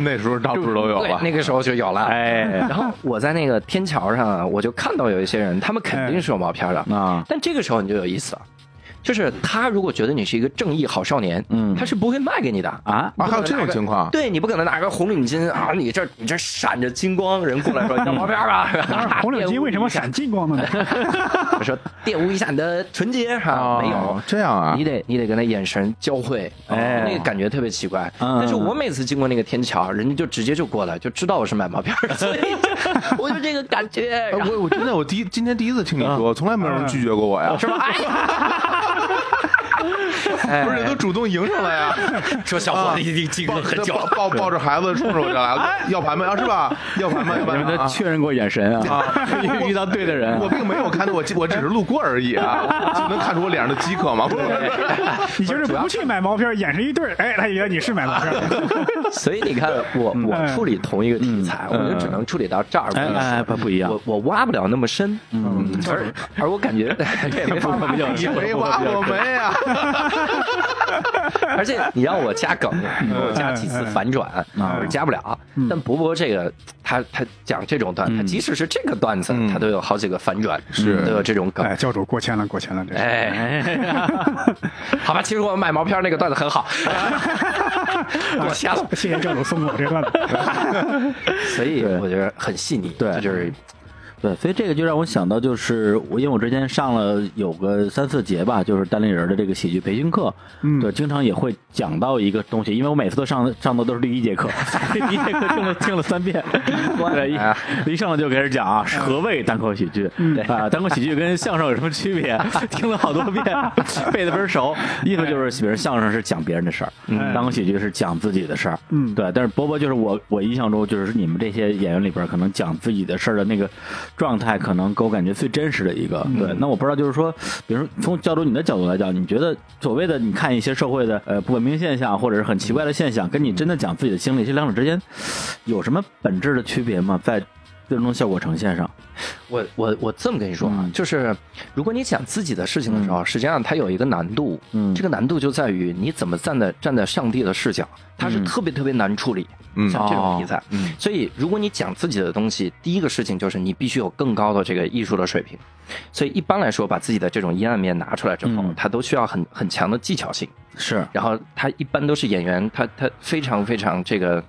Speaker 2: 那时候到处都有啊
Speaker 3: 对
Speaker 2: 了，。
Speaker 3: 啊那个时候就有了。
Speaker 1: 哎，
Speaker 3: 然后我在那个天桥上啊，我就看到有一些人，他们肯定是有毛片的
Speaker 1: 哎啊
Speaker 3: 但这个时候你就有意思了，就是他如果觉得你是一个正义好少年，嗯，他是不会卖给你的
Speaker 1: 啊
Speaker 3: 你不可能
Speaker 2: 还有这种
Speaker 3: 拿个
Speaker 2: 情况
Speaker 3: 对你不可能拿个红领巾啊，你这你这闪着金光，人过来说你当毛片啊吧，是吧
Speaker 4: 红领巾为什么闪？金光呢？
Speaker 3: 我说玷污一下你的纯洁哈，没有
Speaker 2: 哦，这样啊
Speaker 3: 你，得你得跟他眼神交汇，哦
Speaker 1: 哎
Speaker 3: 那个感觉特别奇怪。
Speaker 1: 嗯
Speaker 3: 但是我每次经过那个天桥，人家就直接就过来，就知道我是买毛片儿，所以就 我就这个感觉。
Speaker 2: 哎
Speaker 3: 然后
Speaker 2: 我我真的我第一今天第一次听你说，从来没有人拒绝过我呀，
Speaker 3: 是吧？哎呀，
Speaker 2: 不是人都主动迎上来呀，
Speaker 3: 说小伙子已经经过很久
Speaker 2: 抱
Speaker 3: 了，哎
Speaker 2: 抱抱着孩子冲着我就来了，要盘吗？啊，是吧？要盘吗？要
Speaker 1: 你
Speaker 2: 盘
Speaker 1: 们
Speaker 2: 吗？
Speaker 1: 都
Speaker 2: 啊
Speaker 1: 确认过眼神 啊，遇到对的人
Speaker 2: 我
Speaker 1: 啊，
Speaker 2: 并没有看到，我我只是路过而已啊，就能看出我脸上的饥渴吗？不是
Speaker 4: 你就是不去买毛片儿，眼神一对儿，哎，他以为你是买毛片儿。
Speaker 3: 所以你看，我
Speaker 1: 嗯
Speaker 3: 我处理同一个题材，我就只能处理到这儿。
Speaker 1: 哎哎哎不不一样
Speaker 3: 我我挖不了那么深。嗯，而而我 感觉这 也不
Speaker 1: 比较
Speaker 2: 你没挖我没啊，
Speaker 3: 而且你让我加梗，啊 我加几次反转，我是加不了。但博博这个，他他讲这种段子，他即使是这个段子，他都有好几个反转，嗯是都有这种梗
Speaker 4: 哎，。教主过谦了，过谦了，这 是。
Speaker 3: 哎，好吧，其实我买毛片那个段子很好，我瞎了。
Speaker 4: 谢谢教主送我这段子。
Speaker 3: 所以我觉得很细腻，
Speaker 1: 对
Speaker 3: 这就是
Speaker 1: 对，所以这个就让我想到，就是我因为我之前上了有个三四节吧，就是单立人的这个喜剧培训课，嗯，对，经常也会讲到一个东西，因为我每次都上上的都是第一节课， 第一节课听了听了三遍，对，一一上来就开始讲啊，何谓单口喜剧啊，单口喜剧跟相声有什么区别？ 听了好多遍， 背的倍儿熟。意思就是，比如相声是讲别人的事儿，单口喜剧是讲自己的事儿，
Speaker 4: 嗯
Speaker 1: 对。但是波波就是我，我印象中就是你们这些演员里边，可能讲自己的事儿的那个状态，可能给我感觉最真实的一个。对，那我不知道，就是说，比如说从教主你的角度来讲，你觉得所谓的你看一些社会的呃不文明现象，或者是很奇怪的现象，跟你真的讲自己的经历，这两者之间有什么本质的区别吗？在最终效果呈现上，
Speaker 3: 我我我这么跟你说啊，就是如果你讲自己的事情的时候，实际上它有一个难度，
Speaker 1: 嗯
Speaker 3: 这个难度就在于你怎么站在站在上帝的视角，它是特别特别难处理，
Speaker 2: 嗯
Speaker 3: 像这种题材，
Speaker 2: 嗯
Speaker 3: 所以如果你讲自己的东西，第一个事情就是你必须有更高的这个艺术的水平，所以一般来说，把自己的这种阴暗面拿出来之后，
Speaker 1: 嗯
Speaker 3: 它都需要很很强的技巧性，
Speaker 1: 是
Speaker 3: 然后他一般都是演员，他他非常非常这个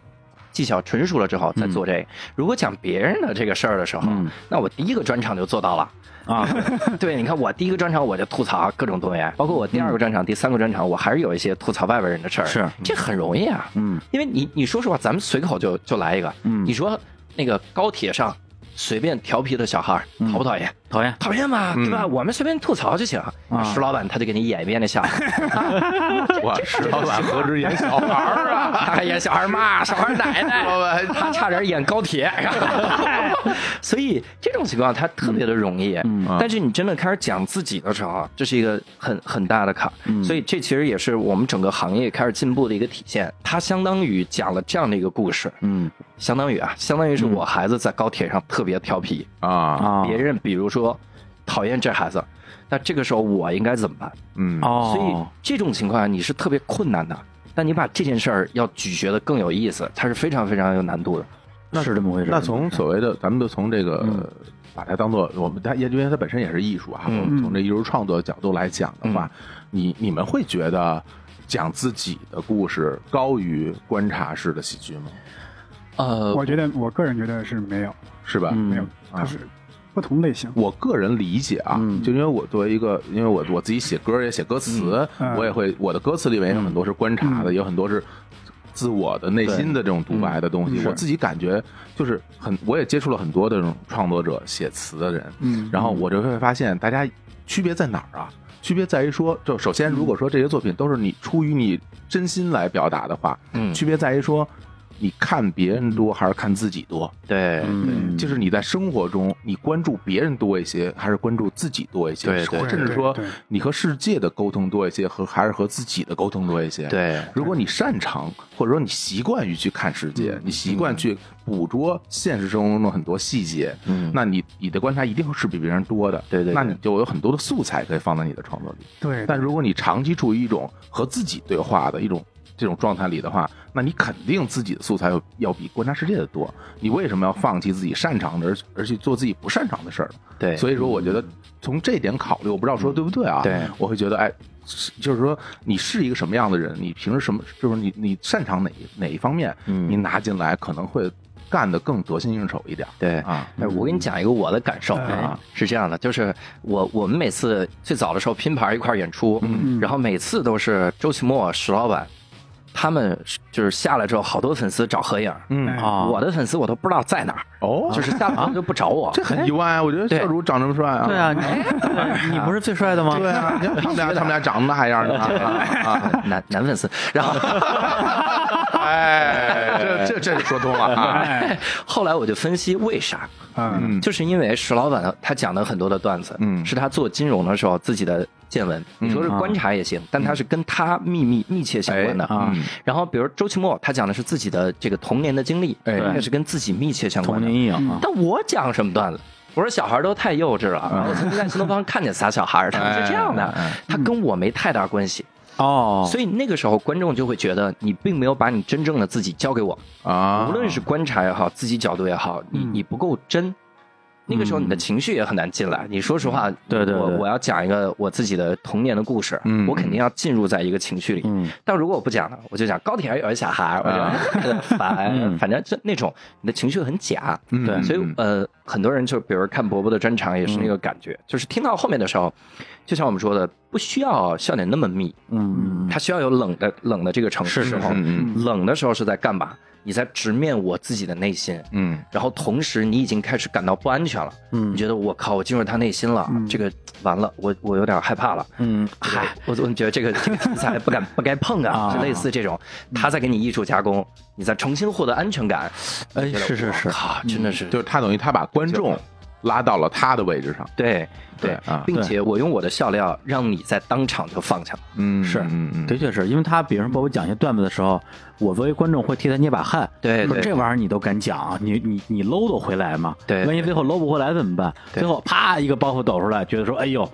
Speaker 3: 技巧纯熟了之后再
Speaker 1: 嗯
Speaker 3: 做这个。如果讲别人的这个事儿的时候，那我第一个专场就做到了。
Speaker 1: 啊，
Speaker 3: 对，你看我第一个专场我就吐槽各种东西，包括我第二个专场、第三个专场，我还是有一些吐槽外边人的事儿。
Speaker 1: 是
Speaker 3: 这很容易啊。
Speaker 1: 嗯，
Speaker 3: 因为你你说实话，咱们随口就就来一个。
Speaker 1: 嗯
Speaker 3: 你说那个高铁上随便调皮的小孩儿讨不讨厌？
Speaker 1: 嗯讨厌嗯啊
Speaker 3: 讨厌嘛，对吧？我们随便吐槽就行。石老板他就给你演一遍那小孩，
Speaker 2: 我石老板何止演小孩儿啊，
Speaker 3: 他 还演小孩骂小孩奶 奶，
Speaker 2: 老板
Speaker 3: 他差点演高铁， 所以这种情况他特别的容易。
Speaker 1: 嗯
Speaker 3: 但是你真的开始讲自己的时候，这是一个很很大的坎儿。
Speaker 1: 嗯
Speaker 3: 所以这其实也是我们整个行业开始进步的一个体现。他相当于讲了这样的一个故事，
Speaker 1: 嗯
Speaker 3: 相当于啊，相当于是我孩子在高铁上特别调皮，
Speaker 2: 啊，
Speaker 1: 啊，
Speaker 3: 别人比如说讨厌这孩子，那这个时候我应该怎么办？
Speaker 2: 嗯，
Speaker 1: 哦，
Speaker 3: 所以这种情况你是特别困难的。但你把这件事儿要咀嚼的更有意思，它是非常非常有难度的。
Speaker 1: 是这么回事。
Speaker 2: 那从所谓的，咱们就从这个、把它当做我们，它因为它本身也是艺术啊。
Speaker 3: 嗯
Speaker 2: 我们从这艺术创作角度来讲的话，你你们会觉得讲自己的故事高于观察式的喜剧吗？
Speaker 3: 呃，
Speaker 4: 我觉得，我个人觉得是没有，
Speaker 2: 是吧？
Speaker 4: 没有，它是不同类型。
Speaker 2: 我个人理解啊，
Speaker 4: 嗯
Speaker 2: 就因为我作为一个，因为我我自己写歌也写歌词，
Speaker 4: 嗯
Speaker 2: 我也会我的歌词里面有很多是观察的，也有很多是自我的内心的这种独白的东西。
Speaker 4: 嗯
Speaker 2: 我自己感觉就是很，我也接触了很多的这种创作者、写词的人，
Speaker 4: 嗯
Speaker 2: 然后我就会发现大家区别在哪儿啊？区别在于说，就首先如果说这些作品都是你出于你真心来表达的话，
Speaker 3: 嗯
Speaker 2: 区别在于说你看别人多还是看自己多。
Speaker 3: 对，
Speaker 1: 嗯
Speaker 2: 就是你在生活中，你关注别人多一些，还是关注自己多一些？
Speaker 3: 对对
Speaker 2: 甚至说
Speaker 4: 对对对
Speaker 2: 你和世界的沟通多一些，和还是和自己的沟通多一些？。
Speaker 3: 对，
Speaker 2: 如果你擅长，或者说你习惯于去看世
Speaker 3: 嗯
Speaker 2: 界，你习惯去捕捉现实生活中的很多细节，
Speaker 3: 嗯
Speaker 2: 那你你的观察一定是比别人多的，
Speaker 3: 对对对
Speaker 2: 那你就有很多的素材可以放在你的创作里。
Speaker 4: 对，
Speaker 2: 但如果你长期处于一种和自己对话的一种这种状态里的话，那你肯定自己的素材要要比观察世界的多。你为什么要放弃自己擅长的，而而去做自己不擅长的事儿呢？
Speaker 3: 对嗯
Speaker 2: 所以说，我觉得从这点考虑，我不知道说对不对啊？
Speaker 3: 对
Speaker 2: 我会觉得，哎，是就是说你是一个什么样的人，你平时什么，就是你你擅长哪一哪一方面，
Speaker 3: 嗯
Speaker 2: 你拿进来可能会干得更得心应手一点。
Speaker 3: 对
Speaker 2: 啊，
Speaker 3: 哎，我跟你讲一个我的感受
Speaker 2: 嗯哎
Speaker 3: 啊，是这样的，就是我我们每次最早的时候拼盘一块儿演出，
Speaker 2: 嗯
Speaker 3: 然后每次都是周奇墨、石老板，他们就是下来之后，好多粉丝找合影，
Speaker 2: 嗯
Speaker 4: 哎
Speaker 1: 啊
Speaker 3: 我的粉丝我都不知道在哪儿，
Speaker 2: 哦
Speaker 3: 就是大部分都不找我，
Speaker 2: 这很意外啊！我觉得
Speaker 3: 哎对
Speaker 2: 教主长这么帅啊，
Speaker 1: 对啊， 你你不是最 帅的吗？
Speaker 2: 对啊，你看他们俩他们俩长得那样 呢啊啊！
Speaker 3: 啊男男粉丝，然 后。
Speaker 2: 哎，这这这说通了 啊！
Speaker 3: 后来我就分析为啥，
Speaker 4: 嗯
Speaker 3: 就是因为石老板他讲的很多的段子，
Speaker 2: 嗯
Speaker 3: 是他做金融的时候自己的见闻，你说是观察也行，但他是跟他秘密密切相关的。
Speaker 1: 啊
Speaker 2: 嗯
Speaker 3: 然后比如周奇墨，他讲的是自己的这个童年的经历，
Speaker 2: 哎
Speaker 3: 那是跟自己密切相
Speaker 1: 童
Speaker 3: 关
Speaker 1: 年
Speaker 3: 的。
Speaker 1: 阴影啊，
Speaker 3: 但我讲什么段子？我说小孩都太幼稚了，我曾经在新东方看见仨小孩，他们是这样的，他跟我没太大关系，
Speaker 1: 哦，
Speaker 3: 所以那个时候观众就会觉得你并没有把你真正的自己交给我，
Speaker 2: 啊，嗯
Speaker 3: 无论是观察也好，自己角度也好，你你不够真。那个时候你的情绪也很难进来。你说实话，
Speaker 1: 对对
Speaker 3: 我
Speaker 1: 对
Speaker 3: 我要讲一个我自己的童年的故事，
Speaker 2: 嗯
Speaker 3: 我肯定要进入在一个情绪里。但如果我不讲了，我就讲高铁上有一小孩，我
Speaker 2: 啊
Speaker 3: 就特别 烦，反正就那种你的情绪很假。
Speaker 2: 嗯嗯
Speaker 3: 对，所以呃，很多人就比如看伯伯的专场也是那个感觉，就是听到后面的时候，就像我们说的，不需要笑点那么密，
Speaker 1: 嗯，
Speaker 3: 它需要有冷的冷的这个程
Speaker 1: 是
Speaker 3: 时
Speaker 1: 是
Speaker 3: 候，
Speaker 1: 是
Speaker 2: 嗯
Speaker 3: 冷的时候是在干嘛？你在直面我自己的内心，
Speaker 2: 嗯
Speaker 3: 然后同时你已经开始感到不安全了，
Speaker 1: 嗯
Speaker 3: 你觉得我靠，我进入他内心了，这个完了，我我有点害怕了，
Speaker 1: 嗯，
Speaker 3: 嗨，我总觉得这个这个题材不敢不该碰啊，
Speaker 1: 啊
Speaker 3: 就类似这种，他在给你艺术加工，你再重新获得安全感，
Speaker 1: 哎
Speaker 3: 你觉得
Speaker 1: 是是是
Speaker 3: 我靠，真的是
Speaker 2: 就是嗯他等于他把观众拉到了他的位置上，
Speaker 3: 对
Speaker 2: 对啊
Speaker 3: 并且我用我的笑料让你在当场就放下，
Speaker 2: 嗯，
Speaker 1: 是
Speaker 2: 嗯嗯，
Speaker 1: 的确是因为他，比如说把我讲一些段子的时候，我作为观众会替他捏把汗。
Speaker 3: 对
Speaker 1: 说
Speaker 3: 对
Speaker 1: 这玩意儿你都敢讲，你你你搂得回来吗？
Speaker 3: 对对
Speaker 1: 万一最后搂不回来怎么办？
Speaker 3: 对
Speaker 1: 最后啪一个包袱抖出来，觉得说哎呦，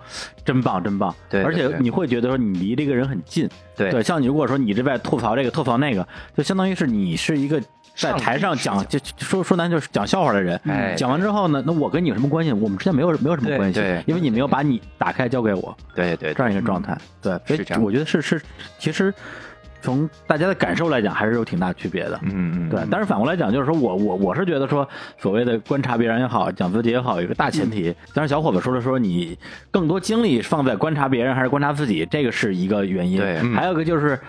Speaker 1: 真棒真棒。
Speaker 3: 对对
Speaker 1: 而且
Speaker 3: 对
Speaker 1: 你会觉得说你离这个人很近。
Speaker 3: 对
Speaker 1: 像你如果说你这在吐槽这个吐槽那个，就相当于是你是一个。在
Speaker 3: 上帝
Speaker 1: 台上
Speaker 3: 视
Speaker 1: 讲，
Speaker 3: 角
Speaker 1: 就说说难就是讲笑话的人，
Speaker 3: 哎
Speaker 1: 讲完之后呢，那我跟你有什么关系？我们之间没有没有什么
Speaker 3: 对
Speaker 1: 关系
Speaker 3: 对，
Speaker 1: 因为你没有把你打开交给我。
Speaker 3: 对对
Speaker 1: 这样一个状态。
Speaker 3: 嗯
Speaker 1: 对，所以
Speaker 3: 是这样
Speaker 1: 我觉得是是，其实从大家的感受来讲，还是有挺大区别的。
Speaker 2: 嗯嗯，
Speaker 1: 对，但是反过来讲，就是说我我我是觉得说，所谓的观察别人也好，讲自己也好，有一个大前
Speaker 3: 嗯
Speaker 1: 提。当然，小伙子说了说，你更多精力放在观察别人还是观察自己，这个是一个原因。
Speaker 3: 对嗯
Speaker 1: 还有一个就是。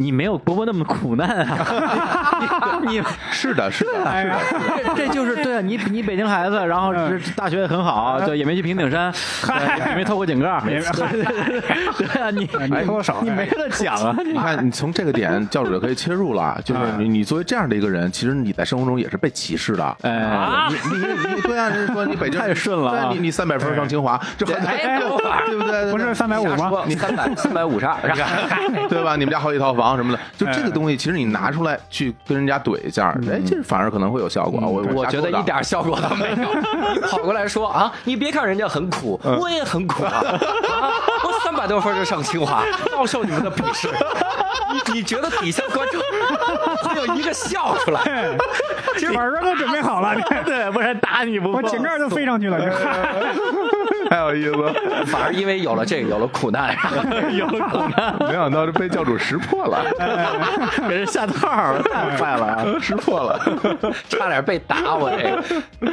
Speaker 1: 你没有伯伯那么苦难 啊！ 你你
Speaker 2: 是的，是的，
Speaker 4: 哎呀，
Speaker 1: 这这就是对啊，你你北京孩子，然后是大学也很好，就也没去平顶山，对也 没透过井盖儿，
Speaker 4: 没
Speaker 1: 对啊，你
Speaker 4: 没多少
Speaker 1: 你没得讲 啊，
Speaker 2: 你看，你从这个点，教主就可以切入了，啊就是你你作为这样的一个人，其实你在生活中也是被歧视的。
Speaker 1: 哎，
Speaker 2: 你你你，对啊，人家说你北京
Speaker 1: 太顺了啊
Speaker 2: 对啊你你三百分上清华，这很
Speaker 3: 哎等会儿
Speaker 2: 对不对？
Speaker 4: 不是三百五吗？
Speaker 3: 你三 百三百五十二，
Speaker 2: 对吧？你们家好几套房什么的，就这个东西，其实你拿出来去跟人家怼一下，哎，这反而可能会有效果。我
Speaker 3: 我
Speaker 2: 瞎
Speaker 3: 觉得
Speaker 2: 说的啊
Speaker 3: 一 点效果都没有。你跑过来说啊，你别看人家很苦，
Speaker 2: 嗯
Speaker 3: 我也很苦啊， 啊我三百多分就上清华，遭受你们的鄙视。你你觉得底下观众会有一个笑出来？
Speaker 4: 这晚上都准备好了，你
Speaker 1: 对，不然打你不
Speaker 4: 我 井盖都飞上去了，这
Speaker 2: 太有意思了，
Speaker 3: 反而因为有了这个，有了苦难，
Speaker 1: 有苦难，
Speaker 2: 没想到这被教主识破了，
Speaker 1: 给人下套了，太坏了 啊！
Speaker 2: 识破了。
Speaker 3: 差点被打我这个。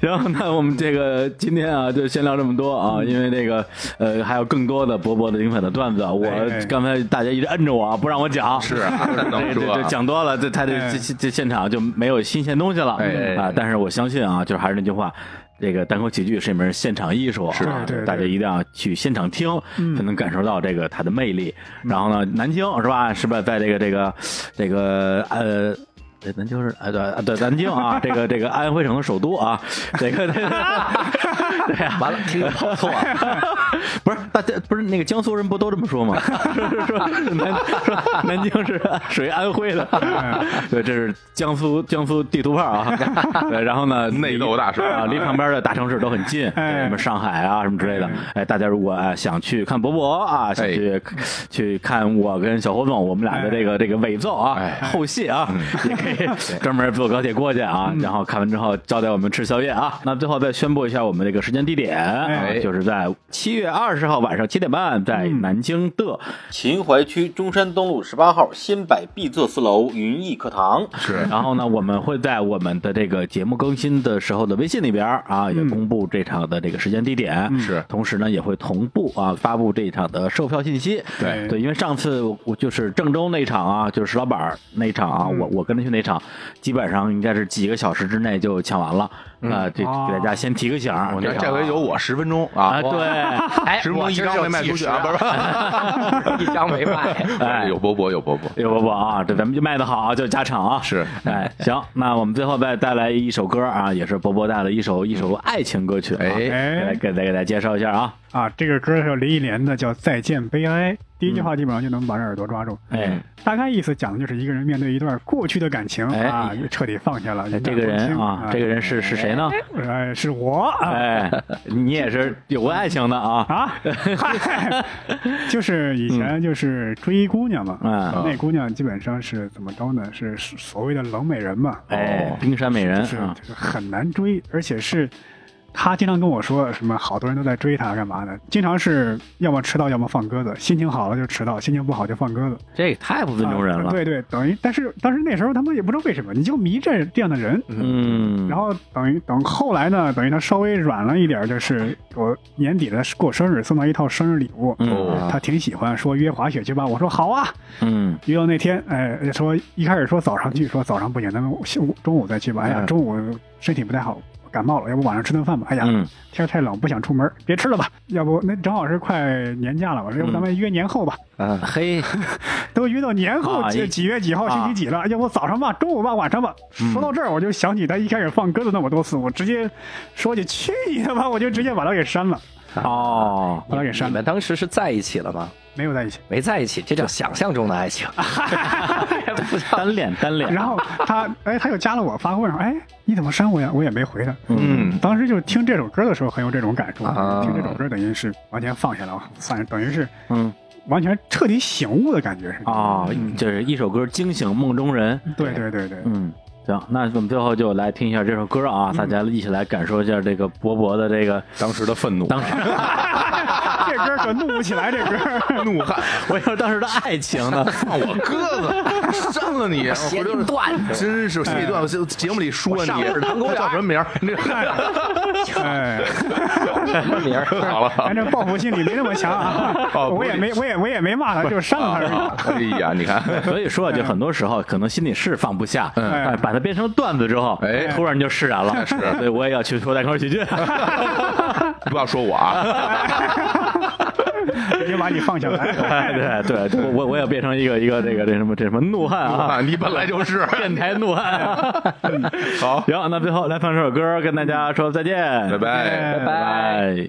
Speaker 1: 然后那我们这个今天啊，就先聊这么多啊，因为这个呃，还有更多的伯伯的精彩的段子啊，我
Speaker 4: 哎哎
Speaker 1: 刚才大家一直摁着我啊，不让我讲，是
Speaker 2: 能
Speaker 1: 这
Speaker 2: 说啊
Speaker 1: 这讲多了，这他这
Speaker 4: 哎
Speaker 1: 这这这现场就没有新鲜东西了
Speaker 2: 哎
Speaker 1: 啊！但是我相信啊，就是还是那句话。这个单口喜剧是一门现场艺术啊，
Speaker 4: 对对嗯
Speaker 1: 大家一定要去现场听，才能感受到这个它的魅力。然后呢，南京是吧？是吧？在这个这个这个呃对，咱就是哎对啊对南京啊，这个这个安徽省的首都啊，这个对 啊，
Speaker 3: 完了，听着跑错了。
Speaker 1: 不是大家不是那个江苏人不都这么说吗？ 说说说南说南京是属于安徽的，
Speaker 2: 嗯
Speaker 1: 对，这是江苏江苏地图炮 啊。对，然后呢，
Speaker 2: 内斗大师哎
Speaker 1: 啊，离旁边的大城市都很近，什么上海啊什么之
Speaker 2: 嗯
Speaker 1: 类的。哎，大家如果哎想去看博博啊，
Speaker 2: 哎
Speaker 1: 想去去看我跟小侯总我们俩的这
Speaker 2: 哎
Speaker 1: 个这个伪奏啊后戏啊， 也可以专门坐高铁过去啊，然后看完之后招待我们吃宵夜啊。那最后再宣布一下我们这个时间地点啊，就是在七月二。二十号晚上七点半，在南京的
Speaker 5: 秦淮区中山东路十八号新百 B 座四楼云逸课堂。
Speaker 2: 是，
Speaker 1: 然后呢，我们会在我们的这个节目更新的时候的微信里边啊，也公布这场的这个时间地点。
Speaker 2: 嗯是，
Speaker 1: 同时呢，也会同步啊发布这一场的售票信息。
Speaker 2: 对
Speaker 1: 对，因为上次我就是郑州那场啊，就是石老板那场啊，
Speaker 2: 嗯
Speaker 1: 我我跟他去那场，基本上应该是几个小时之内就抢完了。那这给大家先提个醒，
Speaker 2: 这回有嗯我十分钟啊，
Speaker 1: 啊对。
Speaker 3: 哎，
Speaker 2: 十分钟一张没卖出去啊！不
Speaker 3: 是，一张没 卖。
Speaker 1: 哎，
Speaker 2: 有波波，有波波，
Speaker 1: 有波波啊！这咱们就卖的好啊，就加场啊。
Speaker 2: 是，
Speaker 1: 哎，行，那我们最后再带来一首歌啊，也是波波带了一首一首爱情歌曲啊，
Speaker 2: 哎
Speaker 1: 来给再给大家介绍一下啊。
Speaker 4: 哎啊，这个歌是林忆莲的，叫《再见悲哀》。第一句话基本上就能把人耳朵抓住，
Speaker 1: 哎，
Speaker 4: 大概意思讲的就是一个人面对一段过去的感情啊，彻底放下了。
Speaker 1: 哎这个人啊，这个人是是谁呢？
Speaker 4: 哎，是我。
Speaker 1: 哎，你也是有过爱情的啊？
Speaker 4: 啊，嗨，就是以
Speaker 1: 嗯
Speaker 4: 前就是追姑娘嘛，那姑娘基本上是怎么着呢？是所谓的冷美人嘛，
Speaker 1: 哎，冰山美人
Speaker 4: 是很难追，而且是。他经常跟我说什么，好多人都在追他，干嘛的？经常是要么迟到，要么放鸽子。心情好了就迟到，心情不好就放鸽子。啊
Speaker 1: 这太不尊重人了。嗯
Speaker 4: 对对，等于但是但是那时候他们也不知道为什么，你就迷这这样的人。
Speaker 1: 嗯。
Speaker 4: 然后等于等后来呢，等于他稍微软了一点，就是我年底的过生日送他一套生日礼物，他挺喜欢，说约滑雪去吧。我说好啊。
Speaker 1: 嗯。
Speaker 4: 约到那天，哎，说一开始说早上去，说早上不行，咱们中午再去吧。哎呀，中午身体不太好。感冒了，要不晚上吃顿饭吧？哎呀，天太冷，不想出门，别吃了吧。要不那正好是快年假了，我说要不咱们约年后吧？
Speaker 2: 嗯
Speaker 3: 啊，嘿，
Speaker 4: 都约到年后几几月几号星期几了？要不早上吧，中午吧，晚上吧。说到这儿，我就想起他一开始放鸽子那么多次，我直接说起去你的吧，我就直接把他给删了。
Speaker 1: 哦，
Speaker 4: 把他给删了。
Speaker 3: 你们当时是在一起了吗？
Speaker 4: 没有在一起，
Speaker 3: 没在一起，这叫想象中的爱情，
Speaker 1: 单恋单恋。
Speaker 4: 然后他哎，他又加了我发个问号，哎，你怎么删我呀？我也没回他。
Speaker 2: 嗯，
Speaker 4: 当时就听这首歌的时候很有这种感受，
Speaker 1: 啊
Speaker 4: 听这首歌等于是完全放下了，算是等于是
Speaker 1: 嗯，
Speaker 4: 完全彻底醒悟的感觉是
Speaker 1: 啊，
Speaker 4: 嗯
Speaker 1: 就是一首歌惊醒梦中人。
Speaker 4: 对对对对，
Speaker 1: 嗯。行，那我们最后就来听一下这首歌啊，
Speaker 4: 嗯
Speaker 1: 大家一起来感受一下这个博博的这个
Speaker 2: 当时的愤怒，
Speaker 1: 当时。
Speaker 4: 这歌可怒不起来，这 歌
Speaker 2: 怒汉，
Speaker 1: 我说当时的爱情 呢，
Speaker 2: 放我鸽子，删了你，
Speaker 3: 写
Speaker 2: 回头
Speaker 3: 一段
Speaker 2: 真是写一段，我节目里说你，
Speaker 3: 上日坛公园
Speaker 2: 叫什么名 儿？那
Speaker 4: 哎，
Speaker 3: 什么名儿？
Speaker 2: 好了，
Speaker 4: 咱这报复心理没那么强啊，我也没，我也，我也没骂他，就是删了他。
Speaker 1: 啊
Speaker 2: 哎呀，你看，
Speaker 1: 所以说就很多时候可能心里是放不下，哎，把它变成段子之后，
Speaker 2: 哎
Speaker 1: 突然就释然了。
Speaker 2: 是
Speaker 1: 所以我也要去说单口喜剧。
Speaker 2: 不要说我 啊。
Speaker 4: 已经把你放下来。
Speaker 1: 哎，对对，我我也变成一个一个这个这什么这什么怒汉啊，
Speaker 2: 你本来就是
Speaker 1: 电台怒汉啊。
Speaker 2: 好，
Speaker 1: 行，那最后来放首歌，跟大家说再见，
Speaker 2: 拜拜。
Speaker 1: 拜拜。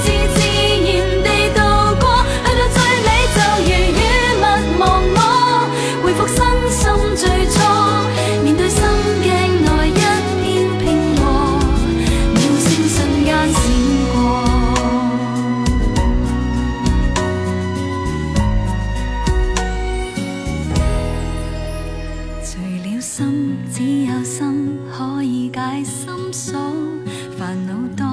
Speaker 7: 自自然地度过，去到最。你就如雨勿忘我，回復身心最初。面對心鏡內一片拼和，秒星瞬間閃過。除了心，只有心可以解心鎖，煩惱多。